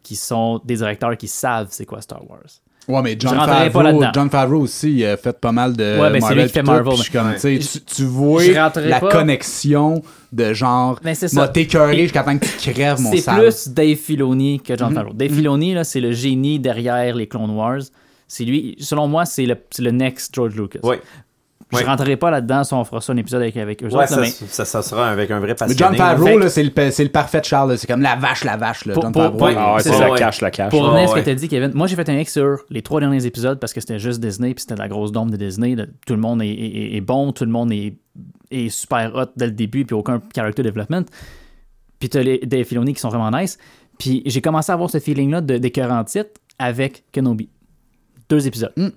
S4: qui sont des directeurs qui savent c'est quoi Star Wars.
S3: Ouais, mais John
S4: Je rentrerai pas
S3: Favreau,
S4: là-dedans.
S3: John Favreau aussi il a fait pas mal de
S4: Ouais, ben, c'est lui qui fait
S3: Marvel. pis tout,
S4: Marvel,
S3: pis je suis comme, tu sais, tu, tu
S4: Je
S3: vois
S4: rentrerai
S3: la
S4: pas.
S3: connexion de genre,
S4: Mais c'est ça.
S3: m'a t'écœuré jusqu'à temps que tu crèves mon
S4: C'est
S3: sale.
S4: plus Dave Filoni que
S2: Mhm.
S4: John Favreau. Dave Filoni, là, c'est le génie derrière les Clone Wars. C'est lui, selon moi, c'est le, c'est le next George Lucas.
S2: Oui.
S4: Je
S2: Oui.
S4: rentrerai pas là-dedans, si on fera ça un épisode avec, avec eux
S2: Ouais,
S4: autres, là,
S2: ça,
S4: mais
S2: ça, ça sera avec un vrai
S3: Mais
S2: passionné.
S3: John
S4: Fait
S3: Favreau,
S4: que-
S3: là, c'est le, pa- c'est le parfait de Charles. là. C'est comme la vache, la vache, là,
S4: Pour-
S3: John
S4: pour-
S3: Favreau.
S4: pour-
S5: Ah ouais,
S4: C'est
S5: c'est
S4: ça,
S5: la
S2: ouais.
S5: cache, la cache.
S4: pour revenir à ce
S2: ouais.
S4: que tu as dit, Kevin, moi j'ai fait un X sur les trois derniers épisodes parce que c'était juste Disney puis c'était de la grosse dôme de Disney. de- tout le monde est, est- est- est bon, tout le monde est, est super hot dès le début puis aucun character development. Puis t'as les, des Filoni qui sont vraiment nice. Puis j'ai commencé à avoir ce feeling-là de, des 40 titres avec Kenobi. Deux épisodes.
S5: Ben,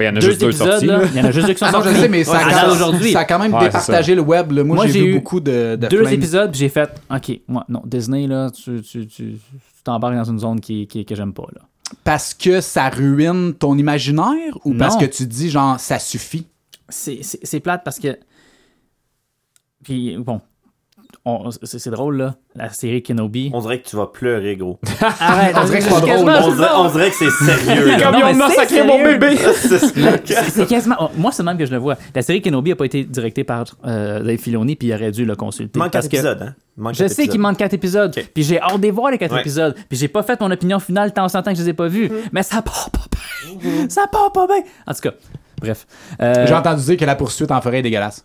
S5: Il y en a juste deux
S4: épisodes,
S5: sorties.
S4: là,
S5: là.
S4: il y en a juste deux qui sont
S3: Ah, Non,
S4: sortis.
S3: je sais, mais
S4: À
S3: ça, a,
S4: date
S3: quand-
S4: d'aujourd'hui.
S3: ça a quand même
S5: Ouais, c'est
S3: départagé le web. là. Moi,
S4: Moi, j'ai
S3: j'ai vu
S4: eu
S3: beaucoup de, de
S4: deux
S3: flames.
S4: épisodes, puis j'ai fait, OK, moi, non, Disney, là, tu tu- tu- tu t'embarques dans une zone qui, qui- que j'aime pas, là.
S3: Parce que ça ruine ton imaginaire ou parce
S4: Non.
S3: que tu dis, genre, ça suffit?
S4: c'est- c'est c'est plate parce que. Puis bon, on- c'est c'est drôle là, la série Kenobi.
S2: On dirait que tu vas pleurer, gros.
S4: Arrête,
S3: on dirait que c'est pas
S4: quasiment-
S2: on, dirait, on dirait que c'est sérieux. là.
S4: Comme ils ont massacré mon bébé.
S2: C'est ce que-
S4: C'est c'est quasiment. oh, Moi, c'est le même que je le vois. La série Kenobi a pas été directée par euh, Dave Filoni, puis il aurait dû le consulter.
S2: Il manque un
S4: parce que
S2: épisode, hein? Il manque
S4: Je
S2: quatre
S4: sais qu'il
S2: épisodes.
S4: manque quatre épisodes,
S2: Ok.
S4: puis j'ai hâte de les voir les quatre
S2: Ouais.
S4: épisodes, puis j'ai pas fait mon opinion finale tant s'entend que je les ai pas vus, mais ça part pas bien. Ça part pas bien. En tout cas, bref. Euh,
S3: J'ai entendu dire que la poursuite en forêt est dégueulasse.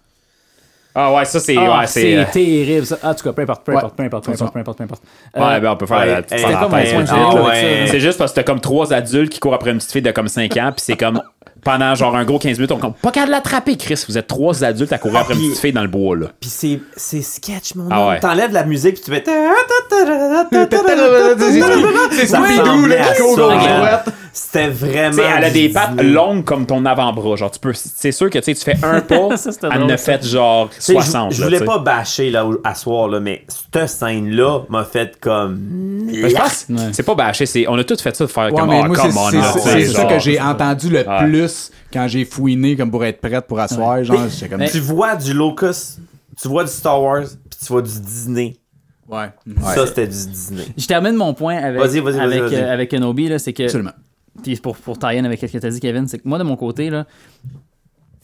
S5: Ah ouais, ça c'est.
S4: Ah,
S5: ouais,
S4: c'est
S5: c'est. euh,
S4: terrible ça. Ah, En tout cas, peu importe, peu
S3: Ouais.
S4: importe, peu importe, peu
S3: Peu
S4: importe,
S3: importe.
S4: peu importe, peu importe.
S5: Ouais,
S4: Euh,
S5: ben on peut faire
S2: Ouais,
S5: la petite
S2: hey,
S5: parenthèse,
S4: comme un soin de
S5: là.
S4: direct,
S5: Ah
S4: là,
S5: ouais.
S4: avec ça, là.
S5: C'est juste parce que t'as comme trois adultes qui courent après une petite fille de comme 5 ans, puis c'est comme pendant genre un gros 15 minutes, on compte pas qu'à l'attraper, Chris. Vous êtes trois adultes à courir après une
S2: Puis-
S5: petite fille dans le bois, là.
S2: Puis c'est- c'est sketch, mon
S5: Ah
S2: homme.
S5: ouais.
S2: T'enlèves la musique, puis tu fais...
S3: C'est
S2: Ça ressemblait à ça,
S4: gauche,
S2: man.
S3: droite.
S2: C'était vraiment...
S5: Tu sais, elle a des pattes
S2: Disney.
S5: longues comme ton avant-bras. Genre, tu peux. C'est sûr que tu sais, tu fais un pas,
S4: Ça, c'était
S5: elle
S4: drôle,
S5: ne
S4: ça.
S5: fait genre
S2: Tu sais, je-
S5: 60.
S2: Je
S5: là,
S2: voulais
S5: tu sais.
S2: pas bâcher là, au- à soir, là, mais cette scène-là m'a fait comme...
S5: Mais Ben, je pense- c'est pas bâché, c'est on a tous fait ça de faire
S3: Ouais,
S5: comme
S3: mais
S5: oh,
S3: moi, c'est-
S5: come on, là, tu
S3: c'est
S5: sais,
S3: c'est- c'est ça
S5: genre.
S3: que j'ai entendu le
S5: Ouais.
S3: plus quand j'ai fouiné comme pour être prête pour asseoir. Genre, j'étais comme.
S2: Tu vois du Locust, tu vois du Star Wars, puis tu vois du Disney.
S3: Ouais.
S2: Ça, c'était du Disney.
S4: Je termine mon point avec,
S2: Vas-y, vas-y, vas-y,
S4: avec,
S2: vas-y.
S4: euh, avec Kenobi, là, c'est que.
S3: Absolument.
S4: Puis pour, pour tie in avec ce que t'as dit, Kevin, c'est que moi, de mon côté, là,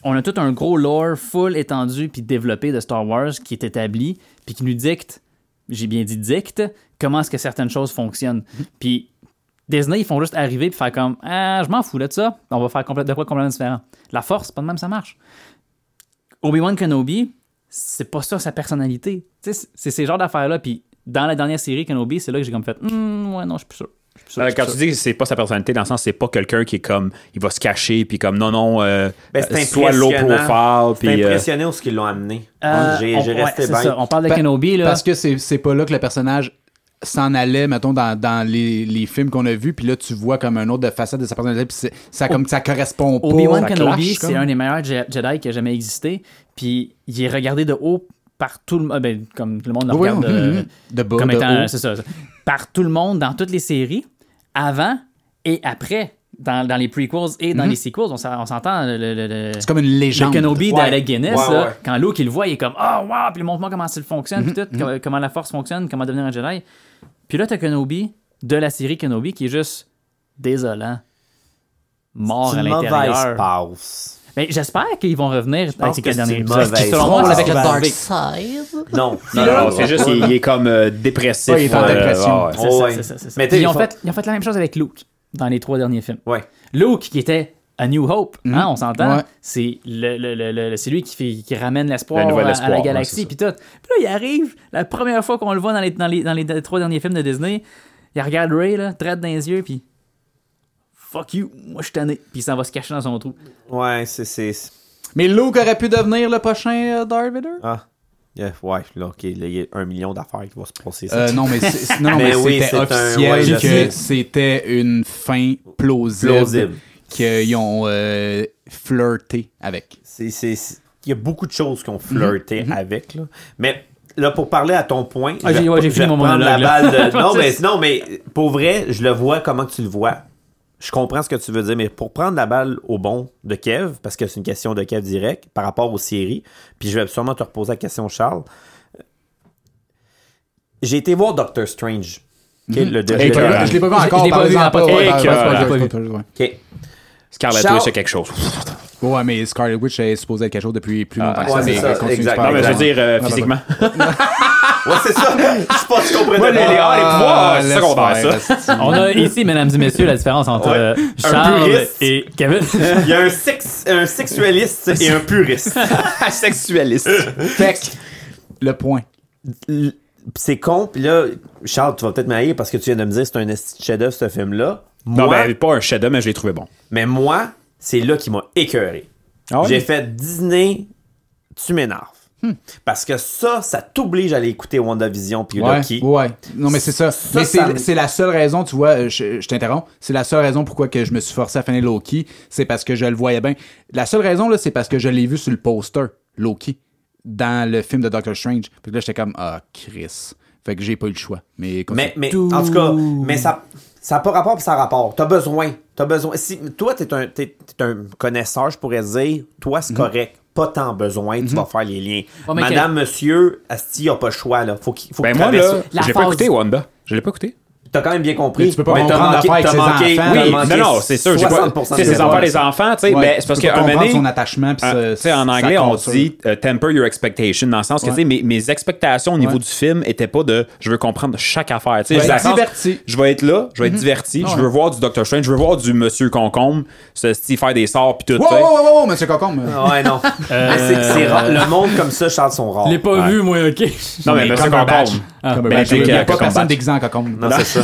S4: on a tout un gros lore full étendu puis développé de Star Wars qui est établi, puis qui nous dicte, j'ai bien dit dicte, comment est-ce que certaines choses fonctionnent. Puis Disney, ils font juste arriver puis faire comme Ah, je m'en fous là de ça, on va faire complète- de quoi complètement différent. La force, pas de même, ça marche. Obi-Wan Kenobi, c'est pas ça sa personnalité. Tu sais, c'est- c'est ces genres d'affaires-là. Puis dans la dernière série Kenobi, c'est là que j'ai comme fait Hum, ouais, non, je suis plus sûr. Je suis plus sûr,
S5: Non,
S4: je
S5: mais
S4: suis
S5: Euh, Quand
S4: plus
S5: tu dis que c'est pas sa personnalité, dans le sens, c'est pas quelqu'un qui est comme, il va se cacher, puis comme, non, non, euh,
S2: Ben, c'est
S5: soit low
S2: impressionnant.
S5: profile,
S2: J'étais
S5: puis. euh,
S2: impressionné où ce qu'ils l'ont amené.
S4: Euh,
S2: J'ai
S4: on-
S2: j'ai
S4: ouais,
S2: resté
S4: c'est
S2: bien.
S4: ça. On parle de
S3: Pa-
S4: Kenobi, là.
S3: Parce que c'est c'est pas là que le personnage s'en allait, mettons, dans, dans les, les films qu'on a vus, puis là, tu vois comme un autre de façade de sa personnalité, puis c'est- ça, comme, ça correspond pas.
S4: Oh. Obi-Wan
S3: ça
S4: Kenobi,
S3: clash, comme.
S4: c'est un des meilleurs Je- Jedi qui a jamais existé. Puis il est regardé de haut par tout le monde. Ben, comme tout le monde le
S3: Oui, oui,
S4: regarde
S3: hum,
S4: euh,
S3: hum. De bas,
S4: comme
S3: de
S4: étant.
S3: haut.
S4: C'est ça, ça. Par tout le monde dans toutes les séries, avant et après, dans, dans les prequels et
S3: Mhm.
S4: dans les sequels. On s'en- on s'entend. le- le- le-
S3: C'est comme une
S4: Le
S3: légende.
S4: Kenobi
S2: Ouais.
S4: d'Alec Guinness,
S2: Ouais,
S4: là,
S2: ouais. Mhm,
S4: quand Luke il le voit, il est comme Ah, wow, puis montre-moi comment ça fonctionne, puis tout, com- comment la force fonctionne, comment devenir un Jedi. Puis là, t'as Kenobi de la série Kenobi qui est juste désolant, mort à
S2: C'est une mauvaise
S4: l'intérieur.
S2: passe.
S4: Mais j'espère qu'ils vont revenir
S2: pense
S4: avec ces
S2: que
S4: quatre
S2: c'est
S4: derniers
S2: une
S4: épisodes.
S2: mauvaise
S4: qui, selon moi,
S2: passe.
S4: c'est ce qui va
S2: Dark
S4: arriver.
S2: Non,
S5: non, non, c'est juste, il, il est comme euh, dépressif.
S3: Ouais, il est en
S5: euh, ouais,
S3: dépression.
S5: ouais.
S4: C'est ça,
S2: Ouais.
S4: c'est ça, c'est ça.
S2: Mais
S4: Puis
S2: t'es-
S4: Ils ont
S2: faut-
S4: fait- ils ont fait la même chose avec Luke dans les trois derniers films.
S2: Ouais.
S4: Luke, qui était A New Hope, hein, on s'entend,
S3: Ouais.
S4: c'est le, le- le- le- c'est lui qui, fait, qui ramène l'espoir
S5: Le nouvel
S4: à- à,
S5: espoir,
S4: la
S5: ouais,
S4: galaxie,
S5: c'est
S4: puis tout. Puis là, il arrive, la première fois qu'on le voit dans les, dans les, dans les trois derniers films de Disney, il regarde Ray, là, traite dans les yeux, puis fuck you, moi je suis tanné. Puis il s'en va se cacher dans son trou.
S2: Ouais, c'est. c'est...
S3: Mais Luke aurait pu devenir le prochain euh, Darth Vader?
S2: Ah. Yeah, ouais, là, OK, là, il y a un million d'affaires qui vont se processer.
S3: Euh, non, mais, c'est- non, non, mais
S2: Mais Ben oui,
S3: c'était
S2: c'est un-
S3: officiel
S2: ouais, je
S3: que
S2: sais.
S3: c'était une fin plausible,
S2: Plausible.
S3: qu'ils ont euh, flirté avec.
S2: C'est- c'est- c'est- Il y a beaucoup de choses
S4: Mhm.
S2: qu'on flirtait avec. Là. Mais là, pour parler à ton point,
S4: Ah, j'ai-
S2: je-
S4: ouais, j'ai
S2: je
S4: fini
S2: vais
S4: mon
S2: reprendre la
S4: monologue, là.
S2: balle de- non, mais,
S4: C'est-
S2: non, mais pour vrai, je le vois comment que tu le vois. Je comprends ce que tu veux dire, mais pour prendre la balle au bon de Kev, parce que c'est une question de Kev direct par rapport aux séries, puis je vais sûrement te reposer la question, Charles. J'ai été voir Doctor Strange. ok, le- le-
S5: Et
S2: le-
S5: que-
S2: dernier.
S3: je l'ai pas vu
S4: Mhm. Je- je
S3: encore,
S4: l'ai
S3: par
S4: pas vu,
S3: exemple.
S4: par
S3: Ouais,
S5: contre.
S3: ouais, ouais,
S5: Et
S3: ouais,
S5: que-
S3: ouais, ouais.
S2: Ok.
S5: Scarlett
S2: Ciao.
S5: Witch, c'est quelque chose.
S3: Ouais, mais Scarlet Witch est supposée être quelque chose depuis plus longtemps que
S2: ouais,
S3: ça.
S2: c'est
S3: mais
S2: ça,
S3: continue de
S2: exact.
S3: faire
S5: Non, mais je veux
S3: exemple.
S5: dire, euh,
S3: Ah, bah,
S5: physiquement.
S2: Ouais, c'est ça. Je sais pas si tu comprenais
S5: Ouais, les-
S2: pas.
S5: les- ah, les pouvoirs,
S3: Ah,
S5: c'est
S3: laisse
S5: secondaire, ça.
S3: faire,
S4: On a ici, mesdames et messieurs, la différence entre
S2: Ouais.
S4: euh,
S2: Un
S4: Charles
S2: puriste.
S4: et Kevin.
S2: Il y a un, sex- un sexualiste et un puriste.
S5: Sexualiste.
S3: Fait que, le point.
S2: L- C'est con, pis là, Charles, tu vas peut-être m'aïr parce que tu viens de me dire que c'est un esti de chef-d'œuvre ce film-là. Moi,
S5: Non, ben, pas un chef-d'œuvre, mais je l'ai trouvé bon.
S2: Mais moi, c'est là qui m'a écœuré.
S5: Ah Hmm. ouais?
S2: J'ai fait Disney, tu m'énerves. Parce que ça, ça t'oblige à aller écouter WandaVision puis
S3: Ouais,
S2: Loki.
S3: ouais. Non, mais c'est ça.
S2: Ça,
S3: mais
S2: ça
S3: c'est-
S2: me-
S3: c'est la seule raison, tu vois, je, je t'interromps, c'est la seule raison pourquoi que je me suis forcé à finir Loki, c'est parce que je le voyais bien. La seule raison, là, c'est parce que je l'ai vu sur le poster, Loki, dans le film de Doctor Strange. Puis là, j'étais comme, ah, Chris. Fait que j'ai pas eu le choix. Mais,
S2: Mais, mais en tout cas, mais ça ça n'a pas rapport puis ça a rapport. T'as besoin. T'as besoin. Si toi, t'es un, t'es- t'es un connaisseur, je pourrais dire, toi,
S5: Mhm.
S2: c'est correct. Pas tant besoin, tu vas faire les liens.
S4: Ouais, mais
S2: Madame, monsieur, Asti, il a pas le choix, là. Faut qu'il faut
S5: Ben,
S2: qu'il
S5: moi,
S2: traverse
S5: là,
S4: La
S5: j'ai pas
S4: phase-
S5: écouté Wanda. Je l'ai pas écouté.
S2: ça. T'as quand même bien compris.
S3: Mais tu peux pas
S2: Ouais, t'as
S3: comprendre
S2: manqué-
S3: l'affaire avec
S2: t'as
S3: ses
S2: manqué-
S3: enfants,
S2: t'as
S3: là.
S5: Oui, non,
S2: manqué
S5: non, c'est sûr. J'ai pas.
S2: 60% des
S5: C'est ses enfants,
S2: voix.
S5: les enfants, tu sais.
S3: Ouais,
S5: ben,
S3: tu
S5: c'est parce
S3: peux
S5: qu'à un
S3: comprendre
S5: moment donné-
S3: son attachement, puis
S5: Euh,
S3: ça-
S5: tu sais, en
S3: ça
S5: anglais, on
S3: compte, ça.
S5: dit euh, temper your expectation, dans le sens que
S3: Ouais.
S5: tu sais, mes, mes expectations au niveau
S3: Ouais.
S5: du film étaient pas de je veux comprendre chaque affaire. Tu sais,
S3: Ouais,
S5: je- dans le sens,
S3: diverti. Mhm. Ah
S5: Je vais être là, je vais être diverti, je veux voir du Doctor Strange, je veux voir du Monsieur Concombre, ce style faire des sorts, puis tout.
S3: Wow,
S5: tu sais.
S3: wow, wow, wow, monsieur Cocombe.
S2: Ah, Ouais, non.
S5: Euh,
S2: Mais c'est- c'est rare. Le monde comme ça, Charles, sont rares.
S4: Je l'ai pas vu, moi, ok.
S5: Non, mais
S3: Mais
S5: Monsieur
S3: Cumberbatch.
S5: Concombre.
S3: Comme
S5: Ben,
S3: Batman,
S5: j'ai-
S3: Ah, il y a pas
S5: Cumberbatch.
S3: personne déguisé en Cocombe.
S2: Non, c'est ça.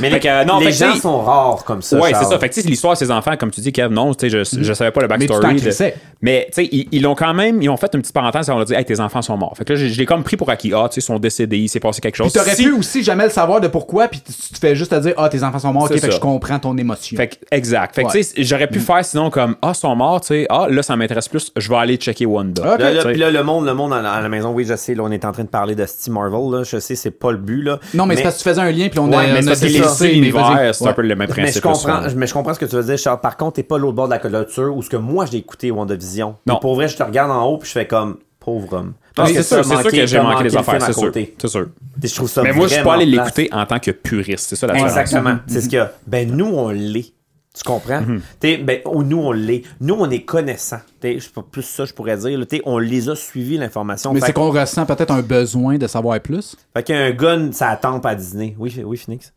S2: Mais les,
S5: Fait que, non,
S2: les
S5: fait que
S2: gens
S5: c'est-
S2: sont rares comme ça.
S5: Ouais, c'est
S2: Charles.
S5: ça. Fait que, tu sais, l'histoire de ses enfants, comme tu dis, Kev, non, tu sais, je, je savais pas le
S3: Mais tu
S5: backstory.
S3: t'en
S5: de-
S3: crissais.
S5: Mais, tu sais, ils ils l'ont quand même, ils ont fait une petite parenthèse, on a dit, hey, tes enfants sont morts. Fait que là, je, je l'ai comme pris pour acquis. Ah, tu sais, ils sont décédés, il s'est passé quelque chose.
S3: Puis t'aurais
S5: Si-
S3: pu aussi jamais le savoir de pourquoi, puis tu tu te fais juste te dire, ah, tes enfants sont morts, ok,
S5: C'est
S3: fait que
S5: ça.
S3: je comprends ton émotion.
S5: Fait que, exact. Fait que,
S3: Ouais.
S5: tu sais, j'aurais pu faire sinon comme, ah, sont morts, tu sais, ah, là, ça m'intéresse plus, je vais aller checker Wanda.
S3: Ok.
S2: Là, là,
S5: Tu sais.
S2: puis là, le monde, le monde à la, à la maison, oui, je sais, là, on est en train de parler de Steve Marvel, là, je sais, c'est pas le but, là.
S3: non, mais, c'est parce que tu faisais un lien, puis on a,
S2: Ouais, mais
S3: on
S5: C'est
S3: a
S5: parce que les
S3: délaissé,
S5: styles
S3: mais
S5: d'univers,
S3: vas-y.
S5: ah, c'est
S3: Ouais.
S5: un peu le même
S2: mais
S5: principe.
S2: je,
S5: là,
S2: comprends,
S5: souvent.
S2: mais je comprends ce que tu veux dire, Charles. Par contre, t'es pas l'autre bord de la clôture où ce que moi j'ai écouté WandaVision.
S5: Non.
S2: Et pour vrai, je te regarde en haut puis je fais comme pauvre homme.
S5: Non,
S2: Parce
S5: C'est
S2: que
S5: sûr,
S2: t'as
S5: c'est sûr
S2: manqué-
S5: que j'ai
S2: t'as
S5: manqué des
S2: le film
S5: affaires,
S2: à
S5: c'est sûr.
S2: côté.
S5: C'est sûr.
S2: Et Je trouve ça
S5: Mais moi, je suis pas
S2: vraiment
S5: allé
S2: plate.
S5: l'écouter en tant que puriste. C'est ça la différence.
S3: Mm-hmm.
S2: Exactement. C'est ce qu'il y a. Ben, nous, on l'est. Tu comprends?
S5: Mm-hmm.
S2: T'es- ben, oh, nous, on l'est. Nous, on est connaissants. T'es- je- plus ça, je pourrais dire. là. T'es- on les a suivis, l'information.
S3: Mais
S2: Fait
S3: c'est qu'on ressent peut-être un besoin de savoir plus.
S2: Fait qu'un gun, ça attend à Disney. Oui, oui, Phoenix.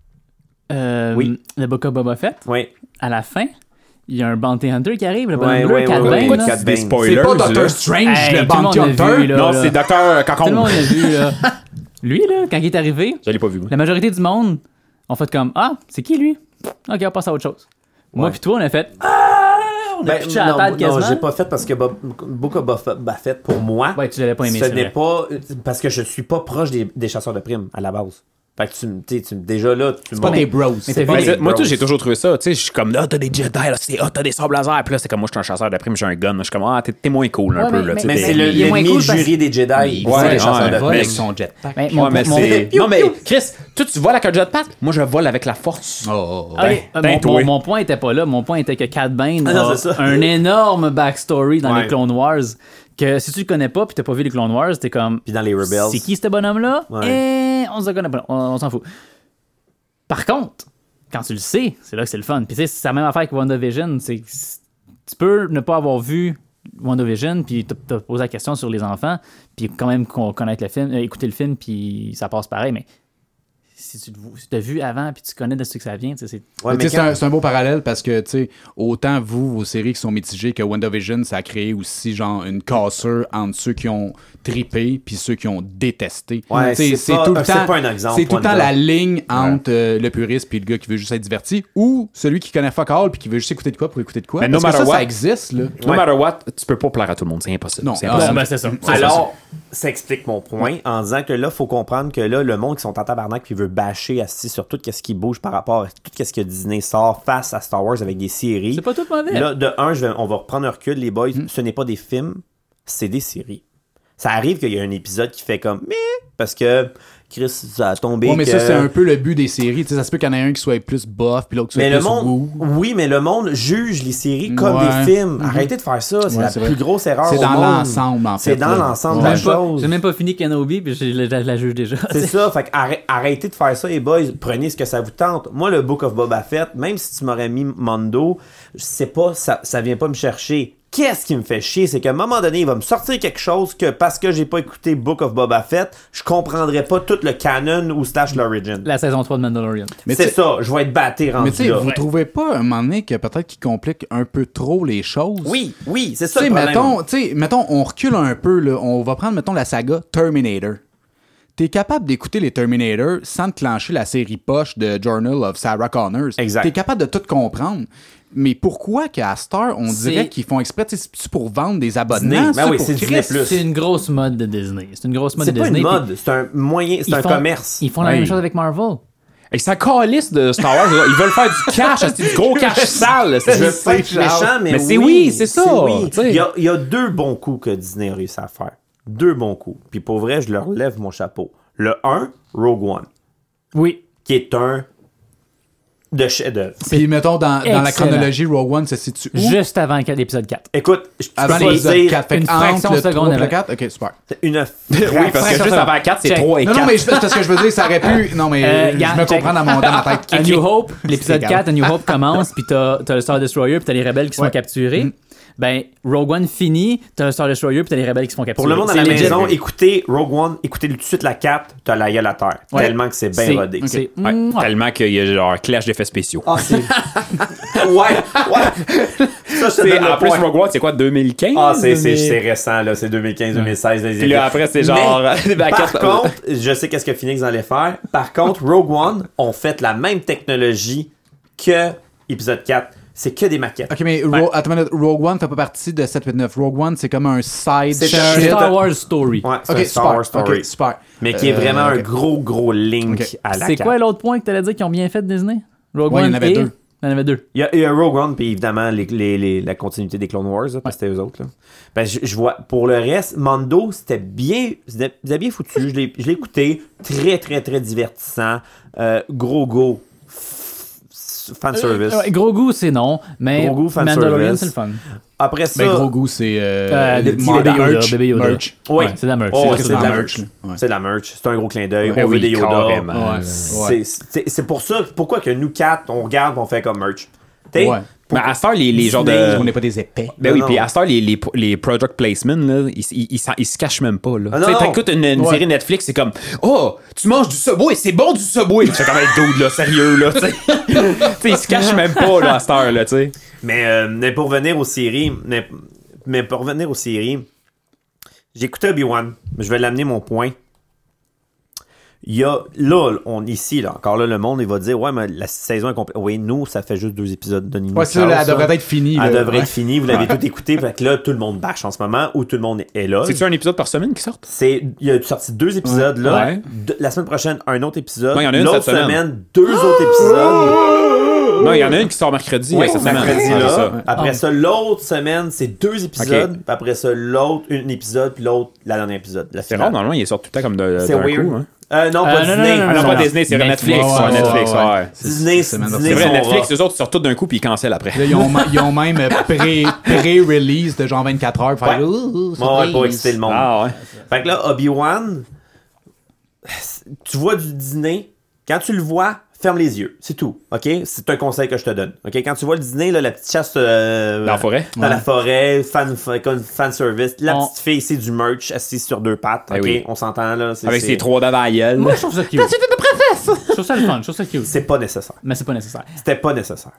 S4: Euh,
S2: Oui.
S4: Le Book of Boba Fett,
S2: Oui.
S4: à la fin, il y a un bounty hunter qui arrive, le
S2: Ouais,
S4: bonhomme bleu,
S2: ouais,
S4: Cad
S2: ouais,
S4: Bane,
S2: ouais,
S4: là.
S2: Cad-
S5: Des
S2: C'est
S5: spoilers.
S3: c'est pas
S5: là.
S3: Doctor Strange,
S4: Hey,
S3: le
S4: tout le
S3: Bounty
S4: monde l'a vu,
S3: Hunter.
S4: là.
S5: Non, c'est Docteur
S4: Tout le monde
S5: Cacombe.
S4: l'a vu,
S2: euh,
S4: là. Lui, là, quand il est arrivé,
S5: Je l'ai pas vu. moi.
S4: la majorité du monde ont fait comme Ah, c'est qui lui Ok, on passe à autre chose. Moi,
S2: Ouais.
S4: puis toi, on a fait Ah, on a
S2: Ben,
S4: pitché à la
S2: non,
S4: patte
S2: non,
S4: quasiment.
S2: j'ai pas fait parce que Bob- Book of Boff- Buffett, pour moi,
S4: Ouais, tu l'avais pas aimé,
S2: ce
S4: c'est
S2: n'est
S4: vrai.
S2: pas... Parce que je suis pas proche des, des chasseurs de primes, à la base. Fait que tu, me- tu sais, tu me- déjà là, tu
S3: C'est pas des bros.
S4: Mais
S3: C'est
S4: t'as
S3: pas
S4: vu
S5: Mais
S3: des-
S5: c'est- moi,
S2: bros.
S5: tout, j'ai toujours trouvé ça. Tu sais, je suis comme, là, t'as des Jedi, là, c'est, ah, t'as des sables laser. Puis là, c'est comme, moi, je suis un chasseur d'après, mais j'ai un gun. Je suis comme, ah, t'es t'es moins cool, un
S4: Ouais,
S5: peu,
S4: mais-
S5: là. tu sais,
S2: Mais
S5: t'es-
S2: c'est le-
S4: il est moins
S2: l'ennemi
S4: cool parce-
S2: juré des Jedi.
S5: Ouais,
S2: c'est
S5: ouais,
S2: les chasseurs
S5: ouais,
S2: de
S5: ouais.
S2: primes.
S3: avec son jetpack.
S4: Ben,
S5: Ouais,
S4: mon-
S5: mais
S4: mon-
S5: c'est. Non, mais Chris, toi, tu voles avec un jetpack. Moi, je vole avec la force.
S3: Oh, oh, oh.
S4: Ok,
S5: Ben,
S4: euh,
S5: ben,
S4: mon,
S5: toi.
S4: mon- mon point était pas là. Mon point était que Cad Bane
S2: Ah non,
S4: a
S2: c'est ça.
S4: un énorme backstory dans
S2: Ouais.
S4: les Clone Wars que si tu le connais pas puis t'as pas vu les Clone Wars, t'es comme
S2: Puis dans les Rebels.
S4: c'est qui ce bonhomme-là?
S2: Ouais.
S4: Et on se connaît pas, on, on s'en fout. Par contre, quand tu le sais, c'est là que c'est le fun. Puis tu sais, c'est la même affaire que WandaVision. C'est, c'est- tu peux ne pas avoir vu WandaVision, puis te, te poser la question sur les enfants, puis quand même qu'on connaître le film, euh, écouter le film, puis ça passe pareil, mais si tu te vo- si t'as vu avant puis tu connais de ce que ça vient, tu sais, c'est
S2: Ouais,
S3: Mais tu sais,
S2: quand-
S3: c'est un, c'est un beau parallèle parce que, tu sais, autant vous, vos séries qui sont mitigées que WandaVision, ça a créé aussi, genre, une cassure entre ceux qui ont tripé puis ceux qui ont détesté.
S2: Ouais,
S3: Tu sais,
S2: c'est pas- c'est pas un exemple,
S3: C'est tout le temps
S2: Wanda.
S3: la ligne entre euh, le puriste puis le gars qui veut juste être diverti ou celui qui connaît fuck all puis qui veut juste écouter de quoi pour écouter de quoi.
S5: Mais no
S3: Parce que ça,
S5: matter what-
S3: ça existe, là.
S5: No
S2: Ouais.
S5: matter what, tu peux pas plaire à tout le monde, c'est impossible.
S3: Non,
S5: c'est
S3: ah,
S5: impossible.
S4: ben, c'est ça.
S3: ça,
S2: Alors, ça explique mon point en disant que là, faut comprendre que là, le monde qui sont en tabarnak qui veut bâcher assis sur tout ce qui bouge par rapport à tout ce que Disney sort face à Star Wars avec des séries.
S4: C'est pas tout mauvais.
S2: Là, de un, je vais- on va reprendre un recul, les boys.
S3: Mm.
S2: Ce n'est pas des films, c'est des séries. Ça arrive qu'il y a un épisode qui fait comme mais parce que Chris ça a tombé.
S3: Ouais, mais ça,
S2: que-
S3: c'est un peu le but des séries. Tu sais, ça se peut qu'il y en ait un qui soit plus bof puis l'autre qui soit
S2: Mais
S3: plus
S2: le monde,
S3: woo.
S2: oui, mais le monde juge les séries comme
S3: Ouais.
S2: des films.
S3: Mhm.
S2: Arrêtez de faire ça, c'est
S3: Ouais,
S2: la
S3: c'est
S2: plus
S3: vrai.
S2: grosse erreur.
S3: C'est
S2: au
S3: dans
S2: monde.
S3: l'ensemble, en fait.
S2: C'est dans
S3: là.
S2: l'ensemble de
S3: Ouais.
S2: la
S4: J'ai même pas-
S2: chose.
S4: J'ai même pas fini Kenobi, puis je la, la- la juge déjà.
S2: C'est ça, fait que arrê- arrêtez de faire ça, les boys. Prenez ce que ça vous tente. Moi, le Book of Boba Fett, même si tu m'aurais mis Mando, je sais pas, ça, ça vient pas me chercher. Qu'est-ce qui me fait chier, c'est qu'à un moment donné, il va me sortir quelque chose que parce que j'ai pas écouté Book of Boba Fett, je comprendrais pas tout le canon ou slash l'origin.
S4: La saison 3 de Mandalorian.
S3: Mais
S2: C'est
S3: tu sais-
S2: ça, je vais être batté rendu
S3: Mais tu sais,
S2: là.
S3: vous trouvez pas un moment donné que peut-être qu'il complique un peu trop les choses?
S2: Oui, oui, c'est
S3: Tu
S2: ça
S3: sais,
S2: le problème.
S3: mettons, tu sais, mettons, on recule un peu, là. on va prendre, mettons, la saga Terminator. T'es capable d'écouter les Terminator sans te clencher la série poche de Journal of Sarah Connors.
S2: Exact.
S3: T'es capable de tout comprendre. Mais pourquoi qu'à Star, on
S4: C'est-
S3: dirait qu'ils font exprès, tu sais, c'est-tu pour vendre des
S2: Disney.
S3: abonnements?
S2: Ben oui,
S3: pour
S2: c'est Disney+.
S3: Christ?
S2: Plus.
S4: C'est une grosse mode de Disney. C'est une grosse mode
S2: C'est
S4: de
S2: pas
S4: Disney.
S2: une
S4: puis
S2: mode, c'est un moyen, c'est
S4: ils
S2: un
S4: font-
S2: commerce.
S4: Ils font la
S5: Oui.
S4: même chose avec Marvel.
S5: Et ça calisse de Star Wars. là. Ils veulent faire du cash, c'est du gros cash sale. c'est-
S2: Je veux pas être méchant, mais,
S5: c'est oui, c'est ça.
S2: oui.
S5: tu sais.
S2: Il, y a, il y a deux bons coups que Disney a réussi à faire. Deux bons coups. Puis pour vrai, je leur lève mon chapeau. Le 1, Rogue One,
S4: Oui.
S2: qui est un de chef-d'œuvre.
S3: Puis mettons, dans, dans la
S4: Excellent.
S3: chronologie, Rogue One se situe où?
S4: Juste avant l'épisode 4.
S2: Écoute, je tu peux
S3: Avant
S2: pas
S3: l'épisode
S2: dire
S3: 4. Fait
S4: une
S3: que entre
S4: fraction
S3: le
S4: de seconde
S3: trois et le
S4: avant.
S3: 4, ok, super.
S2: une
S5: Oui, parce que
S2: fraction-
S5: juste avant 4, c'est
S4: Check.
S5: 3 et 4.
S3: Non, non, mais je- c'est parce que je veux dire, ça aurait pu. Non, mais
S4: Euh,
S3: je
S4: gars,
S3: me
S4: check.
S3: comprends dans, mon, dans ma tête.
S4: A
S3: Ok.
S4: New Hope, l'épisode
S3: C'est
S4: 4, A New Hope commence, puis t'as t'as le Star Destroyer, puis t'as les rebelles qui se font
S3: Ouais.
S4: capturer. Ben, Rogue One finit, t'as le Star Destroyer, puis t'as les rebelles qui se font capturer.
S2: Pour le monde à
S4: C'est
S2: la
S4: legit.
S2: maison, écoutez Rogue One, écoutez tout de suite la 4, t'as la gueule à terre.
S4: Ouais.
S2: Tellement que c'est bien rodé.
S4: C'est
S5: Ouais,
S4: Mm, ouais.
S5: Tellement qu'il y a genre clash d'effets spéciaux.
S2: Ah, c'est. ouais, ouais. Ça, je te
S5: C'est-
S2: donne le
S5: en plus,
S2: point.
S5: Rogue One, c'est quoi, 2015?
S2: Ah, c'est, c'est, c'est récent, là. C'est 2015-2016.
S5: Puis là, après, c'est genre-
S3: euh,
S5: Ben,
S2: par
S5: quatre-
S2: contre, je sais qu'est-ce que Phoenix allait faire. Par contre, Rogue One ont fait la même technologie que épisode 4. C'est que des maquettes.
S3: Ok, mais Ro- attends une minute, Rogue One fait pas partie de 789. Rogue One, c'est comme un side
S2: C'est
S3: shit.
S2: un
S4: C'est
S2: shit.
S4: Star Wars Story.
S2: Ouais, c'est
S3: Ok,
S2: un Star
S3: super,
S2: Wars Story.
S3: ok, super.
S2: Mais qui est
S3: Euh,
S2: vraiment un
S3: ok.
S2: gros, gros link
S3: Ok.
S2: à la
S4: C'est quoi
S2: quatre.
S4: l'autre point que t'allais dire qu'ils ont bien fait Disney? Rogue
S3: Ouais, il y en
S4: One
S3: avait
S4: et-
S3: deux.
S4: Il y en avait deux.
S2: Il y, a, il y a Rogue One, puis évidemment, les, les- les- la continuité des Clone Wars, là, parce que c'était eux autres. Là. Ben, je, je vois, pour le reste, Mando, c'était bien, c'était c'était bien foutu. Je l'ai je l'ai écouté. Très, très, très divertissant. Euh, gros go. Fan service.
S4: Euh, Ouais, gros goût, c'est non, mais
S2: Gros goût, fan
S4: Mandalorian,
S2: service.
S4: c'est le fun.
S2: Après ça.
S3: Ben, gros goût, c'est. Euh,
S4: Euh, le petit
S3: Mar-
S4: bébé Yoda,
S3: merch.
S4: bébé Yoda.
S3: Merch.
S2: Oui.
S4: Ouais, c'est de la merch.
S2: Oh,
S4: C'est
S2: c'est de
S3: dans
S2: la
S3: la
S2: merch.
S3: merch, là. Ouais.
S2: C'est de la merch. C'est un gros clin d'œil.
S5: Ouais,
S2: on veut
S5: oui,
S2: des Yoda.
S5: carrément.
S3: Ouais.
S2: C'est- C'est c'est pour ça. Pourquoi que nous quatre, on regarde, on fait comme merch. T'sais,
S3: Ouais.
S5: Mais à ce temps, les, les genres
S2: Disney,
S5: de.
S3: On n'est pas des épais.
S5: Ben
S2: Non,
S5: oui,
S2: non.
S5: puis à ce temps, les, les, les product placements, là, ils, ils, ils s'en- ils se cachent même pas. Là.
S2: Ah,
S5: tu sais,
S2: non,
S5: t'écoutes une, une série Netflix, c'est comme Oh, tu manges du Subway, c'est bon du Subway. Tu fais comme être dude, là, sérieux, là. tu sais. Tu sais, ils se cachent même pas, là, à cette heure, là, tu sais.
S2: Mais, euh, mais pour venir aux séries, mais, mais pour venir aux séries, j'écoutais Obi-Wan. Je vais l'amener mon point. Il y a, là, on, ici, là, encore là, le monde, il va dire, ouais, mais la saison est complète. Oui, nous, ça fait juste deux épisodes de Nino
S3: Ouais, ça, là, elle devrait être finie.
S2: Elle
S3: là.
S2: devrait
S3: Ouais.
S2: être finie. Vous l'avez tout écouté. Fait que là, tout le monde bâche en ce moment, ou tout le monde est là.
S5: C'est-tu un épisode par semaine qui sort
S2: C'est, il y a sorti deux épisodes là.
S5: Ouais.
S2: De- la semaine prochaine, un autre épisode.
S5: Ouais, il y en a une
S2: L'autre
S5: cette semaine. Ah!
S2: deux autres épisodes.
S5: Non, il y en a une qui sort mercredi. euh,
S2: Oui,
S5: cette semaine.
S2: mercredi
S5: Ouais,
S2: là.
S5: Ah, c'est ça.
S4: Ah.
S2: Après ça, l'autre semaine, c'est deux épisodes. Puis après ça, l'autre, un épisode, puis l'autre, la dernière épisode. La
S5: C'est
S2: finale.
S5: rare, normalement, ils sortent tout le temps comme de.
S2: C'est
S5: d'un
S2: weird.
S5: coup, hein.
S2: Euh, non,
S4: Euh,
S2: pas
S4: non, non,
S2: Disney.
S4: non,
S5: Ah non,
S4: non,
S5: pas
S4: non.
S5: Disney, c'est Netflix.
S3: Ouais, ouais,
S5: ouais,
S3: ouais,
S5: Netflix,
S3: ouais, ouais.
S5: ouais.
S3: C'est-
S2: Disney,
S3: c'est- c'est- c'est-
S5: C'est
S2: Disney.
S5: vrai,
S2: Ils sont
S5: Netflix,
S2: rares.
S5: eux autres, ils sortent tout d'un coup, puis ils cancellent après.
S3: Là, ils ont, ma- ils ont même pré- pré-release de genre 24 heures. pour faire,
S2: Ouais.
S3: Ouh,
S2: Moi, ouais,
S3: surprise.
S2: pour exciter le monde.
S5: Ah ouais.
S2: Fait que là, Obi-Wan, tu vois du dîner, quand tu le vois, ferme les yeux. C'est tout. OK? C'est un conseil que je te donne. OK? Quand tu vois le dîner, là, la petite chasse. euh,
S5: Dans la forêt?
S2: Dans la forêt, fan, fan fan service. La
S4: On-
S2: petite fille, c'est du merch, assise sur deux pattes.
S5: Eh
S2: OK?
S5: oui.
S2: On s'entend, là. c'est-
S5: Avec
S2: c'est-
S5: ses trois dents dans la gueule.
S4: Moi, je trouve ça cute.
S3: C'était de préféré.
S2: yes!
S4: Je trouve ça le fun, je trouve ça cute.
S2: C'est pas nécessaire.
S4: Mais c'est pas nécessaire.
S2: C'était pas nécessaire.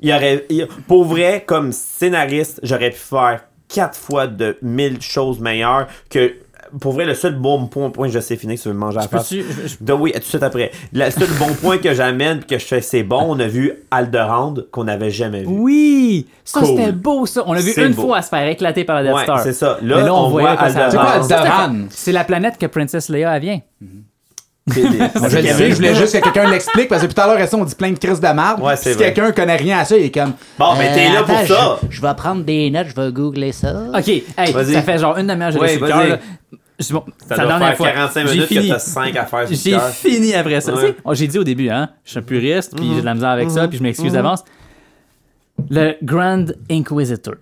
S2: Il aurait, il- pour vrai, comme scénariste, j'aurais pu faire quatre fois de mille choses meilleures que. Pour vrai, le seul bon point, point je sais, Phoenix, tu veux me manger à la face.
S4: Peux-tu- je- je-
S2: De oui, tout de suite après. Le seul bon point que j'amène, que je fais, c'est bon, on a vu Alderand qu'on n'avait jamais vu.
S4: Oui! Ça,
S2: Cool.
S4: c'était beau, ça. On l'a vu
S2: C'est
S4: une
S2: beau.
S4: fois se faire éclater par la Death
S2: Ouais,
S4: Star.
S2: c'est ça. Là,
S4: Mais
S2: on voit
S4: que ça
S2: Alderaan.
S4: avance.
S3: C'est quoi Alderaan?
S4: C'est la planète que Princess Leia elle vient.
S3: Moi, je le
S2: Kevin.
S3: sais, je voulais juste que quelqu'un l'explique parce que depuis tout à l'heure, on dit plein de crises de marde.
S2: Ouais, c'est
S3: si
S2: vrai.
S3: quelqu'un connaît rien à ça, il est comme.
S2: Bon, Ah, mais
S3: Euh,
S2: t'es là pour
S6: Euh, attends,
S2: ça.
S6: Je, je vais prendre des notes, je vais googler ça.
S4: Ok, hey,
S2: Vas-y.
S4: ça fait genre une demi-heure que
S2: Ouais,
S4: j'ai sur le
S2: vas-y.
S4: cœur. là. C'est bon,
S2: Ça
S4: c'est la
S2: doit
S4: dernière
S2: faire
S4: fois.
S2: 45
S4: J'ai
S2: minutes
S4: fini.
S2: que t'as 5 à faire.
S4: J'ai fini après ça.
S2: Ouais. Mm-hmm.
S4: Tu sais, oh, J'ai dit au début, hein, je suis un puriste, puis j'ai de la misère avec ça, puis je m'excuse d'avance. Le Grand Inquisitor,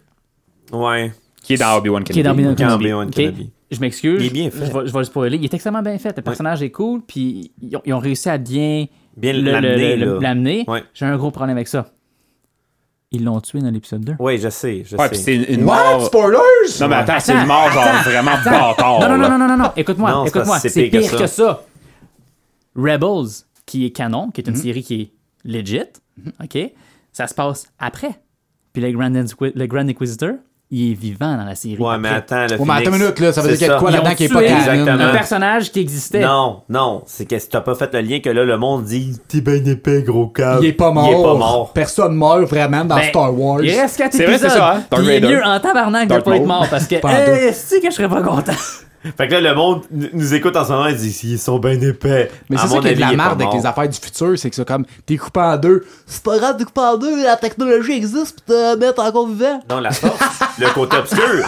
S2: Ouais.
S5: Qui est dans Obi-Wan Kenobi.
S4: qui est dans Obi-Wan
S2: Qui est dans
S4: Kenobi.
S2: Obi-Wan
S4: ok?
S2: Kenobi.
S4: Je m'excuse.
S2: Il est bien fait.
S4: Je vais, je vais le spoiler. Il est extrêmement bien fait. Le personnage est cool, puis ils ont, ils ont réussi à bien,
S2: Bien
S4: le- le-
S2: l'amener,
S4: le-
S2: là.
S4: l'amener.
S2: Ouais.
S4: J'ai un gros problème avec ça. Ils l'ont tué dans l'épisode 2.
S2: Oui, je sais. Je
S5: Ouais,
S2: sais.
S5: puis c'est une une
S3: What?
S5: mort. euh,
S3: Spoilers?
S5: Non, mais attends, c'est une mort genre vraiment bâtard.
S4: Non, non,
S5: là.
S4: non, non, non, non, non.
S2: Non,
S4: Écoute-moi,
S2: c'est
S4: écoute-moi.
S2: parce que
S4: C'est
S2: c'est
S4: pire,
S2: pire que
S4: que, ça. Rebels, qui est canon, qui est
S2: Mhm.
S4: une série qui est legit, Mhm, OK? Ça se passe après. Puis le Grand, Inquis- le Grand Inquisitor, il est vivant dans la série.
S2: Ouais,
S4: après.
S2: mais attends, le
S3: Oh, mais attends une
S2: Phoenix,
S3: minute, là, ça veut
S2: c'est
S3: dire qu'il y a de quoi
S4: Ils ont
S3: là-dedans qui est pas
S4: tué
S3: canon.
S2: Exactement.
S4: Un personnage qui existait.
S2: Non, non, c'est que si t'as pas fait le lien que là, le monde dit T'es ben épais, gros câble.
S3: Il est pas mort.
S2: euh, Il est pas mort.
S3: Personne meurt vraiment dans
S4: Ben,
S3: Star Wars.
S4: Il reste 4
S5: C'est vrai,
S4: épisodes.
S5: c'est ça, hein? Darth
S4: Puis il est
S5: Vader.
S4: mieux en tabarnak de
S5: Darth
S4: pas être
S5: Maul.
S4: mort parce que,
S3: Pas en
S4: hey, si que je serais pas content.
S2: Fait que là, le monde n- nous écoute en ce moment et dit Ils sont ben épais.
S3: Mais
S2: À
S3: c'est ça
S2: mon
S3: qui est de la
S2: avis, il pas
S3: merde avec
S2: mort.
S3: les affaires du futur, c'est que ça, comme, t'es coupé en deux.
S6: C'est pas grave de couper en deux, la technologie existe pour te mettre encore vivant.
S2: Non, la force, le côté obscur.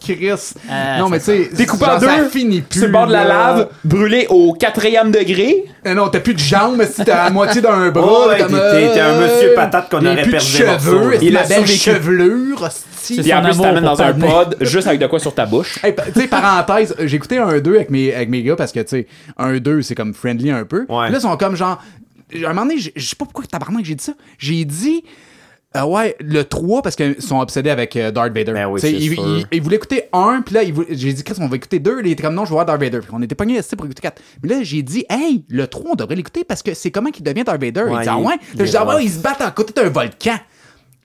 S3: Chris.
S2: Euh,
S4: Ah,
S3: non, mais tu sais.
S5: Découpé
S3: genre,
S5: en deux,
S3: ça finit plus.
S5: sur le bord de la
S3: là.
S5: lave, brûlé au quatrième degré.
S3: Eh non, t'as plus de jambes, mais si t'as à moitié d'un bras.
S2: Oh, ouais,
S3: comme,
S2: t'es- t'es- t'es un
S3: euh,
S2: monsieur patate qu'on
S3: il a
S2: aurait
S3: plus de
S2: perdu des morceaux,
S3: cheveux,
S2: là.
S3: est-ce que
S5: Il
S3: ma
S5: a
S3: belle
S5: survécu.
S3: chevelure, hostie.
S5: Puis en
S4: Son
S5: plus,
S4: amour
S5: t'amènes
S4: pour
S5: dans un
S4: Padmé.
S5: pod juste avec de quoi sur ta bouche.
S3: Hey, pa- tu sais, parenthèse, euh, j'écoutais un 2 avec mes, avec mes gars parce que, tu sais, un 2, c'est comme friendly un peu.
S2: Ouais.
S3: Puis Là, ils sont comme genre. À un moment donné, je je sais pas pourquoi tabarnak j'ai dit ça. J'ai dit. euh, ouais, le 3, parce qu'ils sont obsédés avec euh, Darth Vader.
S2: Ben oui,
S3: Tu sais,
S2: c'est
S3: ils,
S2: sûr.
S3: ils- ils voulaient écouter 1, puis là, ils voulaient- j'ai dit, Chris, on va écouter 2. Il était comme, non, je vais voir Darth Vader. Puis on était pognés ici pour écouter 4. Mais là, j'ai dit, hey, le 3, on devrait l'écouter parce que c'est comment qu'il devient Darth Vader. il
S2: Ouais,
S3: dit, ah
S2: il-
S3: ouais.
S2: il
S3: Là,
S2: est
S3: j'ai dit, ah ouais,
S2: rough.
S3: ils se battent à côté d'un volcan.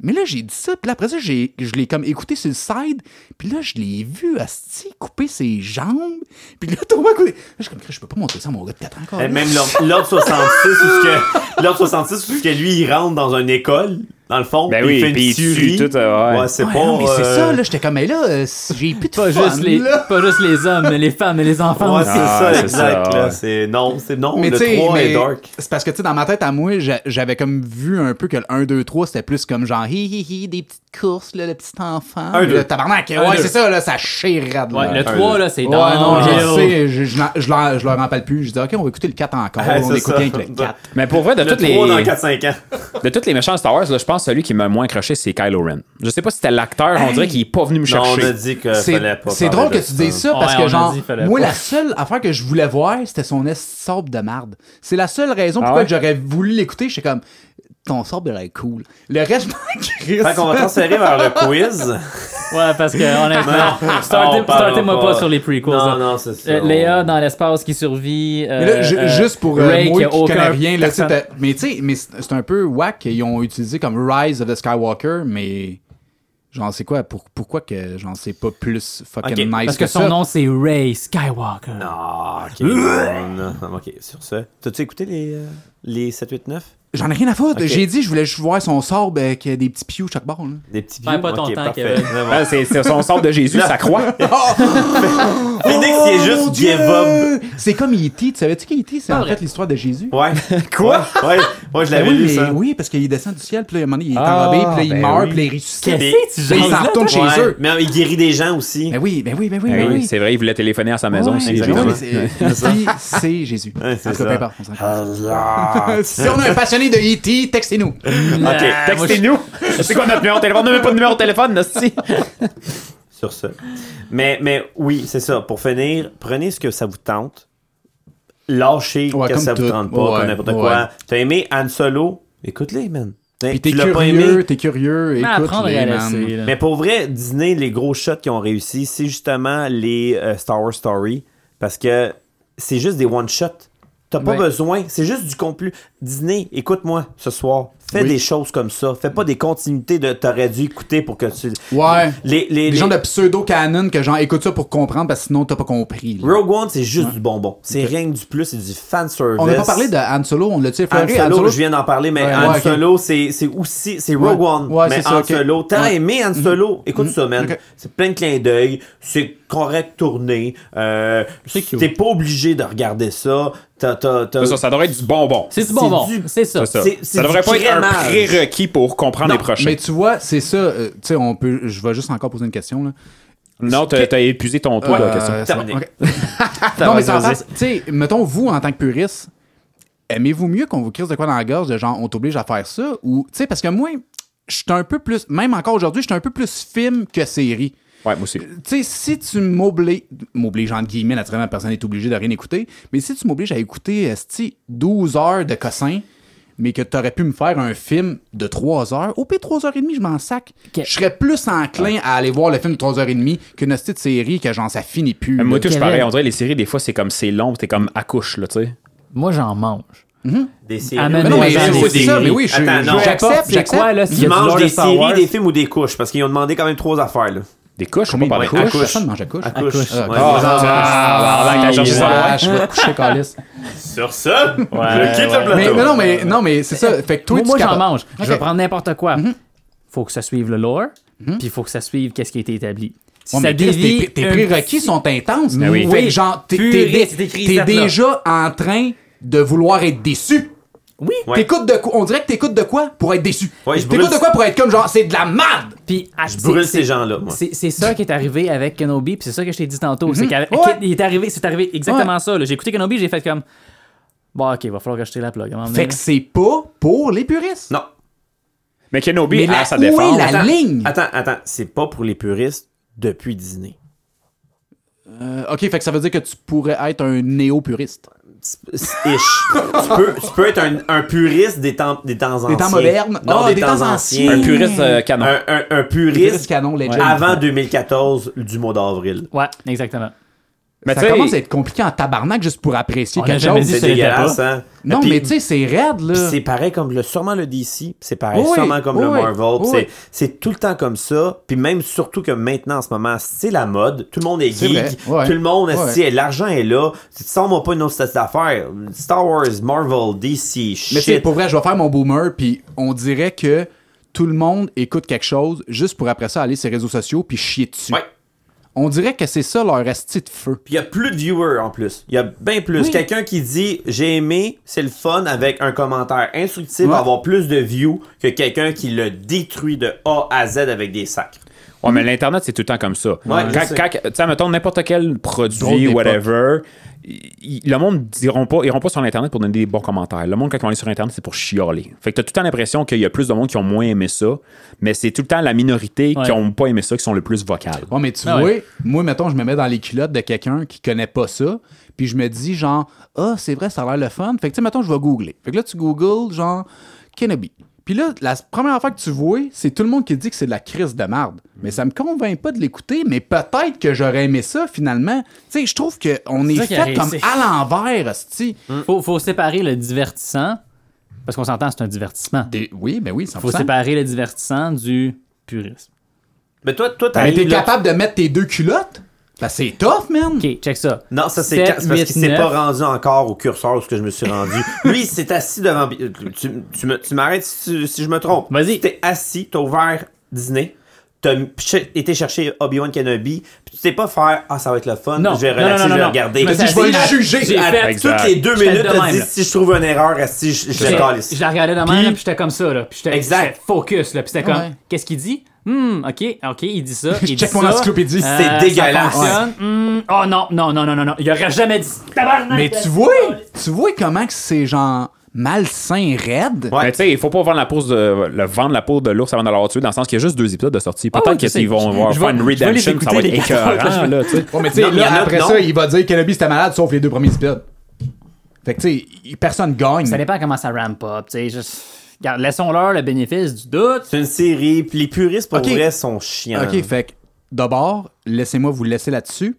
S3: Mais là, j'ai dit ça, puis là, après ça, j'ai, je l'ai comme écouté sur le side, puis là, je l'ai vu, Asti, couper ses jambes, puis là, tout à coup, là, je suis comme, Christ, je peux pas montrer ça à mon gars de 4 encore.
S2: Eh, Même l'ordre l'ordre 66, où ce que- l'ordre 66, où ce que lui, il rentre dans une école, dans le fond,
S5: Ben
S2: puis
S5: oui,
S2: il fait une
S5: puis il
S2: tuerie.
S5: tue tout, euh, ouais.
S2: c'est
S3: Ouais,
S2: pas.
S3: non, mais c'est
S2: euh,
S3: ça, là, j'étais comme, mais là, euh, j'ai plus de
S4: Pas
S3: fun,
S4: juste, les,
S3: là.
S4: pas juste les hommes, mais les femmes et les enfants.
S2: Ouais,
S4: aussi.
S2: c'est
S5: Ah,
S2: ça,
S5: c'est
S2: exact.
S5: ça,
S2: là.
S5: ouais.
S2: C'est non, c'est non.
S3: Mais
S2: le
S3: tu sais,
S2: 3
S3: mais
S2: est dark.
S3: c'est parce que, tu sais, dans ma tête à moi, j'a- j'avais comme vu un peu que le 1, 2, 3, c'était plus comme genre, hi hi hi, des petites courses, là, le petit enfant.
S2: Un,
S3: Puis
S2: deux.
S3: Le tabarnak, ouais,
S4: deux.
S3: c'est ça, là, ça chérade,
S4: Ouais, le
S2: Ouais,
S4: 3,
S2: ouais.
S4: là, c'est
S3: Ouais, non, je
S4: dangereux.
S3: sais, je, je, n'en- je leur, je leur en parle plus. Je dis, OK, on va écouter le 4 encore.
S2: Ouais,
S3: on
S2: c'est
S3: écoute
S2: ça.
S3: bien que le 4.
S5: Mais pour vrai, de,
S2: Le
S5: toutes
S2: 3
S5: les,
S2: dans 4-5 ans.
S5: de toutes les méchants Star Wars, là, je pense que celui qui m'a moins accroché, c'est Kylo Ren. Je sais pas si c'était l'acteur, on dirait qu'il est pas venu me
S2: Non,
S5: chercher.
S2: on a dit que
S3: C'est-
S2: Euh, fallait pas.
S3: C'est
S2: parler
S3: drôle que
S2: de
S3: tu dises ça parce
S4: Ouais, on
S3: que,
S4: a
S3: genre,
S4: dit, fallait
S3: moi,
S4: pas.
S3: la seule affaire que je voulais voir, c'était son est sable de marde. C'est la seule
S4: Ah
S3: raison pourquoi
S5: ouais?
S3: j'aurais voulu l'écouter. J'étais comme, ton sable il a l'air cool. Le reste, je m'en crisse.
S2: Fait qu'on va transférer vers le quiz.
S4: Ouais, parce que honnêtement, startez-
S2: on parlera
S4: startez-moi pas
S2: pas.
S4: sur les prequels.
S2: Non,
S4: hein.
S2: non, c'est ça,
S4: Euh,
S2: on-
S4: Léa dans l'espace qui survit. euh,
S3: Mais là, ju-
S4: euh,
S3: juste pour euh,
S4: Rey
S3: moi
S4: qui
S3: qui
S4: a aucun
S3: connais rien, là, tu sais,
S4: personne-
S3: t'as- mais tu sais, mais c'est c'est un peu whack. Ils ont utilisé comme Rise of the Skywalker, mais genre, c'est quoi? Pour, pourquoi que j'en sais pas plus fucking
S2: Ok,
S3: nice
S4: Parce
S3: que,
S4: que son
S3: ça?
S4: nom, c'est Ray Skywalker.
S2: Ah, ok. non, non, ok, sur ce. T'as-tu écouté les, euh, les 7-8-9
S3: J'en ai rien à foutre.
S2: Ok.
S3: J'ai dit, je voulais juste voir son sort ben, avec des petits pious chaque bord. là.
S2: Des petits
S4: Perds
S2: vieux.
S4: pas ton
S2: Ok,
S4: temps,
S2: parfait.
S4: Kevin.
S2: Vraiment.
S5: Ah, c'est c'est son sort de Jésus, ça croit.
S2: Oh,
S4: Oh
S2: Phoenix, il est juste give up.
S3: C'est comme E.T. Tu savais-tu qu'E.T. c'est
S4: Pas
S3: en
S4: vrai.
S3: fait l'histoire de Jésus?
S2: Ouais. Quoi Ouais, moi je
S3: Ben
S2: l'avais
S3: oui,
S2: lu
S3: mais-
S2: ça.
S3: oui, parce qu'il descend du ciel, puis là, à un moment donné, il est
S5: Ah,
S3: enrobé, puis là, il
S5: ben
S3: meurt,
S5: oui.
S3: puis là, il ressuscite.
S2: Mais-
S4: Qu'est-ce que tu
S3: Ils s'en
S4: jases, là?
S3: retournent chez
S2: Ouais,
S3: eux.
S2: Mais euh, il guérit des gens aussi.
S3: Ben oui, ben oui, ben oui,
S5: Ben
S3: ben
S5: oui,
S3: oui.
S5: C'est vrai, il voulait téléphoner à sa maison
S3: Ouais,
S5: aussi.
S3: ben
S5: genre.
S3: oui, c'est- E.T., c'est Jésus.
S2: Ouais, c'est
S3: En tout cas,
S2: ça.
S3: peu importe, on s'en fout.
S4: Ben
S2: Allah.
S3: Si on a un passionné de E.T., textez-nous.
S2: Ah, Ok,
S5: Textez-nous! C'est quoi notre numéro de téléphone? On n'a même pas de numéro de téléphone, aussi.
S2: sur ça. Mais, mais oui, c'est ça. Pour finir, prenez ce que ça vous tente. Lâchez
S3: Ouais,
S2: que
S3: comme
S2: ça vous
S3: tout.
S2: tente pas,
S3: Ouais,
S2: comme n'importe
S3: ouais.
S2: quoi. T'as aimé Han Solo? Écoute-les, man.
S3: Puis
S2: tu
S3: t'es
S2: l'as pas aimé?
S3: curieux, t'es curieux,
S4: Mais
S3: écoute,
S4: apprendre à
S3: les
S4: laisser.
S3: man.
S4: là.
S2: Mais pour vrai, Disney, les gros shots qui ont réussi, c'est justement les euh, Star Wars Story. Parce que c'est juste des one-shots. T'as pas
S4: Ouais.
S2: besoin. C'est juste du complu. Disney, écoute-moi ce soir. Fais
S3: Oui.
S2: des choses comme ça. Fais pas des continuités de t'aurais dû écouter pour que tu.
S3: Ouais.
S2: Les, les,
S3: Des
S2: les-
S3: gens de pseudo-canon que genre écoute ça pour comprendre parce que sinon t'as pas compris. là.
S2: Rogue One, c'est juste du bonbon. C'est rien que du plus, c'est du fanservice.
S3: On n'a pas parlé de Han Solo, on l'a-tu
S2: Han
S3: effleuré? Han
S2: Solo,
S3: Solo?
S2: je viens d'en parler, mais
S3: Ouais,
S2: Han
S3: ouais, ok.
S2: Solo, c'est c'est aussi, c'est Rogue
S3: Ouais.
S2: One,
S3: Ouais,
S2: mais
S3: c'est ça,
S2: Han
S3: ok.
S2: Solo. T'as
S3: Ouais. Mhm.
S2: aimé Han Solo? Écoute ça, man.
S3: Ok.
S2: C'est plein de clins d'œil, c'est correct tourné, euh,
S4: cute.
S2: t'es pas obligé de regarder ça, t'as, t'as, t'as-
S5: Ça, ça, ça devrait être du bonbon.
S4: C'est du bonbon.
S2: du-
S4: C'est ça.
S5: C'est ça.
S2: c'est- c'est
S5: Ça devrait
S2: du
S5: pas être un
S2: crémage.
S5: prérequis pour comprendre les prochains.
S3: Mais tu vois, c'est ça. euh, tu sais, on peut. Je vais juste encore poser une question. Là.
S5: Non, t'as t'as épuisé ton tour de la question.
S3: Euh, ça va,
S2: Terminé.
S3: ok. non, mais ça
S5: vas-y.
S3: passe. Tu sais, mettons, vous, en tant que puriste, aimez-vous mieux qu'on vous crisse de quoi dans la gorge, de genre, on t'oblige à faire ça? Ou, tu sais, parce que moi, je suis un peu plus. Même encore aujourd'hui, je suis un peu plus film que série.
S5: Ouais, moi aussi.
S3: tu sais, si tu m'obliges, m'obliges entre guillemets, naturellement, personne n'est obligé de rien écouter, mais si tu m'obliges à écouter esti, 12 heures de cossin, mais que tu aurais pu me faire un film de 3 heures, au pire 3 heures et demie, je m'en sac.
S4: Ok.
S3: Je serais plus enclin à aller voir le film de 3 heures et demie qu'une esti de série que genre ça finit plus.
S5: Euh, Moi,
S3: là.
S5: tout, je suis
S4: Kevin.
S5: pareil. On dirait les séries, des fois, c'est comme c'est long, t'es comme accouche, là, tu sais.
S4: Moi, j'en mange.
S2: des séries.
S4: Amène
S3: mais non,
S4: Ouais,
S3: mais
S4: j'en ai
S3: c'est
S4: Ah, des-
S3: c'est ça, mais oui, je-
S2: Attends, non.
S3: je- j'accepte,
S4: J'accepte,
S3: j'accepte.
S4: quoi, là, s'il y
S2: Tu
S4: a du lore
S2: manges
S4: de
S2: des
S4: Star
S2: séries,
S4: Wars?
S2: des films ou des couches, parce qu'ils ont demandé quand même trois affaires, là.
S5: Des couches, on pas parler
S2: Ouais,
S5: de couches.
S2: accouche.
S3: Personne mange à couche.
S2: Couches.
S4: couches.
S2: Ouais. Ah,
S5: Ah, ah, ah, ah,
S3: Je
S5: ah, ah,
S3: je vais coucher, câlisse.
S2: Sur ça, je quitte le
S3: mais,
S2: plateau.
S3: mais non, mais, non, mais c'est ça. Fait que toi,
S4: moi,
S3: tu
S4: moi, j'en
S3: capotes.
S4: mange. Je vais
S3: Ok. Mhm.
S4: prendre n'importe quoi. Faut que ça suive le lore, puis faut que ça suive qu'est-ce qui a été établi. Si
S3: Ouais,
S4: ça
S3: mais Chris,
S4: dévie
S3: tes, tes
S4: un
S3: prérequis
S4: petit-
S3: sont intenses.
S5: Ben oui.
S3: Fait que
S4: Oui.
S3: genre, t'es,
S4: Purée,
S3: t'es dé-
S4: c'est écrit,
S3: t'es
S4: ça, là.
S3: déjà en train de vouloir être déçu.
S4: Oui.
S2: Ouais.
S3: T'écoutes de quoi? On dirait que t'écoutes de quoi pour être déçu.
S2: Ouais, je
S3: t'écoutes
S2: brûle-
S3: de quoi pour être comme genre, c'est de la merde!
S4: Puis, ah, c'est-
S2: brûle
S4: c'est-
S2: ces gens-là, moi.
S4: C'est c'est ça qui est arrivé avec Kenobi, puis c'est ça que je t'ai dit tantôt. C'est qu'à-
S3: Mhm. Ouais.
S4: qu'il- il est arrivé, c'est arrivé exactement
S3: Ouais.
S4: ça. là. J'ai écouté Kenobi, j'ai fait comme. Bon, ok, va falloir que je tire la plug. à un moment donné,
S3: Fait que c'est pas pour les puristes.
S2: Non.
S5: Mais
S3: Mais
S5: Kenobi,
S3: la-
S5: à sa
S3: où est
S5: défense.
S3: la ligne?
S2: Attends, attends, c'est pas pour les puristes depuis Disney.
S3: Euh, ok, fait que ça veut dire que tu pourrais être un néo-puriste.
S2: C'est- Ish. tu, peux, tu peux être un, un puriste des temps, des temps anciens.
S3: temps modernes?
S2: Non,
S3: Ah,
S2: des,
S3: des
S2: temps,
S3: temps
S2: anciens.
S3: anciens.
S5: Un puriste euh,
S2: Un,
S5: canon.
S2: un, un,
S3: Puriste
S2: puriste
S3: canon, legend.
S2: avant 2014 du mois d'avril.
S4: Ouais, exactement.
S5: Mais tu
S3: Ça commence à
S5: sais,
S3: être compliqué en tabarnak juste pour apprécier
S4: On a
S3: quelque
S4: jamais
S3: chose.
S4: dit-
S2: C'est
S4: ça l'était
S2: dégueulasse, hein?
S3: Non,
S2: Puis-
S3: mais tu sais, c'est raide, là.
S2: puis c'est pareil comme le, sûrement le DC, puis c'est pareil
S3: Euh, Oui,
S2: sûrement comme le
S3: oui,
S2: Marvel, puis
S3: oui.
S2: c'est- c'est tout le temps comme ça, puis même surtout que maintenant en ce moment, c'est la mode, tout le monde est
S3: C'est
S2: geek,
S3: vrai, ouais.
S2: tout le monde
S3: Ouais.
S2: esti, l'argent est là, tu te sens pas une autre cette affaire. Star Wars, Marvel, DC,
S3: Mais tu sais,
S2: shit.
S3: pour vrai, je vais faire mon boomer, puis on dirait que tout le monde écoute quelque chose juste pour après ça aller sur les réseaux sociaux puis chier dessus.
S2: Ouais.
S3: On dirait que c'est ça leur esti de feu.
S2: Puis il y a plus de viewers en plus. Il y a bien plus. Quelqu'un qui dit j'ai aimé, c'est le fun avec un commentaire instructif
S3: Ouais.
S2: va avoir plus de views que quelqu'un qui le détruit de A à Z avec des sacs.
S5: ouais,
S4: Mm.
S5: mais l'Internet, c'est tout le temps comme ça.
S2: Ouais, je
S5: Quand-
S2: sais.
S5: quand- Tu sais, mettons n'importe quel
S3: Drôle
S5: produit,
S3: d'époque.
S5: whatever. il- il- Le monde diront pas, iront pas sur l'internet pour donner des bons commentaires. Le monde quand ils vont aller sur internet, c'est pour chialer. Fait que t'as tout le temps l'impression qu'il y a plus de monde qui ont moins aimé ça, mais c'est tout le temps la minorité
S4: Ouais.
S5: qui ont pas aimé ça qui sont le plus vocal.
S3: Ouais, mais tu
S4: Ah
S3: vois,
S4: ouais.
S3: moi, mettons, je me mets dans les culottes de quelqu'un qui connaît pas ça, puis je me dis, genre, ah, c'est vrai, ça a l'air le fun. Fait que, tu sais, mettons, je vais googler. Fait que là, tu googles, genre, Kenobi. Puis là, la première fois que tu vois, c'est tout le monde qui dit que c'est de la crise de marde. Mais ça me convainc pas de l'écouter, mais peut-être que j'aurais aimé ça, finalement. Tu sais, je trouve qu'on est,
S4: ça qui
S3: fait
S4: arrive, Hum.
S3: comme
S4: c'est-
S3: à l'envers, hostie.
S2: Mm.
S4: Faut, faut séparer le divertissant, parce qu'on s'entend, c'est un divertissement.
S3: Des- Oui, ben oui, 100%.
S4: Faut séparer le divertissant du purisme.
S2: Mais toi, toi,
S3: Mais t'es
S2: t'arrives là-
S3: capable de mettre tes deux culottes? Ben, c'est tough, man!
S4: Ok, check ça.
S2: Non, ça c'est
S4: Sept,
S2: quand- c'est parce
S4: huit,
S2: qu'il s'est
S4: neuf.
S2: pas rendu encore au curseur où ce que je me suis rendu. Lui, il s'est assis devant. Tu, tu me- tu m'arrêtes si, tu- si je me trompe.
S4: Vas-y.
S2: Tu t'es assis, t'as ouvert Disney, t'as ch- été chercher Obi-Wan Kenobi, puis tu t'es pas faire Ah, ça va être le fun,
S4: Non.
S2: je
S4: Non,
S2: vais
S4: non,
S2: relaxer,
S4: non,
S2: je vais
S4: non.
S2: regarder.
S4: Je me
S2: Tu
S4: suis
S2: as
S4: assis,
S2: dit,
S4: là,
S2: à-
S3: juger.
S2: à-
S4: fait.
S2: toutes les deux
S4: J'étais
S2: minutes,
S4: de
S2: t'as
S4: même,
S2: dit
S4: là.
S2: si je trouve une erreur, si je, je la calisse.
S4: Je la regardais de même,
S2: Puis-
S4: là, puis j'étais comme ça, là. Puis j'étais
S2: Exact.
S4: j'étais focus, là. Puis c'était comme,
S3: Ouais.
S4: qu'est-ce qu'il dit? Hmm, ok, ok, il dit ça. il
S3: check
S4: dit
S3: mon
S4: ça.
S3: encyclopédie,
S4: Euh,
S2: c'est
S4: ça
S2: dégueulasse.
S4: fonctionne. Hmm, oh non, non, non, non, non, non. Il aurait jamais dit. Tabarnak!
S3: Mais tu vois, tu vois comment que c'est genre malsain, raide?
S2: Ouais.
S5: Mais tu sais, il faut pas vendre la peau de, le vendre la peau de l'ours avant de l'avoir tué, dans le sens qu'il y a juste deux épisodes de sortie. Peut-être
S4: ouais, Ah je
S5: que
S4: sais.
S5: s'ils vont
S4: Je-
S5: voir
S4: je
S5: faire
S4: vais-
S5: une
S4: je vais les
S5: redemption, ça va être
S4: écouter, les
S5: écœurant,
S4: quatre.
S5: là, tu sais.
S3: Ouais, mais Ben, tu sais,
S2: Non, il y en
S3: là,
S2: a
S3: après
S2: que non.
S3: ça, il va dire Kenobi c'était malade sauf les deux premiers épisodes. Fait que tu sais, il- personne gagne.
S4: Ça dépend comment ça ramp up, tu sais. Juste... Regarde, laissons-leur le bénéfice du doute.
S2: C'est une série, puis les puristes pour
S3: Ok.
S2: vrai sont chiants.
S3: Ok, fait que d'abord, laissez-moi vous laisser là-dessus.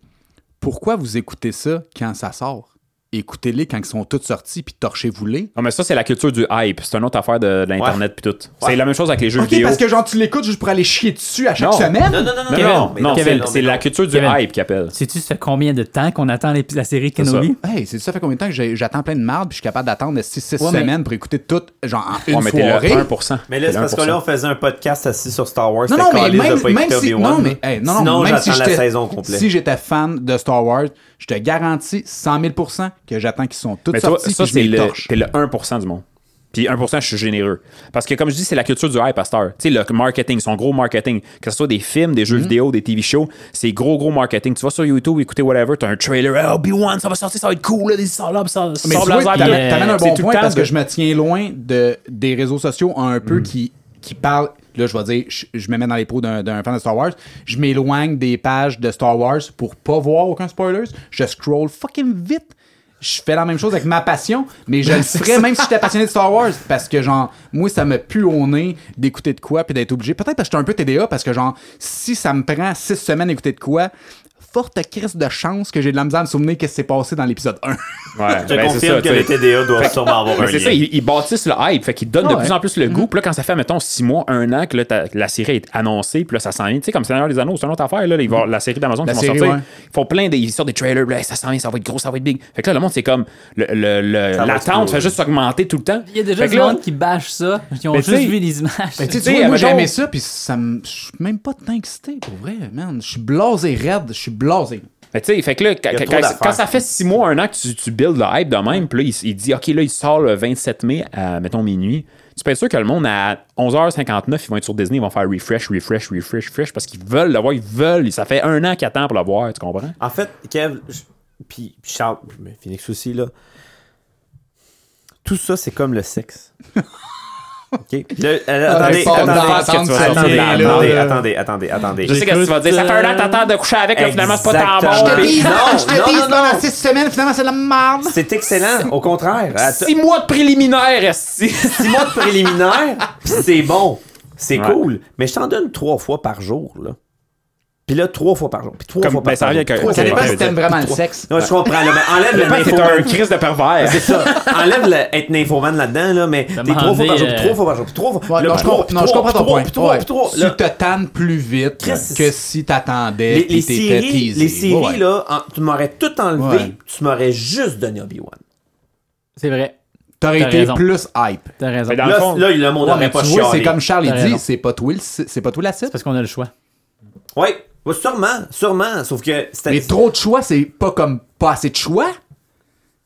S3: Pourquoi vous écoutez ça quand ça sort? écoutez-les quand ils sont tous sortis, puis torchez-vous-les.
S5: Non, mais ça, c'est la culture du hype. C'est une autre affaire de, de l'Internet puis tout. C'est la même chose avec les jeux
S3: Ok,
S5: vidéo.
S3: parce que genre, tu l'écoutes juste pour aller chier dessus à chaque
S5: Non.
S3: semaine?
S2: Non, non, non, non,
S5: Non, non,
S2: mais
S5: non,
S2: mais
S5: c'est-
S2: non,
S5: c'est
S2: mais
S5: la
S2: non.
S5: culture du
S1: Kevin.
S5: hype qui appelle.
S1: Sais-tu, ça fait combien de temps qu'on attend l'ép- la série
S5: ça.
S1: Kenobi?
S3: Hey, c'est ça fait combien de temps que j'ai- j'attends plein de marde, puis je suis capable d'attendre 6-7
S1: Ouais, mais-
S3: semaines pour écouter tout, genre, en une
S5: On mettait le
S3: soirée?
S5: 1%.
S2: Mais là, c'est parce que là, on faisait un podcast assis sur Star Wars.
S3: Non, non,
S2: c'était
S3: mais
S2: caliste de
S3: même,
S2: pas
S3: même
S2: écouter
S3: si.
S2: Obi-Wan.
S3: Non, mais, hey, non, non,
S2: Sinon,
S3: même si
S2: j'attends la
S3: j'étais-
S2: saison complète.
S3: Si j'étais fan de Star Wars, je te garantis 100 000 que j'attends qu'ils sont tous
S5: Mais toi,
S3: sortis,
S5: ça,
S3: puis je
S5: c'est
S3: les
S5: le,
S3: torche.
S5: t'es le 1% du monde. Puis 1%, je suis généreux. Parce que, comme je dis, c'est la culture du hype à Star. Tu sais, le marketing, son gros marketing, que ce soit des films, des jeux
S2: Mhm.
S5: vidéo, des TV shows, c'est gros, gros marketing. Tu vas sur YouTube, écouter whatever, t'as un trailer, Oh, Obi-Wan, ça va sortir, ça va être cool, là, des sorts là, ça,
S3: Mais
S5: sort
S3: tu vois,
S5: blazer,
S3: t'amènes-
S5: puis-
S3: t'amènes un
S5: c'est
S3: bon
S5: tout le
S3: point
S5: temps
S3: parce que
S5: de- Mm.
S3: je me tiens loin de, des réseaux sociaux un peu qui, qui parlent. Là, je vais dire, je, je me mets dans les peaux d'un d'un fan de Star Wars. Je m'éloigne des pages de Star Wars pour pas voir aucun spoilers. Je scroll fucking vite. Je fais la même chose avec ma passion, mais je le ferais même si j'étais passionné de Star Wars. Parce que, genre, moi, ça me pue au nez d'écouter de quoi puis d'être obligé. Peut-être parce que j'étais un peu TDA, parce que, genre, si ça me prend six semaines d'écouter de quoi, forte crise de chance que j'ai de la misère à me souvenir qu'est-ce qui s'est passé dans l'épisode 1.
S5: Ouais,
S2: Je te
S5: ben, c'est
S2: confirme
S5: ça,
S2: que
S5: tu sais.
S2: le TDA doit sûrement avoir un
S5: Mais Ben, c'est
S2: lien.
S5: ça, ils, ils bâtissent le hype. Fait qu'ils donnent de
S3: Ouais.
S5: plus en plus le goût. Puis là, quand ça fait, mettons, six mois, un an que là, ta- la série est annoncée, puis là, ça s'en vient. Tu sais, comme Seigneur des Anneaux, c'est une autre affaire. Là, Ils vont- la série d'Amazon
S3: La
S5: qui vont
S3: série,
S5: sortir.
S3: ouais.
S5: Ils font plein de. Ils sortent des trailers, là, ça s'en vient, ça va être gros, ça va être big. Fait que là, le monde, c'est comme. le- le- le-
S2: va
S5: L'attente
S2: exploser.
S5: fait juste augmenter tout le temps.
S1: Il y a déjà
S5: Fait
S1: des
S5: que là,
S1: gens qui bâchent ça, qui ont
S5: Mais
S1: juste
S5: tu sais-
S1: vu les images.
S3: Mais tu
S5: Tu sais,
S3: sais, tu vois, moi
S5: mettons-
S3: j'ai aimé ça, puis ça me. Je suis même pas tant excité, pour vrai, man. Je suis blasé raide, je suis blasé.
S5: Mais tu sais, fait que là, quand,
S2: Il y a
S5: quand-
S2: trop d'affaires.
S5: quand ça fait six mois, un an que tu, tu builds le hype de même, puis là, il, il dit, OK, là, il sort le 27 mai à, mettons, minuit. Tu peux être sûr que le monde, à 11h59, ils vont être sur Disney, ils vont faire refresh, refresh, refresh, refresh, parce qu'ils veulent le voir, ils veulent. Ça fait un an qu'ils attendent pour le voir, tu comprends?
S2: En fait, Kev, je- puis puis Charles, mais Phoenix aussi, là. Tout ça, c'est comme le sexe. OK? Le- euh, attendez,
S3: fort
S2: attendez,
S3: Ah, dans la
S2: attendez,
S3: tente, ça
S2: attendez,
S3: vient, là.
S2: attendez, attendez, attendez, attendez.
S5: Je sais que tu vas dire, ça fait un an que t'attends de coucher avec, là, finalement, c'est pas tant
S2: Exactement.
S5: bon.
S2: Non, non, non, non.
S3: six semaines, finalement, c'est de la merde.
S2: C'est excellent, au contraire. Att-
S5: Six mois de préliminaire, esti.
S2: six mois de préliminaire, pis c'est bon. C'est
S5: Ouais.
S2: cool. Mais je t'en donne trois fois par jour, là. Puis là, trois fois par jour. Puis trois
S5: Comme-
S2: fois par
S5: ben, ça
S2: jour.
S5: revient que-
S2: Trois
S5: que-
S2: fois
S5: que-
S2: par
S5: que-
S2: jour.
S3: t'aimes vraiment le
S2: Trois-
S3: sexe.
S2: Non, je comprends, là, mais enlève le
S5: C'est
S2: nymphomane.
S5: un crise de pervers.
S2: C'est ça. Enlève le être nymphoman là-dedans, là, mais t'es
S4: m'a
S2: trois fois
S4: enlevé,
S2: par jour,
S4: euh,
S2: puis trois fois par jour, puis trois fois.
S3: Ouais,
S2: là,
S3: non,
S2: puis
S3: je
S2: trois,
S3: comprends,
S2: puis
S3: non, je
S2: trois,
S3: comprends ton
S2: puis trois,
S3: point.
S2: puis trois,
S3: Ouais.
S2: puis trois,
S3: Tu
S2: là.
S3: te tannes plus vite
S2: Chris,
S3: que si t'attendais.
S2: Les, les
S3: puis t'étais
S2: séries,
S3: teasé.
S2: les séries
S3: Ouais.
S2: là, en- tu m'aurais tout enlevé,
S3: Ouais.
S2: tu m'aurais juste donné Obi-Wan.
S4: C'est vrai.
S3: T'aurais
S4: T'as
S3: été
S4: raison.
S3: plus hype.
S4: T'as raison.
S5: Mais dans- le
S2: Là,
S5: fond-
S2: là, le monde
S3: Ouais, mais
S2: n'aurait pas
S3: tu vois,
S2: chialé.
S3: c'est comme Charles
S4: T'as
S3: dit,
S4: raison.
S3: c'est pas toi le si- c'est pas toi la cible.
S4: Parce qu'on a le choix.
S2: Ouais, ouais, sûrement, sûrement, sauf que
S3: Mais
S2: c'était...
S3: trop de choix, c'est pas comme pas assez de choix.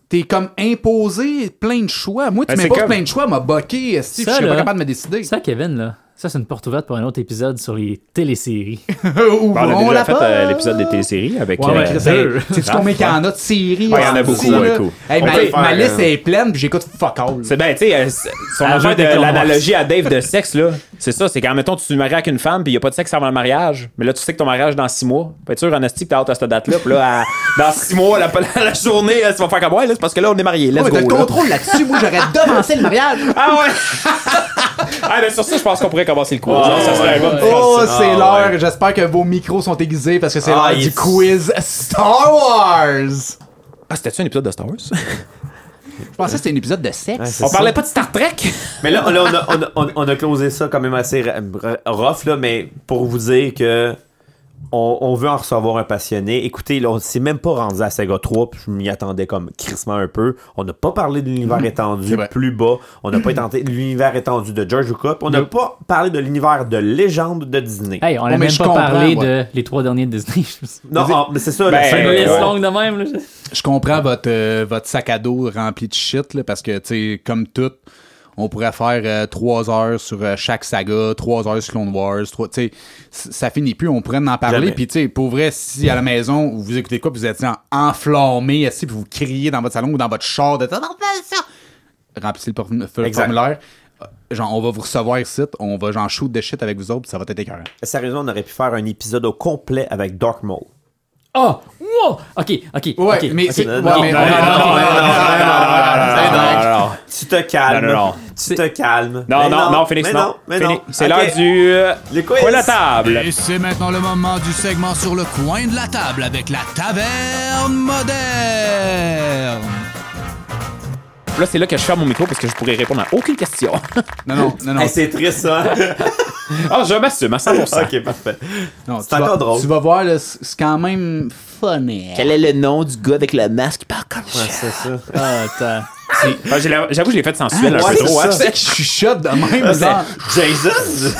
S3: T'es comme imposé plein de choix. Moi, tu
S5: Ben, c'est
S3: m'imposes
S5: comme-
S3: plein de choix, m'a boqué. esti,
S4: Ça,
S3: Je suis pas
S4: là,
S3: capable de me décider.
S4: Ça, Kevin, là, ça, c'est une porte ouverte pour un autre épisode sur les téléséries.
S5: Bon, on a
S3: Ouvrons
S5: déjà
S3: la
S5: fait
S3: porte.
S5: euh, l'épisode des téléséries avec.
S4: Ouais,
S5: euh,
S4: ouais. Deux.
S3: C'est tu combien qu'il y en a de séries?
S5: Ouais, il y en a
S3: en
S5: beaucoup,
S3: dessous,
S5: ouais,
S3: là?
S5: cool.
S3: Hey,
S5: On
S3: ma,
S5: peut faire,
S3: ma liste
S2: euh,
S3: est pleine, puis j'écoute fuck all.
S5: C'est bien, tu sais, euh, c- son affaire
S4: des
S5: de
S4: Clone
S5: l'analogie à Dave de sexe, là, c'est ça, c'est quand, mettons, tu te maries avec une femme, puis il n'y a pas de sexe avant le mariage, mais là, tu sais que ton mariage est dans six mois. Fait sûr, en esti, que t'as hâte à cette date-là, puis là, à- dans six mois, la, la- la journée, là, tu vas faire comme, ouais, là, c'est parce que là, on est mariés, let's
S3: Ouais,
S5: go.
S3: t'as le
S5: là.
S3: contrôle là-dessus. Moi, j'aurais devancé le mariage.
S5: Ah ouais! ah, ben, sur ça, je pense qu'on pourrait commencer le cours. ça serait un bon Ah,
S3: Oh,
S5: principe.
S3: c'est l'heure. J'espère que vos micros sont aiguisés parce que c'est
S2: Ah,
S3: l'heure
S2: il
S3: du
S2: est-
S3: quiz Star Wars. Je
S5: Ah, c'était-tu un épisode de Star Wars?
S3: pensais que c'était un épisode de sexe.
S2: c'est
S5: on
S2: ça.
S5: parlait pas de Star Trek?
S2: Mais là, là, on, a, on, a- on a- on a closé ça quand même assez ra- ra- rough, là, mais pour vous dire que on, on veut en recevoir un passionné. Écoutez, là, on s'est même pas rendu à Sega 3, puis je m'y attendais comme crissement un peu. On n'a pas parlé de
S5: Mhm.
S2: l'univers étendu
S3: vrai.
S2: plus bas. On n'a pas tenté de l'univers étendu de George Lucas. puis On n'a pas parlé de l'univers de légende de Disney.
S4: Hey, on
S3: Ouais,
S4: a
S3: mais
S4: même
S3: je
S4: pas
S3: comprends,
S4: parlé
S3: moi.
S4: de les trois derniers de Disney.
S2: non, ah, mais c'est ça.
S5: Ben,
S2: la fin de-
S5: ouais.
S4: C'est
S5: ouais.
S4: longue de même. là.
S3: Je comprends votre, euh, votre sac à dos rempli de shit, là, parce que, tu sais, comme tout, on pourrait faire euh, trois heures sur euh, chaque saga, trois heures sur Clone Wars, trois, tu sais, c- ça finit plus, on pourrait en parler.
S2: Jamais.
S3: Puis, tu sais, pour vrai, si à la maison, vous écoutez quoi, puis vous êtes en- enflammé, assis, puis vous criez dans votre salon ou dans votre char de remplissez le por- le
S2: Exact.
S3: formulaire. Euh, Genre, on va vous recevoir ici, on va genre shoot de shit avec vous autres, puis ça va être écœurant.
S2: Sérieusement, on aurait pu faire un épisode au complet avec Dark Maul.
S4: Oh! Wow! OK, OK.
S3: Ouais,
S4: ok,
S3: mais
S4: ok.
S3: c'est-
S4: Non,
S3: ouais,
S4: non,
S3: mais-
S4: non, non,
S3: non, non,
S4: non, non,
S3: non,
S4: non.
S5: Ah,
S2: Tu te calmes.
S5: Non, non, non.
S2: Tu te calmes.
S5: Non,
S2: Mais
S5: non, non, Félix,
S2: mais
S5: non.
S2: mais
S5: Félix,
S2: non.
S5: C'est
S2: Ok.
S5: l'heure du. euh,
S2: Le quiz.
S5: Coin de la table.
S7: Et c'est maintenant le moment du segment sur le coin de la table avec la taverne moderne.
S5: Puis là, c'est là que je ferme mon micro parce que je pourrais répondre à aucune question.
S3: Non, non, Ah non, non.
S2: Hey, c'est triste, ça.
S5: Ah, je m'assume à 100%.
S2: ok, parfait.
S3: non,
S2: c'est
S3: tu vas-
S2: encore drôle.
S3: Tu vas voir, là, c'est c'est quand même funny.
S5: Quel est le nom du gars avec le masque qui parle comme
S2: C'est ça.
S4: Ah, t'as-
S5: Ah, j'ai la- J'avoue, je l'ai fait sensuel un
S2: Ah, Ouais,
S5: peu
S2: c'est
S5: trop. hein.
S2: ça.
S3: Je chuchote de même, genre.
S2: Jason?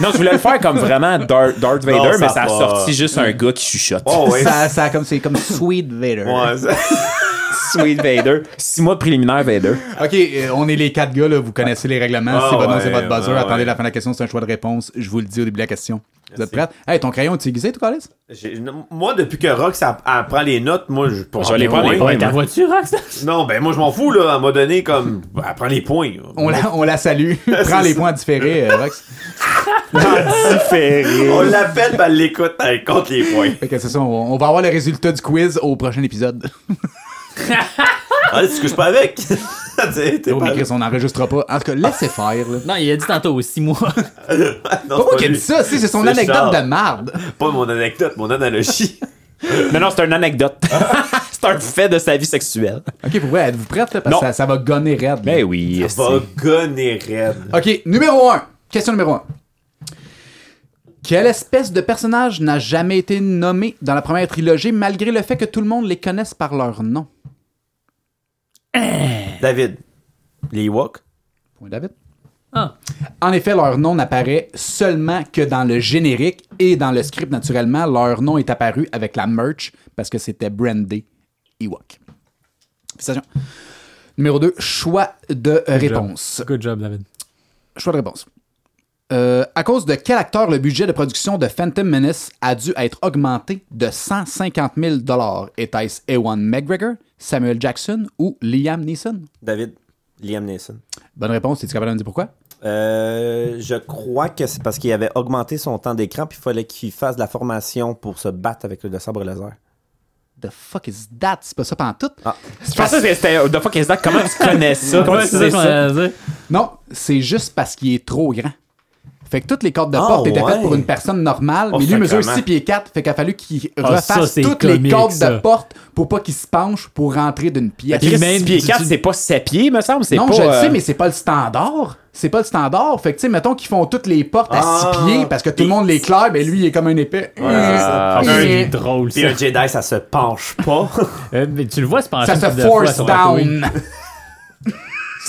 S5: Non, je voulais le faire comme vraiment Dar- Darth, Vader,
S2: Non, ça
S5: mais ça a
S2: va.
S5: sorti juste un gars qui chuchote.
S2: Oh, ouais.
S3: Ça, ça a comme, c'est comme Sweet Vader.
S2: Ouais, ça-
S5: Sweet Vader. Six mois de préliminaire Vader.
S3: Ok, euh, on est les quatre gars, là, vous connaissez les règlements.
S2: Ah
S3: c'est votre nom,
S2: ouais,
S3: c'est votre buzzer.
S2: ouais,
S3: Attendez
S2: ouais.
S3: la fin de la question, c'est un choix de réponse. Je vous le dis au début de la question. Vous êtes
S2: Merci.
S3: prêts? Hey, ton crayon, tu aiguisé, toi, Calis?
S2: J'ai- Moi, depuis que Rox elle- elle prend les notes, moi, je
S5: Je vais les prendre, les
S2: points.
S5: points,
S4: ta
S3: hein.
S5: moi.
S4: voiture, Rox?
S2: Non, ben moi, je m'en fous, là. Elle m'a donné comme. Elle prend les points.
S3: On la, on la salue. Prends les
S2: ça.
S3: points différés, euh, Rox.
S2: Ah, On l'appelle, ben elle l'écoute, elle compte les points.
S3: Fait que c'est ça, on, on va avoir le résultat du quiz au prochain épisode.
S2: Ah, tu te couches pas avec. Tu sais, t'es
S3: Oh,
S2: pas-
S3: mais Chris, on n'enregistrera pas. En tout cas, laissez faire, là.
S4: Non, il a dit tantôt aussi, moi.
S2: Non,
S3: Pas moi
S2: c'est
S3: qui ai
S2: lui.
S3: dit ça, c'est c'est son
S2: C'est
S3: anecdote
S2: Charles.
S3: de marde.
S2: Pas mon anecdote, mon analogie.
S5: Non, non, c'est une anecdote. c'est un fait de sa vie sexuelle.
S3: Ok, pour vrai, êtes-vous prête, là, Parce
S5: Non.
S3: que ça, ça va gonner raide. là.
S5: Ben oui.
S2: Va gonner raide.
S3: Ok, numéro 1. Question numéro 1. Quelle espèce de personnage n'a jamais été nommé dans la première trilogie malgré le fait que tout le monde les connaisse par leur nom?
S2: David, les Ewoks?
S3: Point David.
S4: Ah.
S3: En effet, leur nom n'apparaît seulement que dans le générique et dans le script, naturellement. Leur nom est apparu avec la merch parce que c'était brandé Ewok. Félicitations. Numéro 2, choix de réponse.
S4: Good job, David.
S3: Choix de réponse. Euh, à cause de quel acteur le budget de production de Phantom Menace a dû être augmenté de 150 000 Était-ce Ewan McGregor, Samuel Jackson ou Liam Neeson?
S2: David, Liam Neeson.
S3: Bonne réponse. Es-tu capable de me dire pourquoi?
S2: Euh, je crois que c'est parce qu'il avait augmenté son temps d'écran, puis il fallait qu'il fasse de la formation pour se battre avec le sabre laser.
S3: The fuck is that? C'est pas ça pantoute?
S5: Je pensais que c'était. euh, The fuck is that? Comment tu connais ça? Comment tu sais ça?
S3: Non, c'est juste parce qu'il est trop grand. Fait que toutes les cordes de
S2: Ah,
S3: porte étaient faites
S2: ouais.
S3: pour une personne normale,
S2: Oh,
S3: mais lui mesure
S2: sacrément.
S3: 6 pieds 4, fait qu'il a fallu qu'il
S4: Ah,
S3: refasse
S4: ça, c'est
S3: toutes les
S4: comique,
S3: cordes
S4: ça.
S3: de porte pour pas qu'il se penche pour rentrer d'une pièce.
S5: Chris,
S4: même,
S5: six pieds
S4: tu-
S5: 4,
S4: tu-
S5: c'est pas 7 pieds, me semble. c'est
S3: Non,
S5: pas,
S3: je le
S5: euh,
S3: sais, mais c'est pas le standard. C'est pas le standard. Fait que, tu sais, mettons qu'ils font toutes les portes
S2: Ah.
S3: à six pieds parce que tout le monde les claire, mais lui, il est comme un épais.
S2: Ah,
S4: c'est
S2: un-
S4: drôle,
S2: Puis
S4: ça.
S2: un Jedi, ça se penche pas.
S4: Euh, mais tu le vois se pencher
S3: Ça
S4: une
S3: se
S4: couple de fois
S3: force
S4: sur la couille.
S3: down.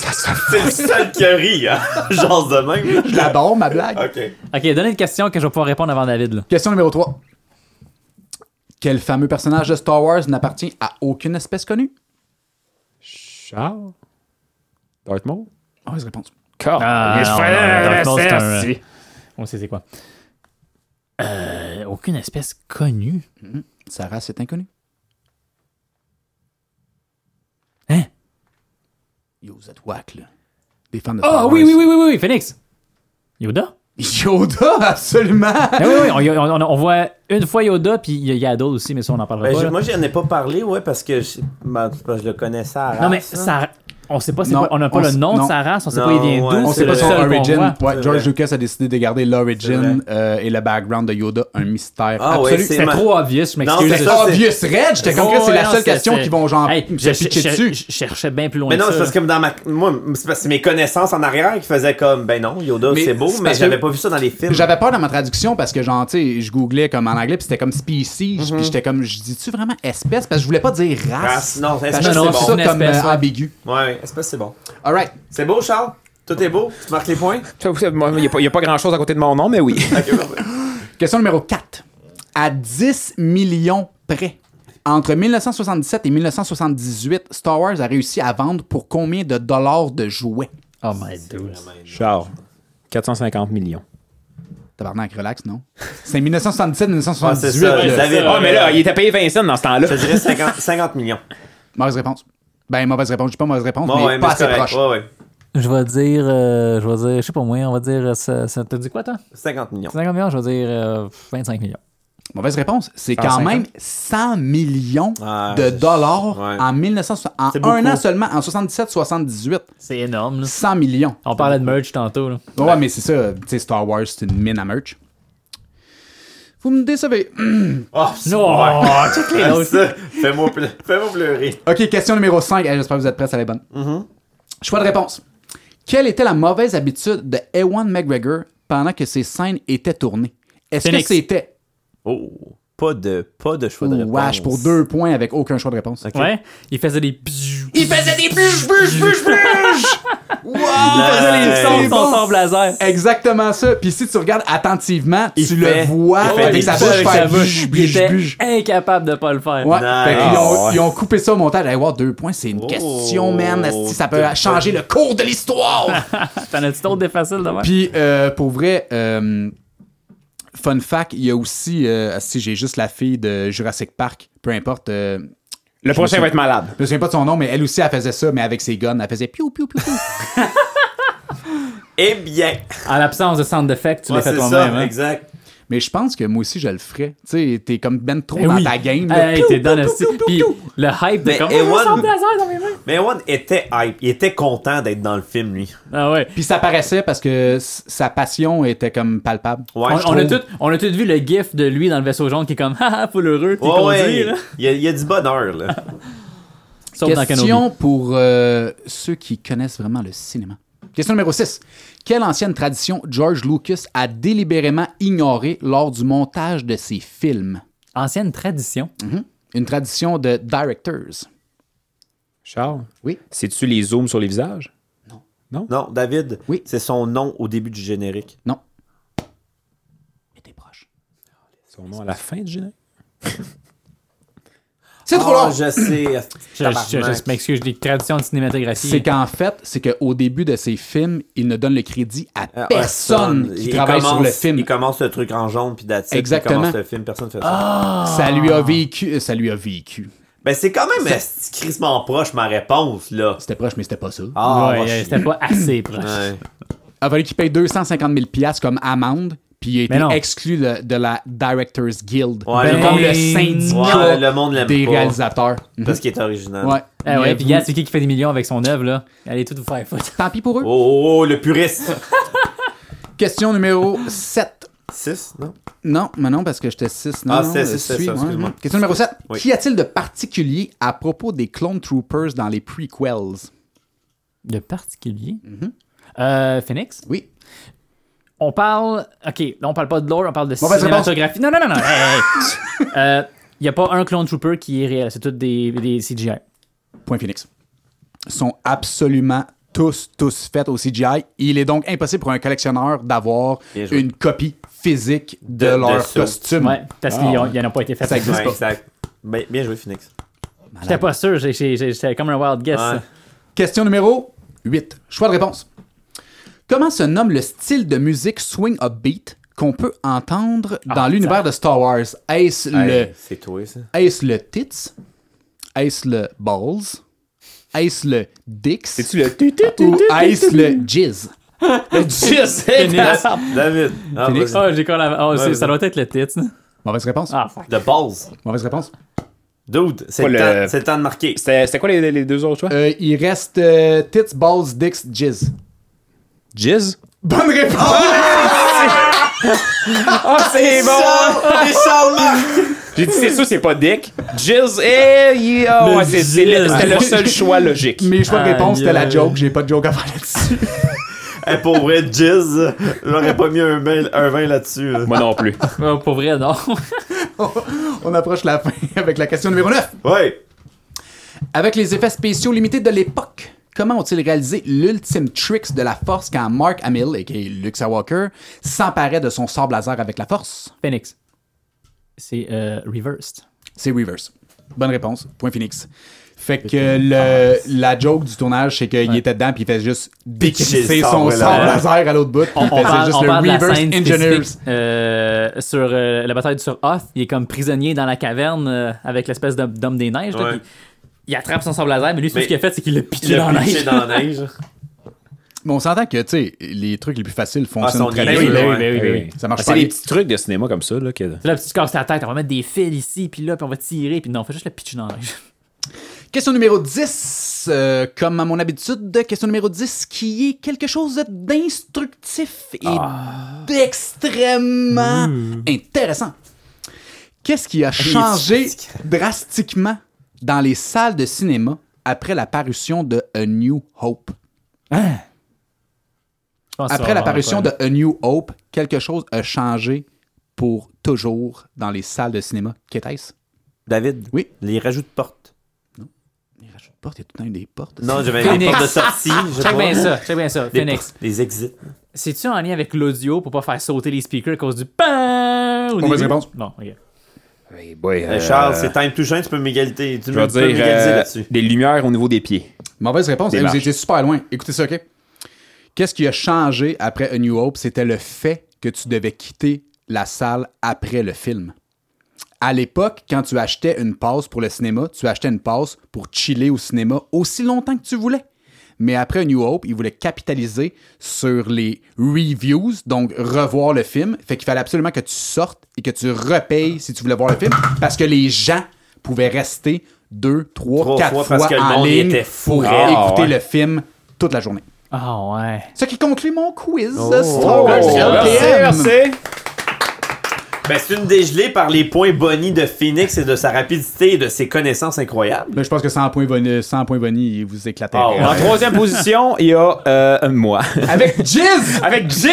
S2: c'est le seul qui rit, hein? Genre de même.
S3: Je l'adore, ma blague.
S2: Ok.
S4: Ok, donnez une question que je vais pouvoir répondre avant David. Là.
S3: Question numéro 3. Quel fameux personnage de Star Wars n'appartient à aucune espèce connue?
S5: Charles? Darth Maul?
S3: Mauvaise réponse.
S4: Ah,
S5: Mais je
S4: non,
S5: fais-
S4: non, non, Darth Maul, c'est un- euh,
S5: si.
S4: On sait c'est quoi. Euh, aucune espèce connue.
S3: Sa race est inconnue.
S4: Hein?
S3: Yo, vous êtes whack, là. Des fans de
S4: Ah
S3: Star
S4: oui,
S3: Wars.
S4: oui, oui, oui, oui, oui, Phoenix. Yoda?
S3: Yoda, absolument!
S4: Ah oui, oui, on, on- on voit une fois Yoda, puis il y a- il y a d'autres aussi, mais ça, on en parlera
S2: Ben,
S4: pas.
S2: je-
S4: là.
S2: moi, j'en ai pas parlé, ouais, parce que je, ma- parce que je le connaissais à la
S4: Non, mais
S2: race, hein.
S4: ça, on sait pas, c'est
S3: Non,
S4: quoi- on n'a
S3: on
S4: pas le
S3: sait-
S4: nom
S3: non.
S4: de sa race, on sait pas
S2: Non,
S4: il vient
S2: ouais,
S4: d'où.
S3: On
S2: C'est
S3: sait pas
S2: vrai.
S3: son
S4: le seul qu'on
S3: origin.
S4: voit.
S3: Ouais,
S2: C'est
S3: George
S2: vrai.
S3: Lucas a décidé de garder l'origin euh, et le background de Yoda un mystère
S2: Ah ouais,
S3: absolu.
S2: c'est-
S4: C'était
S2: ma-
S4: trop obvious, je
S2: Non,
S4: m'excuse.
S2: c'est
S3: C'est
S2: ça,
S3: obvious, Red! J'étais comme Chris, Oh, c'est la
S4: Oh, Ouais,
S3: seule
S4: c'est-
S3: question
S4: c'est-
S3: qui vont genre
S4: Hey,
S3: se
S4: je,
S3: pitcher
S4: je-
S3: dessus.
S4: je- je cherchais bien plus loin
S2: Mais non,
S4: que
S2: c'est
S4: ça.
S2: parce que dans ma, moi, c'est parce que c'est mes connaissances en arrière qui faisaient comme, ben non, Yoda,
S3: Mais
S2: c'est beau,
S3: c'est
S2: mais
S3: parce
S2: j'avais
S3: que-
S2: pas vu ça dans les films.
S3: J'avais peur dans ma traduction parce que genre tu sais, je googlais comme en anglais puis c'était comme species puis j'étais comme je dis-tu vraiment espèce parce que je voulais pas dire race.
S2: Mhm. Race, non,
S3: Parce
S2: espèce,
S3: que je
S2: c'est
S3: trouve
S2: bon.
S3: ça
S4: Une
S3: comme
S4: espèce,
S3: euh,
S4: ouais.
S3: ambigu.
S2: Ouais, espèce, c'est bon.
S3: All right.
S2: C'est beau, Charles? Tout est beau? Tu marques les points?
S5: J'avoue, c'est- moi, Il n'y a pas grand chose à côté de mon nom, mais oui.
S2: Ok, parfait.
S3: Question numéro 4. À 10 millions près, entre 1977 et 1978, Star Wars a réussi à vendre pour combien de dollars de jouets?
S4: Oh my dude.
S5: Charles, 450 millions.
S3: Tabarnak, relax, non? C'est 1977,
S2: Ouais,
S3: 1978.
S2: c'est ça,
S3: là.
S2: la- David.
S5: Ah, mais là, il était payé 20 cents dans ce temps-là.
S2: Je dirais 50, 50 millions.
S3: Mauvaise réponse. Ben, mauvaise réponse. Je dis pas mauvaise réponse,
S2: Bon,
S3: Oh, mais
S2: ouais,
S3: pas
S2: mais c'est
S3: assez
S2: correct.
S3: proche.
S2: Ouais, ouais.
S4: Je vais dire, euh, je vais dire, je sais pas moi, on va dire, euh, ça, ça t'as dit quoi toi?
S2: 50 millions.
S4: 50 millions, je vais dire euh, 25 millions.
S3: Mauvaise réponse. C'est quand
S5: 150.
S3: même 100 millions
S2: Ah,
S3: de
S2: c'est-
S3: dollars
S2: ouais.
S3: en 1960 en
S2: C'est
S3: un
S2: beaucoup.
S3: an seulement, en 77-78.
S4: C'est énorme.
S3: 100 millions.
S4: On parlait de merch tantôt. Là.
S3: Ouais, mais c'est ça. Tu sais, Star Wars, c'est une mine à merch. Vous me décevez.
S2: Oh,
S4: Non,
S2: c'est ça. Fais-moi ple- fais-moi pleurer.
S3: OK, question numéro 5. J'espère que vous êtes prêts, ça va être bonne.
S2: Mm-hmm.
S3: Choix de réponse. Quelle était la mauvaise habitude de Ewan McGregor pendant que ses scènes étaient tournées? Est-ce que
S4: Phoenix.
S3: c'était
S2: Oh, pas de, pas de choix de réponse.
S3: Wash pour deux points avec aucun choix de réponse?
S4: Ouais, il faisait des bzzz,
S3: Il faisait des bûches, bûches, bûches, bûches!
S2: faisait les sons
S4: son, son sort blazer.
S3: Exactement ça. Puis si tu regardes attentivement,
S2: Il
S3: tu
S2: fait-
S3: le vois
S2: il fait
S3: avec
S2: des
S3: sa
S2: bûches
S3: bouche
S2: avec sa
S3: faire
S2: bouche.
S3: bûche,
S4: Il
S3: bûche,
S4: était
S3: bûche.
S4: incapable de pas le faire.
S3: Ouais.
S2: Nice. Ah
S3: Fait qu'ils ont,
S2: Ouais. Oh,
S3: ils ont coupé ça au montage. Allez voir deux points, c'est une question, man. Asti, ça peut changer le cours de l'histoire.
S4: T'en as-tu d'autres des faciles de
S3: Puis, euh, pour vrai, euh, fun fact, il y a aussi, euh, si j'ai juste la fille de Jurassic Park, peu importe. euh,
S5: Le prochain
S3: me
S5: va être malade.
S3: je me souviens pas de son nom, mais elle aussi, elle faisait ça, mais avec ses guns, elle faisait piou, piou, piou, piou.
S2: Eh bien.
S4: En l'absence de sound effect, tu
S2: Ouais,
S4: l'as fait
S2: c'est ça,
S4: toi-même. hein.
S2: exact.
S3: mais je pense que moi aussi, je le ferais. Tu sais, t'es comme ben trop
S4: Eh
S3: dans
S4: oui.
S3: ta game. là.
S4: Hey,
S3: Piou,
S4: t'es
S3: piou,
S4: dans le
S3: piou,
S4: style.
S3: piou, piou,
S4: Puis
S3: piou.
S4: le hype de
S2: Mais
S4: comme.
S2: Ewan-
S4: Ah, un son blazer dans mes mains.
S2: Mais Ewan était hype. Il était content d'être dans le film, lui.
S4: Ah ouais.
S3: Puis ça paraissait parce que s- sa passion était comme palpable.
S2: Ouais,
S4: On,
S2: je
S4: on a
S2: trouve.
S4: tout, on a tous vu le gif de lui dans le vaisseau jaune qui est comme Haha, full heureux, t'es
S2: Ouais,
S4: conduit,
S2: ouais.
S4: là.
S2: Il y, a, il y a du bonheur, là.
S4: Sauf dans Kenobi.
S3: Question pour euh, ceux qui connaissent vraiment le cinéma. Question numéro 6. Quelle ancienne tradition George Lucas a délibérément ignorée lors du montage de ses films?
S4: Ancienne tradition.
S2: Mm.
S3: Une tradition de directors.
S5: Charles?
S3: Oui.
S5: C'est-tu les zooms sur les visages?
S2: Non, David,
S3: Oui.
S2: c'est son nom au début du générique.
S3: Non. Mais t'es proche.
S5: Son nom à la fin du générique?
S3: C'est trop
S2: Ah,
S3: long!
S2: je sais.
S4: Je, je- je- je m'excuse, je dis tradition de cinématographie.
S3: C'est qu'en fait, c'est qu'au début de ses films, il ne donne le crédit à
S2: Ah,
S3: personne
S2: Austin,
S3: qui
S2: il
S3: travaille sur
S2: commence-
S3: le film.
S2: Il commence le truc en jaune, puis d'attitude.
S3: Exactement. Ah,
S2: Il commence le film, personne fait ça.
S3: Ça lui
S4: Ah.
S3: a vécu. euh, Ça lui a vécu.
S2: Ben, c'est quand même esti, crissement proche, ma réponse, là.
S3: C'était proche, mais c'était pas ça.
S2: Ah,
S4: Ouais,
S2: va
S4: euh,
S2: chier.
S4: c'était pas assez proche.
S2: Ouais.
S3: Il a fallu qu'il paye 250 000 piastres comme amende, puis il a été
S4: Mais non.
S3: exclu de, de la Directors Guild.
S2: Ouais,
S3: C'est
S2: le
S3: comme
S2: monde-
S3: le syndicat
S2: Ouais, le monde l'aime
S3: des
S2: pas.
S3: réalisateurs.
S2: Parce qu'il est original.
S3: Ouais.
S4: Ah
S3: Il a
S4: ouais, puis
S3: voulu-
S4: regarde, c'est qui qui fait des millions avec son œuvre, là. Allez tout vous faire foutre.
S3: Tant pis pour eux.
S2: Oh, oh, oh, le puriste.
S3: Question numéro 7.
S2: 6, non?
S3: Non, mais non, parce que j'étais 6. Non,
S2: Ah,
S3: non,
S2: c'est-
S3: euh,
S2: c'est- c'est
S3: suis,
S2: ça,
S3: ouais.
S2: excuse-moi.
S3: Question numéro 7.
S2: Oui.
S3: Qu'y a-t-il de particulier à propos des Clone Troopers dans les prequels?
S4: De particulier.
S3: Mm-hmm.
S4: Euh, Phoenix?
S3: Oui.
S4: On parle. Ok, là, on parle pas de lore, on parle de
S3: Mauvaise
S4: cinématographie. Non, non, non, non. Il n'y Euh, a pas un clone trooper qui est réel, c'est tout des, des CGI.
S3: Point Phoenix. Sont absolument tous, tous faits au CGI. Il est donc impossible pour un collectionneur d'avoir
S2: Bien joué.
S3: une copie physique de,
S2: De- de
S3: leur
S2: ça.
S3: costume.
S4: Ouais, parce qu'il n'y en a pas été fait.
S3: Hum. Ah, Ça existe
S2: Ouais,
S3: pas.
S2: exact. Ben, bien joué, Phoenix.
S4: J'étais pas sûr, j'ai- j'ai- j'ai- j'étais comme un wild guess.
S2: Ouais.
S3: Question numéro 8. Choix de réponse. Comment se nomme le style de musique swing upbeat qu'on peut entendre dans l'univers de Star Wars? Est-ce
S2: Ah, Hey, C'est toi, ça.
S3: le, est le tits? Est-ce le balls? Est-ce le dicks?
S5: C'est-tu le tu tu tu
S3: Ou est-ce le jizz?
S2: David. Ah,
S3: Phoenix.
S2: vas-y.
S4: Oh, j'ai quoi la... oh, c'est- ça doit être le titre. non?
S3: Mauvaise réponse.
S4: Ah, fuck.
S2: De base.
S3: Mauvaise réponse.
S2: Dude, c'est
S5: Pas
S2: le,
S5: le-
S2: temps- c'est le temps de marquer.
S5: C'était c'était quoi les, les deux autres choix?
S3: Euh, il reste euh, tits, balls, dicks, jizz.
S5: Jizz?
S3: Bonne réponse!
S5: Ah, C'est bon! J'ai dit, c'est sûr, c'est pas dick. Jizz, eh, yeah, ouais, c'est- c'est le- c'était le seul choix logique.
S3: Mes choix de
S4: Aïe,
S3: réponse, c'était la
S4: aïe.
S3: joke. J'ai pas de joke à faire là-dessus.
S2: Eh, pour vrai, Jizz, j'aurais pas mis un, mail, un vin là-dessus. là.
S5: Moi non plus.
S4: Oh, pour vrai, non.
S3: On approche la fin avec la question numéro 9.
S2: Ouais.
S3: Avec les effets spéciaux limités de l'époque, comment ont-ils réalisé l'ultime tricks de la force quand Mark Hamill, a.k.a. Luke Skywalker, s'emparait de son sable laser avec la force?
S4: Phoenix. C'est euh, reversed.
S3: C'est Reverse. Bonne réponse. Point Phoenix. Fait que le, la joke du tournage, c'est qu'il était dedans puis il fait juste décrisser
S2: le
S3: son
S2: sable laser.
S3: sable laser à l'autre bout. puis il
S4: On
S3: faisait
S4: parle,
S3: juste
S4: on
S3: le
S4: parle de la
S3: Reverse
S4: scène
S3: Engineers.
S4: spécifique, euh, sur euh, la bataille sur Hoth. Il est comme prisonnier dans la caverne euh, avec l'espèce de- d'homme des neiges. là,
S2: Ouais.
S4: puis il attrape son sable laser, mais lui, tout
S2: Mais
S4: ce qu'il a fait, c'est qu'il l'a pitché
S2: Il
S4: dans
S2: a
S4: la
S2: pitché
S4: neige.
S2: dans la neige.
S3: Mais on s'entend que, tu sais, les trucs les plus faciles
S2: Ah,
S3: fonctionnent
S2: sont
S3: très
S2: des- Ben
S3: bien.
S2: oui, ben oui,
S3: là.
S2: ben oui,
S5: ben oui.
S3: Ça marche
S5: C'est
S3: pas.
S5: des petits trucs de cinéma comme ça, là. que-
S4: C'est Là, puis tu te casses la tête, on va mettre des fils ici, puis là, puis on va tirer, puis non, on fait juste le pitcher dans la neige.
S3: Question numéro 10. euh, comme à mon habitude, question numéro 10 qui est quelque chose
S2: Ah. Mmh.
S3: d'instructif et d'extrêmement intéressant. Qu'est-ce qui a changé drastiquement dans les salles de cinéma après la parution de A New Hope?
S4: Je pense que ça
S3: Après
S4: va
S3: l'apparition de
S4: avoir
S3: A New Hope, quelque chose a changé pour toujours dans les salles de cinéma. Qu'est-ce?
S2: David,
S3: Oui.
S2: les rajouts de portes.
S3: Les rajouts de portes, il y a tout le temps des portes.
S2: Non, j'avais les
S4: Phoenix.
S2: portes de sortie. je
S4: Check
S2: crois.
S4: bien ça, check bien ça.
S2: Les
S4: Phoenix,
S2: portes- Les exits.
S4: c'est-tu en lien avec l'audio pour pas faire sauter les speakers à cause du PAN au
S3: Mauvaise
S4: début?
S3: réponse.
S4: Bon, ok.
S5: Hey boy,
S2: Euh,
S5: euh,
S2: Charles, c'est time to shine, tu peux m'égalité. Tu
S5: Je veux
S2: peux
S5: dire,
S2: m'égaliser
S5: euh,
S2: là-dessus.
S5: des lumières au niveau des pieds.
S3: Mauvaise réponse. Eh, vous
S5: Démarche.
S3: étiez super loin. Écoutez ça, OK? Qu'est-ce qui a changé après A New Hope? C'était le fait que tu devais quitter la salle après le film. À l'époque, quand tu achetais une passe pour le cinéma, tu achetais une passe pour chiller au cinéma aussi longtemps que tu voulais. Mais après A New Hope, ils voulaient capitaliser sur les reviews, donc revoir le film. Fait qu'il fallait absolument que tu sortes et que tu repayes si tu voulais voir le film, parce que les gens pouvaient rester deux, trois,
S2: Trois
S3: quatre
S2: fois,
S3: fois,
S2: parce que le
S3: en
S2: monde y
S3: ligne
S2: était fou
S3: pour
S2: raide.
S3: écouter
S5: Ah, ouais.
S3: le film toute la journée.
S4: Ah ouais.
S3: Ce qui conclut mon quiz de Star
S2: Oh,
S3: Wars
S2: merci,
S3: LPM.
S2: Ben, c'est une dégelée par les points bonnies de Phoenix et de sa rapidité et de ses connaissances incroyables.
S3: Mais je pense que 100 points bonus, 100 points bonus, il vous éclatez.
S2: Ah ouais.
S5: En troisième position, il y a euh, moi.
S3: Avec Jizz!
S5: Avec Jizz!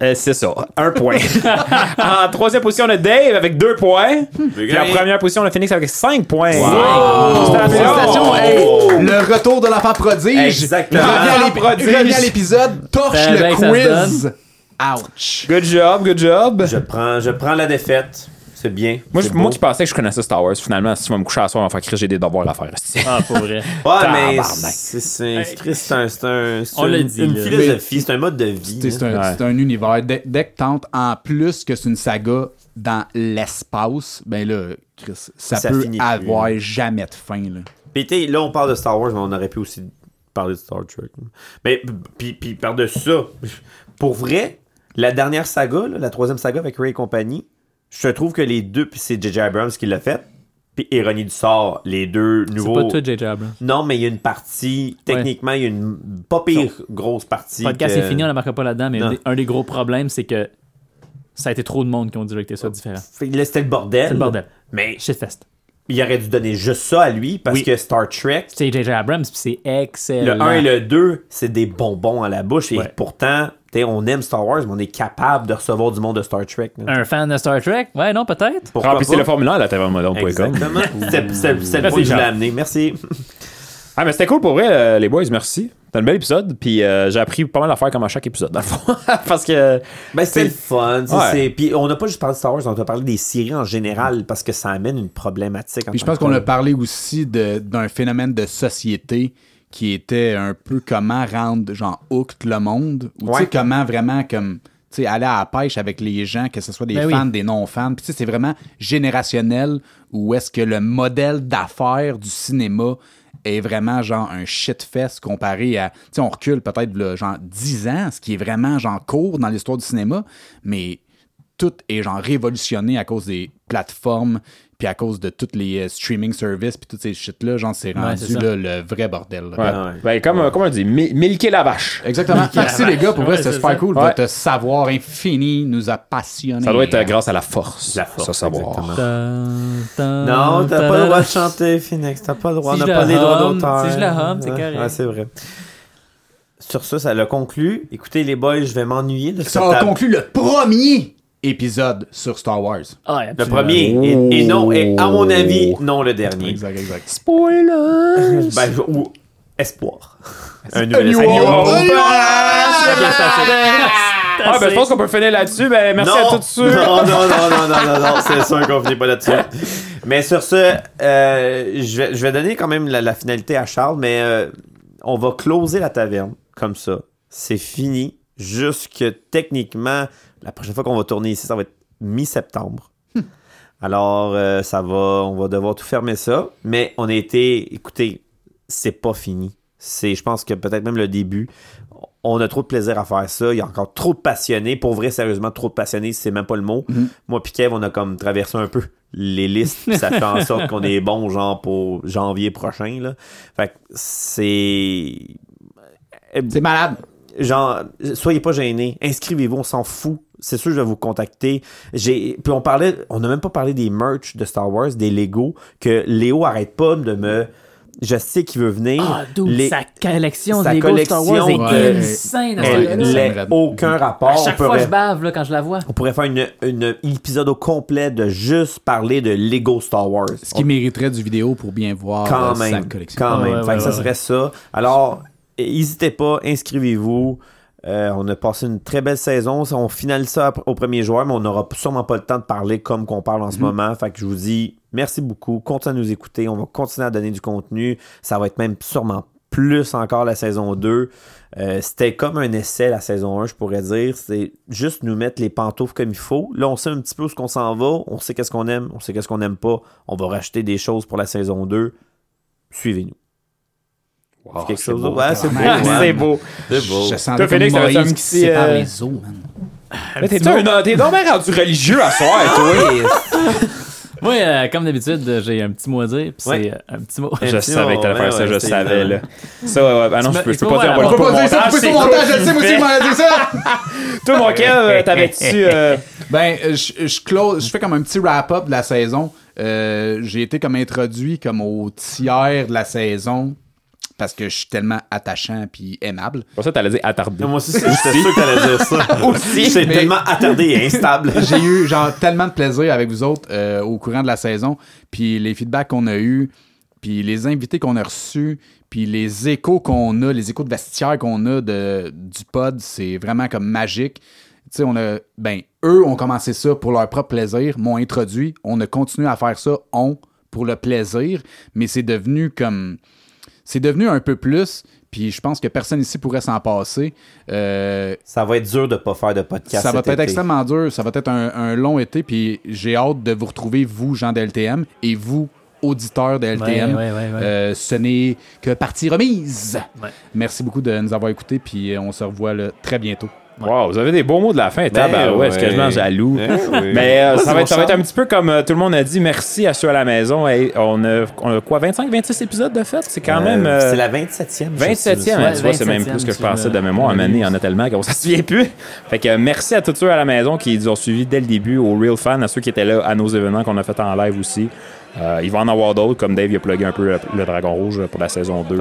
S5: Euh, c'est ça, un point. en troisième position, on a Dave avec deux points. Puis en première position, on a Phoenix avec cinq points. oh,
S3: Félicitations, hey, le retour de l'enfant prodige.
S2: Oh. Exactement.
S3: Reviens à l'ép-
S5: L'enfant prodige.
S3: reviens à l'épisode, torche
S4: Ça va
S3: le
S4: que ça se
S3: quiz. Ouch.
S5: Good job, good job.
S2: Je prends, je prends la défaite. C'est bien.
S5: Moi,
S2: c'est
S5: je- moi
S2: beau.
S5: qui pensais que je connaissais Star Wars, finalement, si tu vas me coucher à soir, on va faire Chris, j'ai des devoirs à faire. esti.
S4: Ah, pour vrai.
S2: Ouais, mais
S5: Tabarnak.
S2: c'est c'est- Chris, c'est un, c'est un, c'est
S4: On
S2: une,
S4: l'a dit,
S2: une
S4: là.
S2: philosophie, c'est un mode de vie. hein.
S3: C'est c'est un,
S5: Ouais.
S3: c'est un univers. Dès, dès que t'entres en plus que c'est une saga dans l'espace, ben là, Chris, ça,
S2: Ça
S3: peut
S2: finit plus.
S3: avoir jamais de fin. Là.
S2: Puis t'sais, là, on parle de Star Wars, mais on aurait pu aussi parler de Star Trek. Mais puis, puis par-dessus ça, pour vrai, la dernière saga, là, la troisième saga avec Ray et compagnie, je trouve que les deux, puis c'est J.J. Abrams qui l'a fait, puis Ironie du sort, les deux
S4: C'est
S2: nouveaux...
S4: pas tout, JJ Abrams.
S2: Non, mais il y a une partie, techniquement, il y a une pas pire grosse partie.
S4: Le podcast
S2: que-
S4: est fini, on ne marquera pas là-dedans, mais
S2: Non.
S4: un des- un des gros problèmes, c'est que ça a été trop de monde qui ont directé ça différent.
S2: Fait que Là, c'était le bordel.
S4: C'est le bordel.
S2: Mais
S4: Shitfest.
S2: il aurait dû donner juste ça à lui, parce
S4: Oui.
S2: que Star Trek,
S4: C'est J.J. Abrams, puis c'est excellent.
S2: Le 1 et le 2, c'est des bonbons à la bouche. Et
S4: Ouais.
S2: pourtant, t'sais, on aime Star Wars, mais on est capable de recevoir du monde de Star Trek. là.
S4: Un fan de Star Trek? Ouais, non, peut-être.
S2: Pourquoi
S5: Remplissez
S2: pas?
S5: le formulaire à la taverne-moderne.com.
S2: Exactement. C'est- c'est c'est le
S4: Merci,
S2: point que je voulais
S4: Charles.
S2: amener. Merci.
S5: Ah, mais c'était cool pour vrai, euh, les boys, merci. C'était un bel épisode, puis euh, j'ai appris pas mal d'affaires comme à chaque épisode, dans le fond. Parce que.
S2: Ben, c'est le fun. tu sais,
S5: Ouais.
S2: c'est- Puis on n'a pas juste parlé de Star Wars, on a parlé des séries en général parce que ça amène une problématique. en
S3: Puis je
S2: tant
S3: pense
S2: que
S3: qu'on a
S2: telle.
S3: parlé aussi de- d'un phénomène de société qui était un peu comment rendre genre hooked le monde ou tu sais
S2: Ouais.
S3: comment vraiment comme tu sais aller à la pêche avec les gens que ce soit des
S4: Ben oui.
S3: fans des non fans puis tu sais c'est vraiment générationnel ou est-ce que le modèle d'affaires du cinéma est vraiment genre un shitfest comparé à tu sais on recule peut-être là, genre 10 ans ce qui est vraiment genre court dans l'histoire du cinéma mais tout est genre révolutionné à cause des plateformes puis à cause de toutes les euh, streaming services puis toutes ces shit là genre c'est rendu
S4: c'est ça.
S3: là, le vrai bordel là.
S2: Ah,
S5: Ouais. Ben, comme, euh, comment on dit, mi- milquer la vache.
S3: Exactement. Merci les gars, pour vrai,
S4: Ouais,
S3: c'était
S4: c'est
S3: super
S4: ça.
S3: cool.
S5: Ouais.
S3: Votre savoir infini nous a passionnés.
S5: Ça doit être euh, grâce à la force.
S2: La force,
S5: Ça, savoir.
S2: exactement.
S4: Non,
S2: Non, t'as pas le droit de chanter, Phoenix. T'as pas le droit.
S4: Si
S2: on
S4: je
S2: n'a pas
S4: la
S2: les droits
S4: hum,
S2: d'auteur.
S4: si je la hum, c'est
S2: Ouais,
S4: correct.
S2: ouais, c'est vrai. Sur ça, ça l'a conclu. Écoutez, les boys, je vais m'ennuyer de
S3: Ça
S2: cette
S3: a
S2: table.
S3: conclu le premier épisode sur Star Wars.
S4: Ah,
S2: Le premier. Et, et non, et à mon avis, non le dernier.
S3: Exact, exact.
S5: Spoiler!
S2: Ben, je- ou espoir. Un
S5: New
S2: espoir.
S5: Hope.
S2: Un nouveau-
S5: Ah, ben, je pense qu'on peut finir là-dessus. Ben, merci à tous
S2: non,
S5: ceux.
S2: non, non, non, non, non, non, c'est sûr qu'on finit pas là-dessus. Mais sur ce, euh, je, vais, je vais donner quand même la, la finalité à Charles, mais euh, on va closer la taverne comme ça. C'est fini. Jusque techniquement, la prochaine fois qu'on va tourner ici, ça va être mi-septembre. Alors, euh, ça va, on va devoir tout fermer ça. Mais on a été, écoutez, c'est pas fini. C'est, je pense que peut-être même le début. On a trop de plaisir à faire ça. Il y a encore trop de passionnés. Pour vrai, sérieusement, trop de passionnés, c'est même pas le mot.
S4: Mhm.
S2: Moi puis Kev, on a comme traversé un peu les listes. puis ça fait en sorte qu'on est bon, genre, pour janvier prochain. Là. Fait que c'est...
S3: C'est malade.
S2: genre, soyez pas gênés, inscrivez-vous, on s'en fout. C'est sûr, je vais vous contacter. J'ai, puis on parlait, on n'a même pas parlé des merch de Star Wars, des Lego, que Léo arrête pas de me. Je sais qu'il veut venir.
S4: Ah, dude,
S2: Les-
S4: sa collection
S2: sa
S4: de Lego Star Wars est
S2: collection de-
S4: insane. à ce
S2: elle
S4: moment-là.
S2: l'est. aucun rapport.
S4: À
S2: On
S4: chaque
S2: peut
S4: fois,
S2: ré-
S4: je bave là, quand je la vois.
S2: on pourrait faire une, une épisode au complet de juste parler de Lego Star Wars.
S3: Ce qui mériterait du vidéo pour bien voir
S2: quand
S3: euh, sa
S2: même.
S3: collection.
S2: Quand
S4: Ah,
S2: même.
S4: ouais,
S2: Fait que
S4: ouais,
S2: ça
S4: ouais,
S2: serait ça. Alors, n'hésitez pas, inscrivez-vous. Euh, on a passé une très belle saison. On finalise ça au premier joueur, mais on n'aura sûrement pas le temps de parler comme qu'on parle en ce moment. Fait que je vous dis merci beaucoup. Continuez à nous écouter. On va continuer à donner du contenu. Ça va être même sûrement plus encore la saison 2. Euh, C'était comme un essai la saison 1, je pourrais dire. C'est juste nous mettre les pantoufles comme il faut. Là, on sait un petit peu où ce qu'on s'en va. On sait qu'est-ce qu'on aime, on sait qu'est-ce qu'on n'aime pas. On va racheter des choses pour la saison 2 suivez-nous.
S5: Wow,
S2: Quelque
S5: c'est
S2: chose
S5: beau.
S2: d'autre? Ouais, c'est beau.
S3: Ah,
S2: ouais.
S5: C'est beau.
S2: C'est beau.
S3: Je
S5: Toi,
S3: sentais comme
S5: Félix, t'avais
S3: Moïse
S5: un
S3: qui
S5: petit,
S3: sépare
S5: euh,
S3: les eaux, man.
S5: Mais t'es un- t'es donc bien rendu religieux à
S3: Ah,
S5: soir, toi.
S4: Moi, euh, comme d'habitude, euh, j'ai un petit mot à dire, puis c'est
S2: Ouais.
S4: euh, un petit mot.
S5: Je
S2: Sinon,
S5: savais que t'allais
S2: ouais,
S5: faire ça,
S2: ouais,
S5: je le
S2: c'est-
S5: savais, là. Ça, ouais, ouais, ah non,
S4: Tu
S5: je peux,
S4: me-
S5: je peux pas dire, on va
S4: il
S5: le
S4: faut
S5: couper au
S4: pas dire ça,
S5: montage,
S4: tu peux
S5: c'est
S4: pas
S5: toi.
S7: je sais, moi aussi, il m'a dit ça!
S5: Toi, mon Kev, euh, t'avais-tu... euh,
S3: Ben, euh, je, je close, je fais comme un petit wrap-up de la saison. Euh, j'ai été comme introduit comme au tiers de la saison parce que je suis tellement attachant puis aimable.
S5: Pour ça, t'allais dire attardé.
S2: Moi aussi, c'est- j'étais sûr que t'allais dire ça. Aussi. C'est
S3: Mais-
S2: tellement attardé et instable.
S3: J'ai eu genre tellement de plaisir avec vous autres euh, au courant de la saison, puis les feedbacks qu'on a eus, puis les invités qu'on a reçus, puis les échos qu'on a, les échos de vestiaire qu'on a de, du pod, c'est vraiment comme magique. Tu sais, on a, ben, eux ont commencé ça pour leur propre plaisir, m'ont introduit, on a continué à faire ça, on, pour le plaisir, mais c'est devenu comme c'est devenu un peu plus, puis je pense que personne ici pourrait s'en passer. Euh,
S2: Ça va être dur de pas faire de podcast.
S3: ça va
S2: cet
S3: être
S2: été.
S3: extrêmement dur, ça va être un, un long été, puis j'ai hâte de vous retrouver, vous, gens de LTM, et vous, auditeurs de LTM.
S4: Ouais, ouais, ouais, ouais.
S3: Euh, ce n'est que partie remise.
S4: Ouais.
S3: Merci beaucoup de nous avoir écoutés, puis euh, on se revoit là, très bientôt.
S5: Wow, vous avez des beaux mots de la fin, tabarouette,
S2: Ben Ah ouais.
S5: c'est
S2: Eh
S5: quasiment jaloux.
S2: oui.
S5: Mais euh,
S2: Moi, c'est
S5: ça, va
S2: mon
S5: être, ça va être
S2: charme.
S5: un petit peu comme euh, tout le monde a dit, merci à ceux à la maison. Hey, on, a, on a quoi, 25, 26 épisodes de fait? C'est quand
S2: Euh,
S5: même... euh,
S2: C'est la 27e. je
S5: 27e,
S2: sais.
S5: hein, tu vois, c'est
S4: 27e,
S5: même plus que je
S4: tu
S5: pensais
S4: me-
S5: de mémoire. À un moment donné, il y en a tellement qu'on s'en souvient plus. Fait que euh, merci à tous ceux à la maison qui nous ont suivis dès le début, aux real fans, à ceux qui étaient là à nos événements qu'on a fait en live aussi. Euh, il va en avoir d'autres, comme Dave, il a plugué un peu le, le Dragon Rouge pour la saison 2.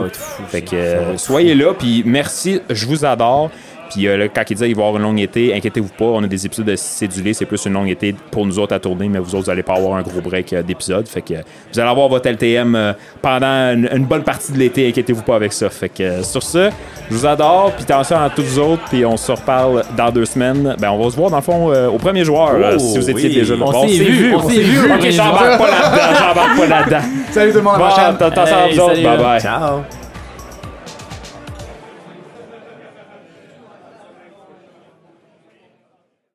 S5: fait que euh, soyez là, puis merci, je vous adore. Puis euh, là, quand il disait il va y avoir une longue été, inquiétez-vous pas, on a des épisodes de cédulés, c'est plus une longue été pour nous autres à tourner, mais vous autres, vous allez pas avoir un gros break euh, d'épisodes. Fait que euh, vous allez avoir votre LTM euh, pendant une, une bonne partie de l'été, inquiétez-vous pas avec ça. Fait que euh, sur ce, je vous adore, puis attention à tous vous autres, puis on se reparle dans deux semaines. Ben on va se voir dans le fond euh, au premier joueur,
S2: Oh,
S5: euh, si vous étiez
S2: oui.
S5: déjà là.
S4: On
S5: Bon,
S4: s'est vu, on s'est vu au
S5: Ok,
S4: premier
S5: j'embarque pas là-dedans, j'embarque pas là-dedans.
S3: Salut tout le monde, à la
S5: Bon,
S3: prochaine!
S5: t'entends ça,
S4: Hey,
S5: vous autres,
S4: salut, hein. là.
S5: bye bye.
S2: Ciao.